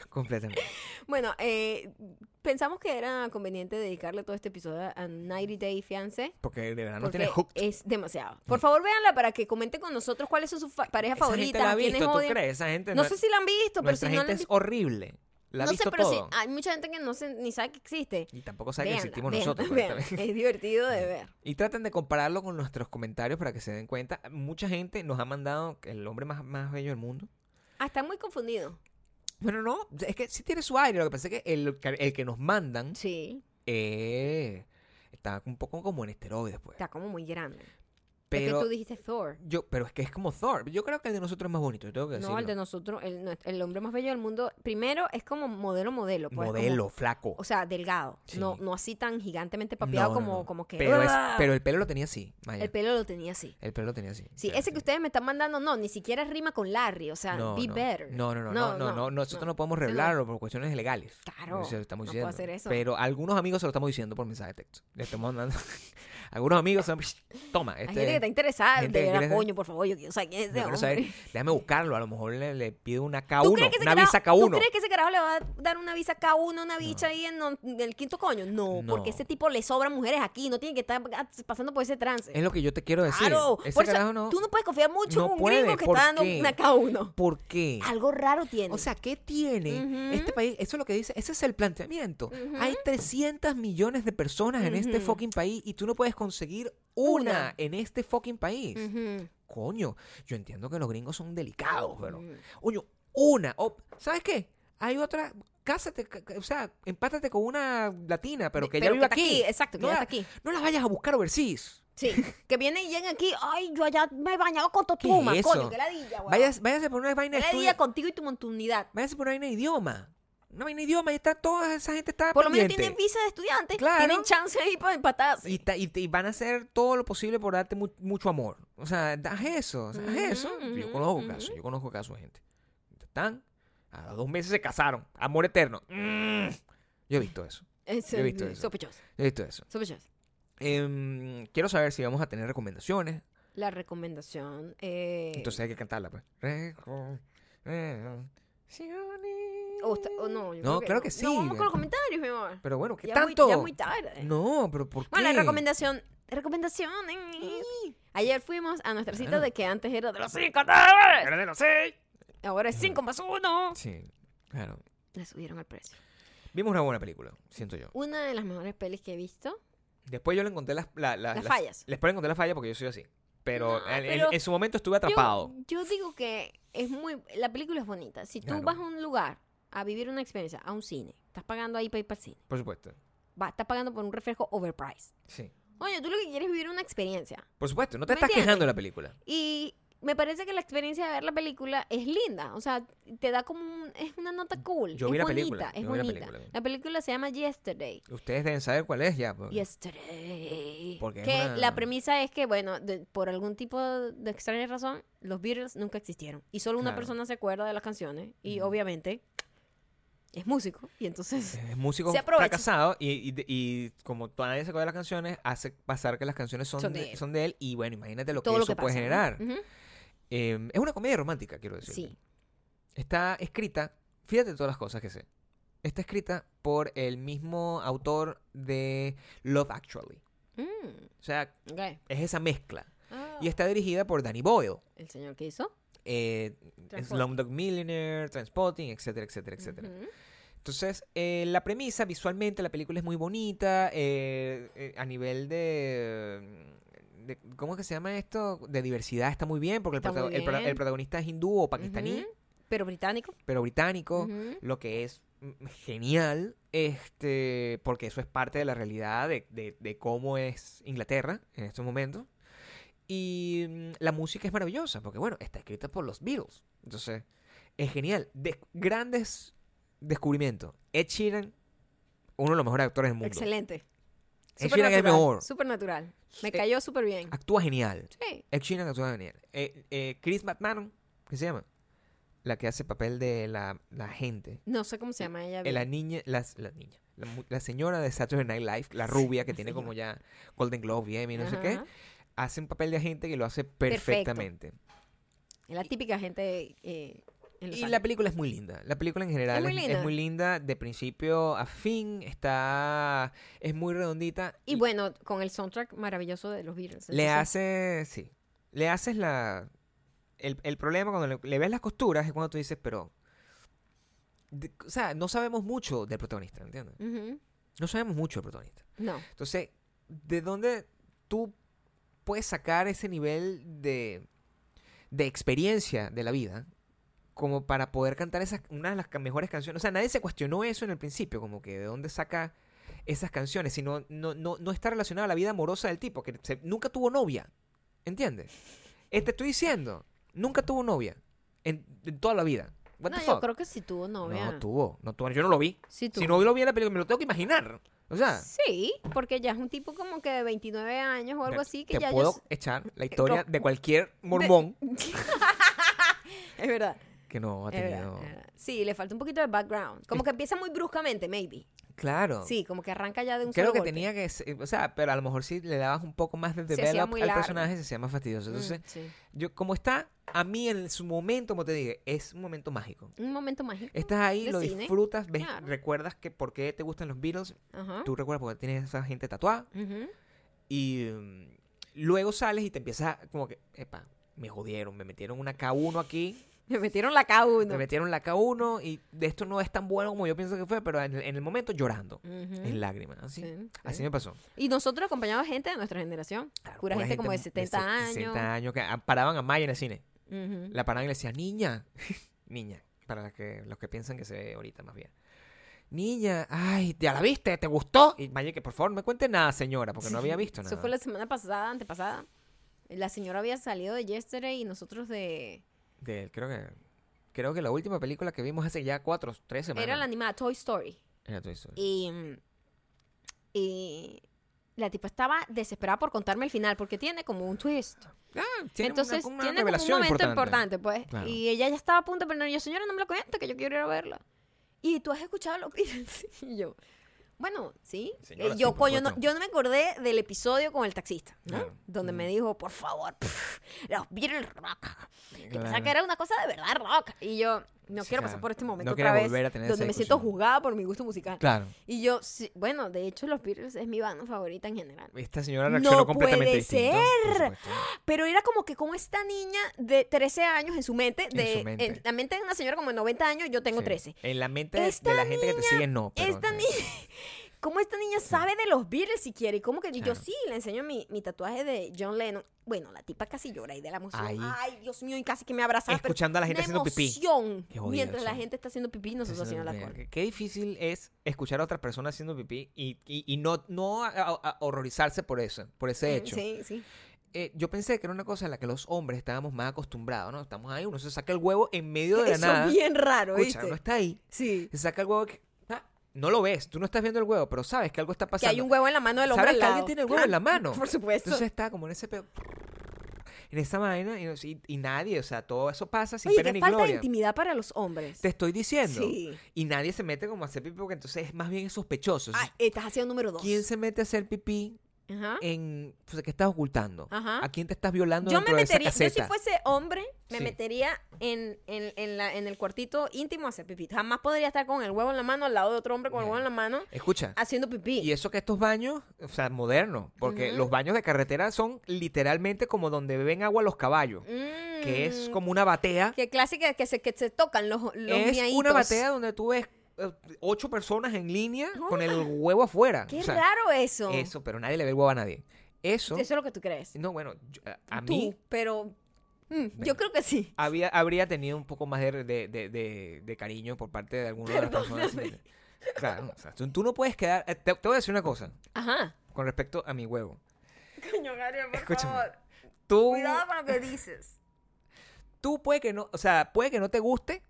S2: Completamente.
S1: Bueno, eh, pensamos que era conveniente dedicarle todo este episodio a 90 Day Fiance.
S2: Porque de verdad no
S1: Porque
S2: tiene hook.
S1: es demasiado. Por favor, véanla para que comenten con nosotros cuáles son sus fa- parejas
S2: Esa gente
S1: favoritas,
S2: la ha
S1: a quiénes
S2: visto, ¿tú
S1: odian.
S2: crees? Esa gente.
S1: No
S2: nue-
S1: sé si la han visto, pero si
S2: nuestra
S1: no la
S2: gente
S1: han
S2: es
S1: visto.
S2: horrible. La ha
S1: no sé,
S2: visto
S1: pero sí,
S2: todo.
S1: hay mucha gente que no se- ni sabe que existe.
S2: Y tampoco sabe que
S1: Véanla,
S2: existimos
S1: véanla,
S2: nosotros. pero
S1: véanla.
S2: está bien.
S1: Es divertido de ver.
S2: Y traten de compararlo con nuestros comentarios para que se den cuenta. Mucha gente nos ha mandado el hombre más, más bello del mundo.
S1: Ah, está muy confundido.
S2: Bueno, no, es que sí tiene su aire. Lo que pasa es que el, que- el que nos mandan
S1: Sí.
S2: eh, está un poco como en esteroides, pues.
S1: Está como muy grande. es
S2: Pero,
S1: que tú dijiste Thor.
S2: yo, pero es que es como Thor. Yo creo que el de nosotros es más bonito, yo tengo que decirlo.
S1: No, el de nosotros, el, nues- el hombre más bello del mundo, primero es como modelo, modelo. pues, como-
S2: Modelo, flaco.
S1: o sea, delgado.
S2: Sí.
S1: No, no así tan gigantemente
S2: No,
S1: papeado
S2: no,
S1: como,
S2: no.
S1: como que.
S2: Pero, es-
S1: ¡ah!
S2: pero el pelo lo tenía así, Maya.
S1: el
S2: El,
S1: pelo lo tenía así.
S2: pelo lo tenía así.
S1: Sí,
S2: O sea,
S1: ese que ustedes me están mandando, no, ni siquiera rima con Larry. O sea,
S2: no,
S1: be
S2: no.
S1: better.
S2: No, no, no, no, no, no, nosotros no, podemos
S1: Ese no.
S2: revelarlo por cuestiones legales.
S1: Claro,
S2: Eso lo estamos
S1: no
S2: diciendo.
S1: puedo hacer eso.
S2: Pero algunos amigos se lo estamos diciendo por mensaje de texto. Le estamos mandando. algunos amigos son, toma,
S1: Hay
S2: este
S1: gente que está interesada, de
S2: gente que
S1: verdad,
S2: quiere-
S1: coño, por favor, yo quiero saber quién es
S2: yo
S1: ese
S2: quiero
S1: hombre.
S2: saber, este, déjame buscarlo, a lo mejor le, le pido una
S1: ¿Tú
S2: K1,
S1: crees que ese
S2: una
S1: carajo-
S2: visa
S1: ¿Tú
S2: K1.
S1: crees que ese carajo le va a dar una visa K1 una bicha ahí en, no- en el quinto coño? No,
S2: No.
S1: porque ese tipo le sobran mujeres aquí, no tiene que estar ah, pasando por ese trance.
S2: Es lo que yo te quiero decir.
S1: claro,
S2: Ese
S1: por eso
S2: carajo no.
S1: tú no puedes confiar mucho
S2: no
S1: en un
S2: puede,
S1: gringo que
S2: ¿por
S1: está dando
S2: qué?
S1: una K1.
S2: ¿Por qué?
S1: Algo raro tiene.
S2: O sea, ¿qué tiene
S1: Ujú.
S2: este país? Eso es lo que dice, ese es el planteamiento. Hay 300 millones de personas en este
S1: Ujú.
S2: fucking país y tú no puedes conseguir una,
S1: Una.
S2: en este fucking país.
S1: Ujú.
S2: Coño, yo entiendo que los gringos son delicados, pero...
S1: Ujú.
S2: Coño, una. o- ¿Sabes qué? Hay otra... Cásate, ca- ca- o sea, empátate con una latina, pero que
S1: Pero
S2: ya vive
S1: que está
S2: aquí.
S1: aquí, exacto, que
S2: no
S1: ya
S2: la-
S1: está aquí.
S2: No la vayas a buscar overseas.
S1: Sí, que vienen y llegan aquí. Ay, yo allá me he bañado con Totuma,
S2: ¿Qué es
S1: coño,
S2: eso?
S1: que ladilla, weón.
S2: Vayas, váyase por una vaina
S1: Que
S2: de
S1: ladilla
S2: estudio-
S1: contigo y tu montunidad.
S2: Váyase por una vaina de idioma. Una vaina de idioma y está toda esa gente está
S1: Por lo menos
S2: pendiente.
S1: tienen visa de estudiante,
S2: Claro.
S1: tienen chance ahí para empatarse.
S2: Y, ta- y te- y van a hacer todo lo posible por darte mu- mucho amor. O sea, das eso, o sea,
S1: Mm,
S2: haz eso.
S1: Ujú,
S2: Yo
S1: ujú,
S2: conozco
S1: ujú.
S2: casos, yo conozco casos de gente. Están, a los dos meses se casaron. Amor eterno. Mm. Yo he visto eso.
S1: Es,
S2: Yo he visto
S1: eh,
S2: eso.
S1: Sospechoso,
S2: Yo he visto eso.
S1: sospechoso.
S2: Em, quiero saber si vamos a tener
S1: Eh.
S2: recomendaciones.
S1: La recomendación. Eh,
S2: Entonces hay que cantarla, pues. Reco- recomendaciones.
S1: o, está- o no, yo creo
S2: No,
S1: que
S2: claro que sí.
S1: No, vamos con los comentarios, mi amor.
S2: Pero bueno, ¿qué
S1: ya
S2: tanto?
S1: Muy, ya muy tarde.
S2: No, pero ¿por qué?
S1: Bueno, la recomendación. Recomendación. eh. Ayer fuimos a nuestra cita
S2: Claro.
S1: de que antes era de los 5 dólares.
S2: Pero de los seis.
S1: Ahora es
S2: Ah.
S1: 5 más 1.
S2: Sí, claro.
S1: Le subieron el precio.
S2: Vimos una buena película, siento yo.
S1: Una de las mejores pelis que he visto.
S2: Después yo le encontré Ah, las, la- la-
S1: Las fallas.
S2: Después le encontré las fallas porque yo soy así. Pero,
S1: No,
S2: en, en-
S1: pero
S2: en su momento estuve
S1: Yo-
S2: atrapado.
S1: Yo, digo que es muy. La película es bonita. Si tú
S2: Claro.
S1: vas a un lugar a vivir una experiencia, a un cine, estás pagando ahí para ir para el cine.
S2: Por supuesto.
S1: Va, estás pagando por un refresco overpriced.
S2: Sí.
S1: Oye, tú lo que quieres es vivir una experiencia.
S2: Por supuesto. No te
S1: ¿Me
S2: estás
S1: entiendes?
S2: quejando de la película.
S1: Y me parece que la experiencia de ver la película es linda. O sea, te da como un- es una nota cool.
S2: Yo
S1: es
S2: vi la
S1: bonita,
S2: película,
S1: es
S2: yo vi la
S1: bonita.
S2: película.
S1: La película se llama Yesterday.
S2: Ustedes deben saber cuál es ya. porque-
S1: Yesterday.
S2: Porque es
S1: que
S2: una-
S1: la premisa es que, bueno, de- por algún tipo de extraña razón, los Beatles nunca existieron. Y solo una
S2: Claro.
S1: persona se acuerda de las canciones. Y
S2: Ujú.
S1: obviamente es músico. Y entonces.
S2: Es músico
S1: Se aprovecha.
S2: fracasado y, y- y como toda nadie se acuerda de las canciones, hace pasar que las canciones son,
S1: Son de
S2: de,
S1: él.
S2: son de él. Y bueno, imagínate lo que
S1: Todo
S2: eso
S1: lo que pasa.
S2: puede
S1: ¿no?
S2: generar.
S1: Ujú.
S2: Eh, es una comedia romántica, quiero decir.
S1: Sí.
S2: Está escrita, fíjate todas las cosas que sé. Está escrita por el mismo autor de Love Actually.
S1: Mm,
S2: O sea,
S1: ok.
S2: es esa mezcla.
S1: Ah.
S2: Y está dirigida por Danny Boyle.
S1: El señor que hizo.
S2: Eh,
S1: Transpotting.
S2: Slumdog Millionaire, Transpotting, etcétera, etcétera, etcétera.
S1: Ujú.
S2: Entonces, eh, la premisa visualmente, la película es muy bonita. eh, eh, a nivel de, de- ¿Cómo es que se llama esto? De diversidad está muy bien, porque el,
S1: Está muy
S2: protago- el pro-
S1: bien.
S2: el protagonista es hindú o pakistaní,
S1: Ujú. Pero británico.
S2: pero británico.
S1: Ujú.
S2: Lo que es mm, genial, este, porque eso es parte de la realidad de, de- de cómo es Inglaterra en estos momentos. Y mm, la música es maravillosa, porque bueno, está escrita por los Beatles. Entonces, es genial. De, grandes descubrimientos. Ed Sheeran, uno de los mejores actores del mundo.
S1: Excelente.
S2: Ed Sheeran es el mejor.
S1: Supernatural. Me
S2: Eh,
S1: cayó súper bien.
S2: Actúa genial.
S1: Sí.
S2: Ed Sheeran actúa genial. Eh, eh, Chris McMahon, ¿qué se llama? La que hace papel de la, la gente.
S1: No sé cómo se llama ella.
S2: Eh,
S1: bien.
S2: la niña, las- la, niña, la, mu- la señora de Saturday Night Live, la rubia que tiene como ya Golden Globe y Emmy, no sé qué,
S1: Ajá.
S2: hace un papel de agente que lo hace
S1: Perfecto.
S2: perfectamente.
S1: Es la típica gente eh, en los
S2: Y la
S1: años.
S2: película es muy linda. La película en general
S1: muy
S2: es es muy,
S1: linda.
S2: linda de principio a fin, está es muy redondita.
S1: Y bueno, con el soundtrack maravilloso de los Beatles.
S2: le
S1: entonces,
S2: hace, sí, le haces la el, el problema cuando le, le ves las costuras es cuando tú dices, pero de- o sea, no sabemos mucho del protagonista, ¿entiendes?
S1: Ujú.
S2: No sabemos mucho del protagonista.
S1: No.
S2: Entonces, ¿de dónde tú puedes sacar ese nivel de, de experiencia de la vida como para poder cantar esas, una de las ca- mejores canciones? O sea, nadie se cuestionó eso en el principio, como que de dónde saca esas canciones, sino no, no, no está relacionada a la vida amorosa del tipo, que se- nunca tuvo novia, ¿entiendes? Eh, te estoy diciendo, nunca tuvo novia en, en toda la vida. What
S1: No,
S2: the
S1: yo
S2: fuck?
S1: creo que sí tuvo novia.
S2: no tuvo, no tuvo, yo no lo vi.
S1: Sí tuvo.
S2: Si no ah. lo vi en la película, me lo tengo que imaginar. O sea,
S1: Sí, porque ya es un tipo como que de 29 años o algo
S2: Mira,
S1: así que
S2: te
S1: ya eh,
S2: puedo
S1: yo...
S2: echar la historia
S1: Ro-
S2: de cualquier mormón
S1: Es verdad.
S2: que no ha
S1: es verdad,
S2: tenido.
S1: es verdad. Sí, le falta un poquito de background. Como que empieza muy bruscamente, maybe.
S2: Claro.
S1: Sí, como que arranca ya de un
S2: Creo
S1: solo
S2: que
S1: golpe.
S2: tenía que. ser- O sea, pero a lo mejor si le dabas un poco más de
S1: Se hacía
S2: develop
S1: muy
S2: al
S1: largo.
S2: personaje, se hacía más fastidioso.
S1: Mm,
S2: Entonces,
S1: sí.
S2: yo, como está, a mí en su momento, como te dije, es un momento mágico.
S1: Un momento mágico.
S2: Estás ahí,
S1: Mm, de
S2: lo
S1: cine,
S2: disfrutas, ves,
S1: claro. Ah.
S2: recuerdas que por qué te gustan los Beatles,
S1: Ajá.
S2: tú recuerdas porque tienes esa gente tatuada
S1: Ujú.
S2: y mm, luego sales y te empiezas a- como que, epa, me jodieron, me metieron una K1 aquí,
S1: Me metieron la K1.
S2: Me metieron la K1 y de esto no es tan bueno como yo pienso que fue, pero en, en el momento llorando,
S1: Ujú.
S2: en lágrimas. Así,
S1: Sí, sí.
S2: así me pasó.
S1: Y nosotros acompañamos gente de nuestra generación.
S2: Claro,
S1: pura, gente, como de
S2: mu-
S1: 70 años.
S2: 60 años que ah, paraban a Maya en el cine.
S1: Ujú.
S2: La paraban y le decían, niña, niña, para las que, los que piensan que se ve ahorita más bien. Niña, ay, ¿ya la viste? ¿Te gustó? Y Maya que por favor no me cuente nada, señora, porque no había visto nada.
S1: Eso fue la semana pasada, antepasada. La señora había salido de Yesterday y nosotros de...
S2: Del- creo que creo que la última película que vimos hace ya cuatro, tres semanas.
S1: Era la animada Toy Story.
S2: Era Toy Story.
S1: Y, y la tipa estaba desesperada por contarme el final, porque tiene como un twist.
S2: Ah, tiene una-
S1: Entonces,
S2: una,
S1: tiene como un
S2: revelación
S1: momento importante, pues.
S2: Claro.
S1: Y ella ya estaba a punto, pero yo, señora, no me lo cuente, que yo quiero ir a verla. Y tú has escuchado lo que Y yo, bueno, sí.
S2: Señora,
S1: Eh,
S2: sí,
S1: yo,
S2: por
S1: coño, no,
S2: supuesto.
S1: yo no me acordé del episodio con el taxista, ¿no?
S2: Claro.
S1: Donde me dijo, por favor, pff, los Beatles rock. Que pensaba
S2: Claro.
S1: que era una cosa de verdad rock. Y yo, no
S2: Sí,
S1: quiero
S2: claro.
S1: pasar por este
S2: No
S1: momento
S2: quiero
S1: otra vez.
S2: volver a tener
S1: donde
S2: esa
S1: me siento
S2: discusión.
S1: juzgada por mi gusto musical.
S2: Claro.
S1: Y yo, sí, bueno, de hecho, los Beatles es mi banda favorita en general.
S2: Esta señora
S1: No
S2: reaccionó completamente
S1: puede
S2: distinto, por
S1: ser.
S2: supuesto.
S1: Pero era como que con esta niña de 13 años en su mente,
S2: En
S1: de,
S2: su mente.
S1: en la mente de una señora como de 90 años, yo tengo
S2: Sí.
S1: 13.
S2: En la mente de-
S1: Esta
S2: de la gente que te sigue, no. pero-
S1: esta niña, ¿cómo esta niña sabe de los Beatles si quiere? Y como que y yo
S2: Claro.
S1: sí, le enseño mi, mi tatuaje de John Lennon. Bueno, la tipa casi llora y de la emoción.
S2: Ahí.
S1: Ay, Dios mío, y casi que me abrazaba. pero
S2: Escuchando a la gente
S1: una
S2: haciendo pipí.
S1: emoción.
S2: Qué jodido,
S1: Mientras la
S2: sí.
S1: gente está haciendo pipí, nosotros haciendo la corte.
S2: Qué difícil es escuchar a otra persona haciendo pipí y, y- y no, no a- a- a horrorizarse por eso, por ese hecho.
S1: Sí, sí.
S2: Eh, yo pensé que era una cosa en la que los hombres estábamos más acostumbrados, ¿no? Estamos ahí, uno se saca el huevo en medio de la
S1: Eso
S2: nada.
S1: es bien raro,
S2: Escucha,
S1: ¿viste?
S2: uno está ahí,
S1: Sí.
S2: se saca el huevo. que- ah, no lo ves, tú no estás viendo el huevo, pero sabes que algo está
S1: Que
S2: pasando.
S1: hay un huevo en la mano del hombre
S2: Sabes
S1: al
S2: que alguien
S1: lado.
S2: tiene el huevo en la mano.
S1: Por supuesto.
S2: Entonces está como en ese peo. En esa vaina y, y- y nadie, o sea, todo eso pasa sin
S1: Oye,
S2: pena
S1: qué
S2: ni
S1: falta de
S2: gloria.
S1: intimidad para los hombres.
S2: Te estoy diciendo.
S1: Sí.
S2: Y nadie se mete como a hacer pipí porque entonces es más bien sospechoso.
S1: Ah, estás haciendo número dos.
S2: ¿Quién se mete a hacer pipí
S1: Ajá.
S2: en. O sea, ¿qué estás ocultando?
S1: Ajá.
S2: ¿A quién te estás violando
S1: Yo me
S2: dentro de
S1: metería,
S2: esa
S1: yo si
S2: caseta?
S1: fuese hombre, me
S2: Sí.
S1: metería en, en, en, la, en el cuartito íntimo a hacer pipí. Jamás podría estar con el huevo en la mano al lado de otro hombre con el huevo en la mano
S2: Escucha.
S1: haciendo pipí.
S2: Y eso que estos baños, o sea, modernos, porque los baños de carretera son literalmente como donde beben agua los caballos,
S1: Mm,
S2: que es como una batea
S1: Que clásica que se, que se tocan los, los
S2: es
S1: miaitos.
S2: una batea donde tú ves eh, ocho personas en línea con el huevo afuera.
S1: Qué
S2: O sea,
S1: raro eso.
S2: Eso, pero nadie le ve el huevo a nadie. Eso,
S1: Eso es lo que tú crees.
S2: no, bueno, yo- a- a
S1: Tú,
S2: mí
S1: pero mm, yo creo que sí.
S2: había, habría tenido un poco más de, de- de- de- de cariño por parte de alguna de las personas. Claro, o sea, tú, tú no puedes quedar. eh, Te, te voy a decir una cosa
S1: Ajá.
S2: con respecto a mi huevo.
S1: Coño, Gabriel, por
S2: Escúchame.
S1: favor.
S2: Tú,
S1: Cuidado con lo que dices.
S2: tú puede que no, o sea, puede que no te guste,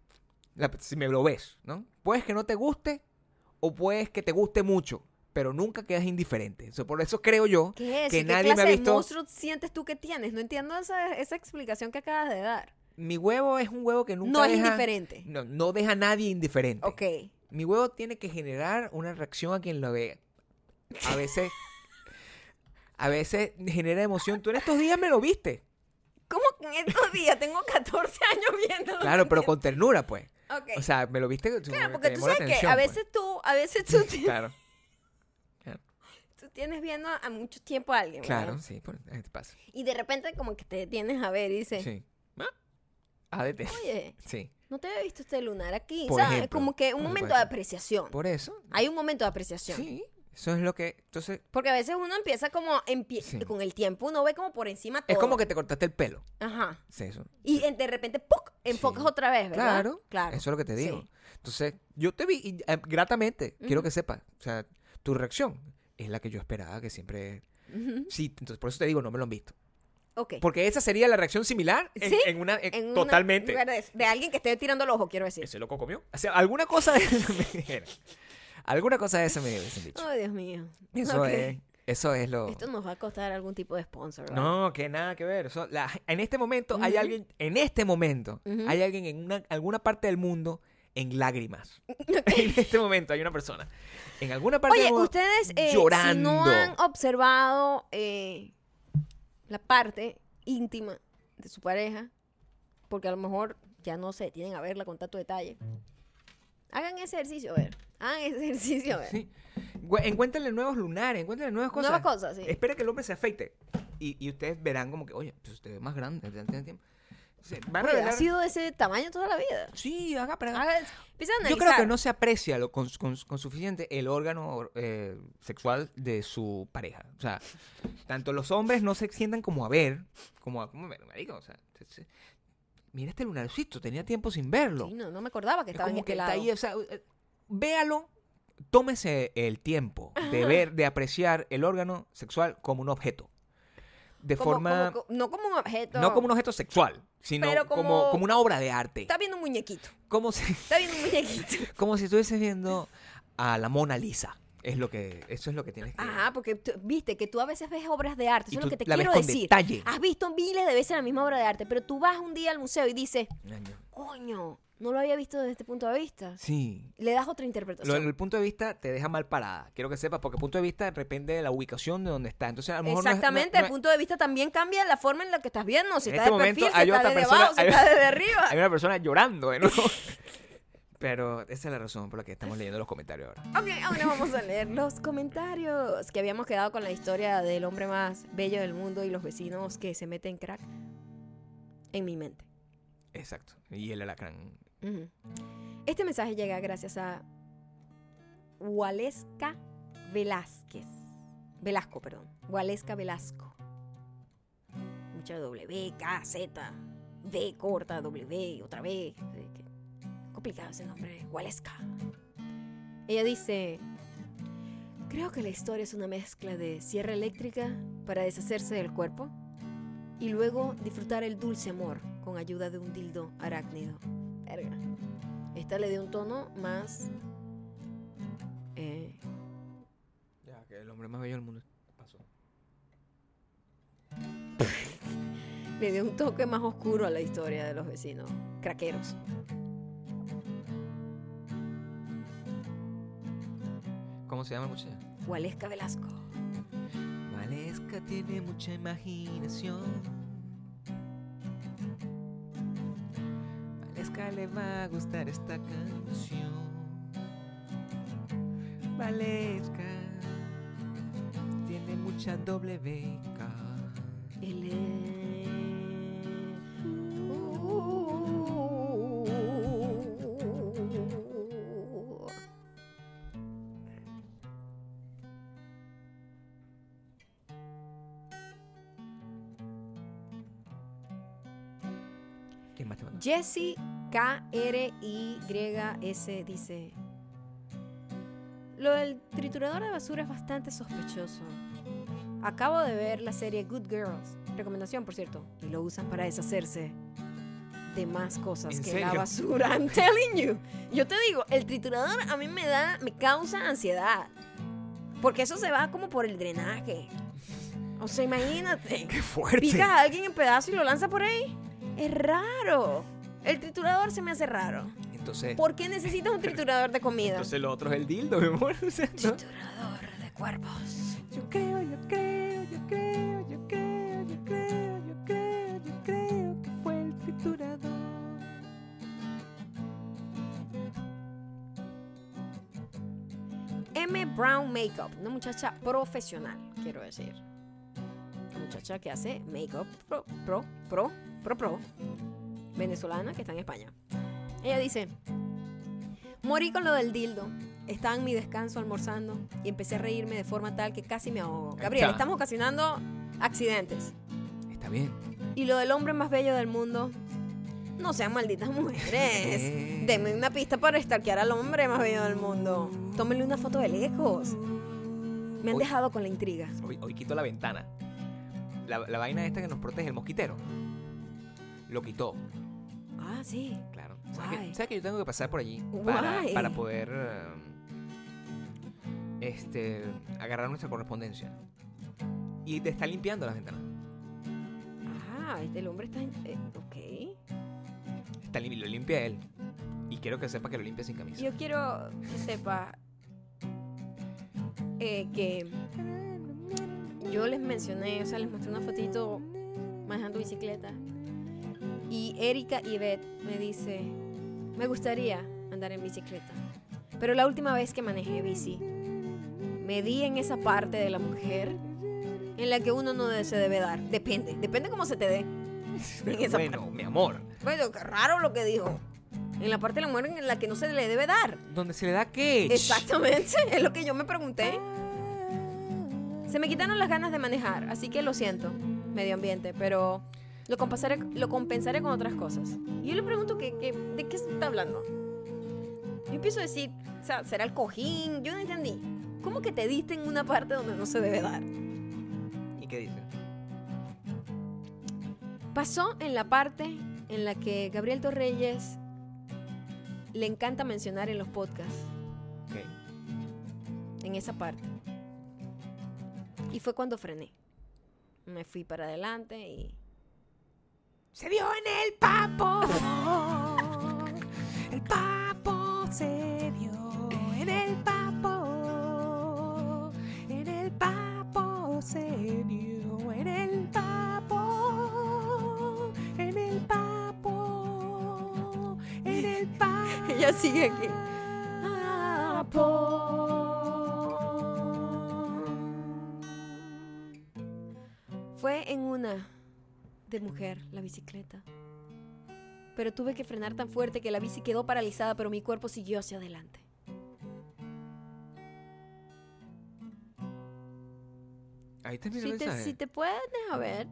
S2: la- si me lo ves, ¿no? Puedes que no te guste o puedes que te guste mucho, pero nunca quedas indiferente. Eso- por eso creo yo
S1: ¿Qué es?
S2: que
S1: ¿Y ¿Qué
S2: nadie
S1: clase
S2: me ha
S1: de
S2: visto.
S1: monstruo sientes tú que tienes? No entiendo esa, esa explicación que acabas de dar.
S2: Mi huevo es un huevo que nunca
S1: No es
S2: deja,
S1: indiferente.
S2: No, no deja a nadie indiferente.
S1: Ok.
S2: Mi huevo tiene que generar una reacción a quien lo ve. A veces, a veces genera emoción. Tú en estos días me lo viste.
S1: ¿Cómo que en estos días? Tengo 14 años viendo.
S2: Claro, pero con ternura, pues.
S1: Ok.
S2: O sea, me lo viste.
S1: claro,
S2: me-
S1: porque
S2: me
S1: tú
S2: llamó la
S1: sabes que
S2: atención,
S1: a
S2: pues.
S1: veces tú, a veces tú, ti-
S2: Claro.
S1: tú tienes viendo a mucho tiempo a alguien. ¿verdad?
S2: Claro, sí, por- eh, te pasa.
S1: Y de repente como que te detienes a ver y dices,
S2: Sí. Ah, ADT.
S1: Oye,
S2: Sí.
S1: no te había visto este lunar aquí.
S2: Por
S1: ¿sabes?
S2: ejemplo,
S1: Como que un
S2: por
S1: momento de
S2: supuesto.
S1: apreciación.
S2: Por eso.
S1: Hay un momento de apreciación.
S2: Sí. Eso es lo que. Entonces,
S1: Porque a veces uno empieza como empie-
S2: Sí.
S1: con el tiempo, uno ve como por encima todo.
S2: es como que te cortaste el pelo.
S1: Ajá.
S2: Sí, eso.
S1: Y en- de repente, ¡puc! Enfocas
S2: Sí.
S1: otra vez, ¿verdad?
S2: Claro,
S1: Claro.
S2: Eso es lo que te
S1: Sí.
S2: digo. Entonces, yo te vi y, eh, gratamente, quiero que sepas, o sea, tu reacción es la que yo esperaba, que siempre...
S1: Ujú.
S2: Sí, entonces por eso te digo, no me lo han visto.
S1: Ok.
S2: Porque esa sería la reacción similar en,
S1: Sí,
S2: en una... en-
S1: En una-
S2: Eh, totalmente.
S1: lugar de, de alguien que esté tirando el ojo, quiero decir.
S2: Ese loco comió. O sea, alguna cosa de eso me dijeron. Alguna cosa de eso me hubiesen dicho.
S1: Ay, Dios mío.
S2: Eso
S1: Ok.
S2: es... Eso es lo...
S1: Esto nos va a costar algún tipo de sponsor. ¿verdad?
S2: No, que nada que ver. Eso- la- en este momento hay
S1: Ujú.
S2: alguien, en este momento,
S1: Ujú.
S2: hay alguien en una- alguna parte del mundo en lágrimas. en este momento hay una persona. En alguna parte del
S1: Oye,
S2: mundo
S1: ustedes eh, si
S2: llorando.
S1: no han observado eh, la parte íntima de su pareja, porque a lo mejor ya no se tienen a verla con tanto detalle, hagan ese ejercicio, a ver. Hagan ese ejercicio, a ver.
S2: Sí. Gu- Encuéntrenle nuevos lunares, encuéntrenle nuevas cosas.
S1: Nuevas cosas, sí.
S2: Espera que el hombre se afeite. Y, y ustedes verán como que, oye, pues usted es más grande. te- te- te- se- van a
S1: Oye, ha
S2: revelar-
S1: sido de ese tamaño toda la vida.
S2: Sí, haga, pero-
S1: Hagan- empieza a
S2: Yo creo que
S1: analizar.
S2: no se aprecia lo, con, con- con suficiente el órgano eh, sexual de su pareja. O sea, tanto los hombres no se sientan como a ver, como a, como ver, marico, o sea, se- se- mira este lunarcito, tenía tiempo sin verlo.
S1: Sí, no, no me acordaba que
S2: es
S1: estaba en
S2: como
S1: este
S2: que está
S1: lado.
S2: ahí, o sea, eh, véalo, tómese el tiempo de ver, de apreciar el órgano sexual como un objeto. De
S1: Como-
S2: forma,
S1: como- no como un objeto.
S2: no como un objeto sexual, sino
S1: Pero
S2: como,
S1: como-
S2: como, una obra de arte.
S1: Está viendo un muñequito.
S2: Como se...
S1: Está viendo un muñequito.
S2: Como si estuvieses viendo a la Mona Lisa. Es lo que, eso es lo que tienes que
S1: Ajá, porque tú- viste que tú a veces ves obras de arte,
S2: Y
S1: eso es lo
S2: tú
S1: que te
S2: la ves
S1: quiero
S2: con
S1: decir.
S2: detalle.
S1: Has visto miles de veces la misma obra de arte, pero tú vas un día al museo y dices,
S2: Año.
S1: coño, no lo había visto desde este punto de vista.
S2: Sí.
S1: Le das otra
S2: Lo-
S1: interpretación.
S2: el punto de vista te deja mal parada. Quiero que sepas, porque el punto de vista depende de la ubicación de donde está. Entonces, a lo mejor no es- no-
S1: Exactamente,
S2: no
S1: el
S2: es-
S1: punto de vista también cambia la forma en la que estás viendo, si
S2: En
S1: estás
S2: este
S1: de perfil,
S2: momento
S1: si
S2: hay
S1: estás
S2: otra
S1: desde
S2: persona-
S1: abajo, si
S2: hay-
S1: estás desde arriba.
S2: hay una persona llorando de nuevo. Pero esa es la razón por la que estamos leyendo los comentarios ahora.
S1: Ok, ahora vamos a leer los comentarios. Que habíamos quedado con la historia del hombre más bello del mundo y los vecinos que se meten crack en mi mente.
S2: Exacto. Y el alacrán.
S1: Ujú. Este mensaje llega gracias a Waleska Velázquez. Velasco, perdón. Waleska Velasco. Mucha W, K, Z, V corta, W, otra vez. Complicado ese nombre. Waleska. Ella dice: Creo que la historia es una mezcla de sierra eléctrica para deshacerse del cuerpo y luego disfrutar el dulce amor con ayuda de un dildo arácnido. Verga. Esta le dio un tono más. eh,
S2: Ya, que el hombre más bello del mundo pasó.
S1: le dio un toque más oscuro a la historia de los vecinos craqueros.
S2: ¿Cómo se llama el muchacho?
S1: Waleska Velasco.
S2: Valesca tiene mucha imaginación. Valesca le va a gustar esta canción. Valesca tiene mucha doble beca.
S1: Él es-
S2: ¿Quién más te mandó?
S1: Jesse K-R-Y-S dice: Lo del triturador de basura es bastante sospechoso. Acabo de ver la serie Good Girls, recomendación por cierto, y lo usan para deshacerse de más cosas
S2: ¿En
S1: que la
S2: serio?
S1: basura. I'm telling you. Yo te digo, el triturador a mí me da, me causa ansiedad. Porque eso se va como por el drenaje. O sea, imagínate
S2: ¡Qué fuerte!
S1: picas a alguien en pedazos y lo lanzas por ahí. Es raro. El triturador se me hace raro.
S2: Entonces,
S1: ¿Por qué necesitas un triturador de comida?
S2: entonces lo otro es el dildo, mi amor. O sea, ¿no?
S1: Triturador de cuerpos.
S2: Yo creo, yo creo, yo creo, yo creo, yo creo, yo creo, yo creo que fue el triturador.
S1: M. Brown Makeup, una muchacha profesional, quiero decir. Una muchacha que hace makeup pro, pro, pro, pro, pro. venezolana que está en España. Ella dice, morí con lo del dildo. Estaba en mi descanso almorzando y empecé a reírme de forma tal que casi me ahogo. Gabriel,
S2: está.
S1: estamos ocasionando accidentes.
S2: Está bien.
S1: Y lo del hombre más bello del mundo. No sean malditas mujeres. Denme una pista para estalquear al hombre más bello del mundo. Tómenle una foto de lejos. Me han
S2: Uy.
S1: dejado con la intriga.
S2: Hoy, hoy quitó la ventana. La, la vaina esta que nos protege, el mosquitero. Lo quitó,
S1: Ah, sí.
S2: claro. ¿Sabes
S1: Guay.
S2: que, sabes que yo tengo que pasar por allí para,
S1: Guay.
S2: para poder eh, este, agarrar nuestra correspondencia? Y te está limpiando las ventanas.
S1: Ah, este, el hombre está... en- eh, ok.
S2: Está lim- lo limpia él. Y quiero que sepa que lo limpia sin camisa.
S1: Yo quiero que sepa eh, que yo les mencioné, o sea, les mostré una fotito manejando bicicleta. Y Erika Yvette me dice, me gustaría andar en bicicleta. Pero la última vez que manejé bici, me di en esa parte de la mujer en la que uno no de- se debe dar. Depende, depende cómo se te dé. En esa
S2: bueno, mi amor.
S1: Bueno, qué raro lo que dijo. En la parte de la mujer en la que no se le debe dar.
S2: ¿Dónde se le da qué?
S1: Exactamente, es lo que yo me pregunté. Se me quitaron las ganas de manejar, así que lo siento, medio ambiente, pero lo compensaré, lo compensaré con otras cosas. Y yo le pregunto que, que- de qué se está hablando. Yo empiezo a decir, o sea, ¿será el cojín? Yo no entendí. ¿Cómo que te diste en una parte donde no se debe dar?
S2: ¿Y qué dice?
S1: Pasó en la parte en la que Gabriel Torreyes le encanta mencionar en los podcasts.
S2: Ok.
S1: en esa parte. Y fue cuando frené. Me fui para adelante y...
S2: Se vio en el papo. El papo se vio en el papo. En el papo se vio en el papo. En el papo. En el papo.
S1: Ella sigue aquí. Fue en una de mujer la bicicleta. Pero tuve que frenar tan fuerte que la bici quedó paralizada, pero mi cuerpo siguió hacia adelante.
S2: Ahí terminó el
S1: Si te,
S2: mensaje.
S1: si te puedes a ver,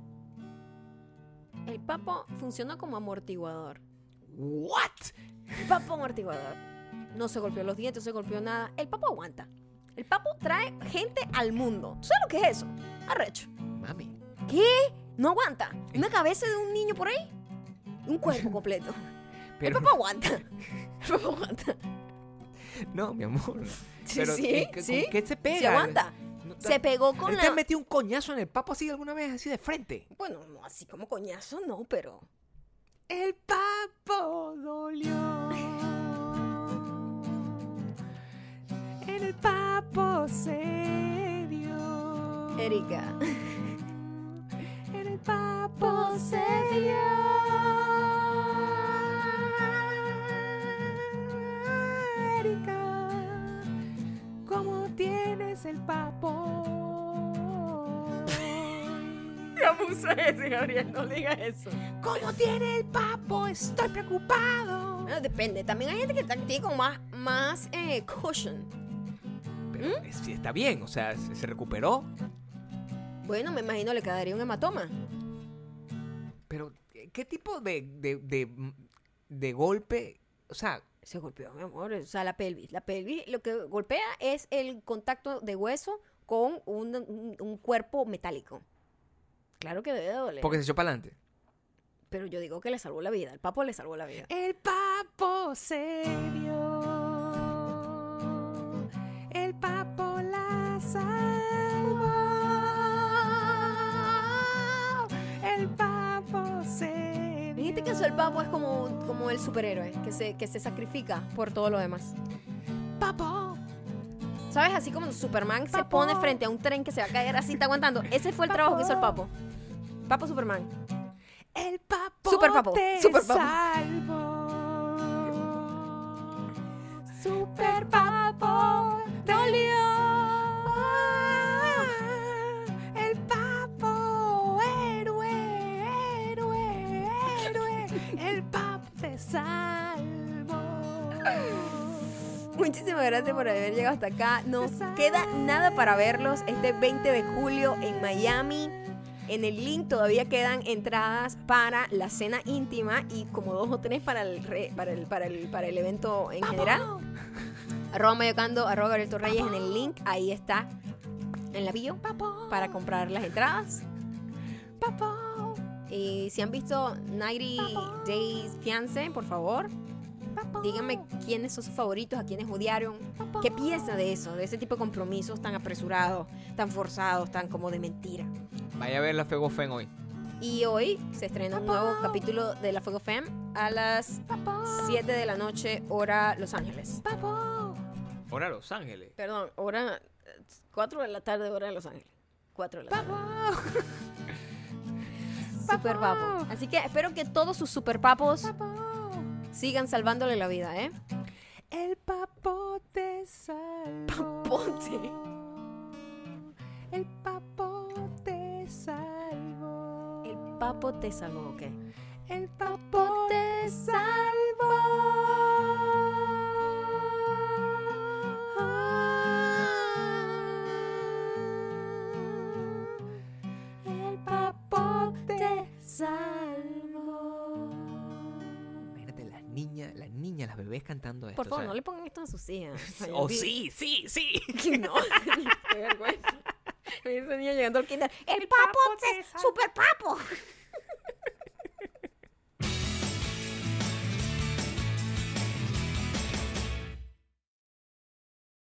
S1: el papo funcionó como amortiguador.
S2: What?
S1: El papo amortiguador. No se golpeó los dientes, no se golpeó nada. El papo aguanta. El papo trae gente al mundo. ¿Tú sabes lo que es eso? Arrecho.
S2: Mami.
S1: No aguanta. Una cabeza de un niño por ahí. Un cuerpo completo.
S2: Pero
S1: El papo aguanta. El papo aguanta.
S2: no, mi amor.
S1: Sí,
S2: Pero,
S1: sí,
S2: ¿qué- con
S1: sí.
S2: ¿Qué se pega?
S1: Se aguanta.
S2: No,
S1: Se pegó con
S2: ¿Te has
S1: la...
S2: metido un coñazo en el papo así alguna vez, así de frente?
S1: Bueno, no así como coñazo, no, pero...
S2: El papo dolió. En el papo se vio.
S1: Erika.
S2: En el papo se vio. Erika, ¿cómo tienes el papo?
S1: No abusa ese, Gabriel. No digas eso.
S2: ¿Cómo tiene el papo? Estoy preocupado.
S1: Bueno, depende. También hay gente que ta- tiene como más, más eh, cushion.
S2: Pero es- sí, está bien, o sea, se se recuperó.
S1: Bueno, me imagino le quedaría un hematoma.
S2: Pero, ¿qué- ¿qué tipo de, de, de- de golpe? O sea,
S1: Se golpeó, mi amor. O sea, la pelvis. La pelvis lo que golpea es el contacto de hueso con un, un- un cuerpo metálico. Claro que debe de doler.
S2: porque se echó para adelante.
S1: Pero yo digo que le salvó la vida. El papo le salvó la vida.
S2: El papo se vio. El papo la salvó. El papo se
S1: En este caso, el papo es como, como el superhéroe que se, que se sacrifica por todo lo demás.
S2: Papo.
S1: ¿Sabes? Así como Superman se
S2: Papo.
S1: pone frente a un tren que se va a caer así, está aguantando. Ese fue el trabajo que hizo el papo. Papo Superman.
S2: El papo
S1: Super papo,
S2: te
S1: super papo.
S2: salvó. Super papo dolió. El papo héroe, héroe, héroe.
S3: El pop te salvo.
S1: Muchísimas gracias por haber llegado hasta acá. Nos queda nada para verlos este 20 de julio en Miami. En el link todavía quedan entradas para la cena íntima y como dos o tres para el, re- para el, para el, para el evento en general. Arroba Mayocando, arroba Gabriel Torreyes en el link. Ahí está en la bio para comprar las entradas. Y si han visto 90 Days Fiance, por favor, díganme quiénes son sus favoritos, a quiénes odiaron. ¿Qué piensa de eso? De ese tipo de compromisos tan apresurados, tan forzados, tan como de mentira.
S2: Vaya a ver la Fegofen hoy.
S1: Y hoy se estrena un nuevo capítulo de La Fuego Femme a las 7 de la noche, hora Los Ángeles.
S2: Ahora Los Ángeles.
S1: Perdón, hora 4 de la tarde, hora de Los Ángeles. 4 de la tarde. Super papo. Así que espero que todos sus super papos sigan salvándole la vida, ¿eh?
S3: El papo te salvo.
S1: Ponte.
S3: El papo te salvo.
S1: El papo te salvó, ¿ok?
S3: El papo te salvo. El papo te salvo.
S2: Imagínate las niñas, las niñas, las bebés cantando esto.
S1: Por favor, no
S2: ¿sabes?
S1: le pongan esto a sus hijas. Ay,
S2: Oh,
S1: olvídate.
S2: sí, sí, sí.
S1: Que no, qué vergüenza. Me dice niña llegando al kinder. El papo,
S3: papo
S1: te-
S3: te salva".
S1: super papo.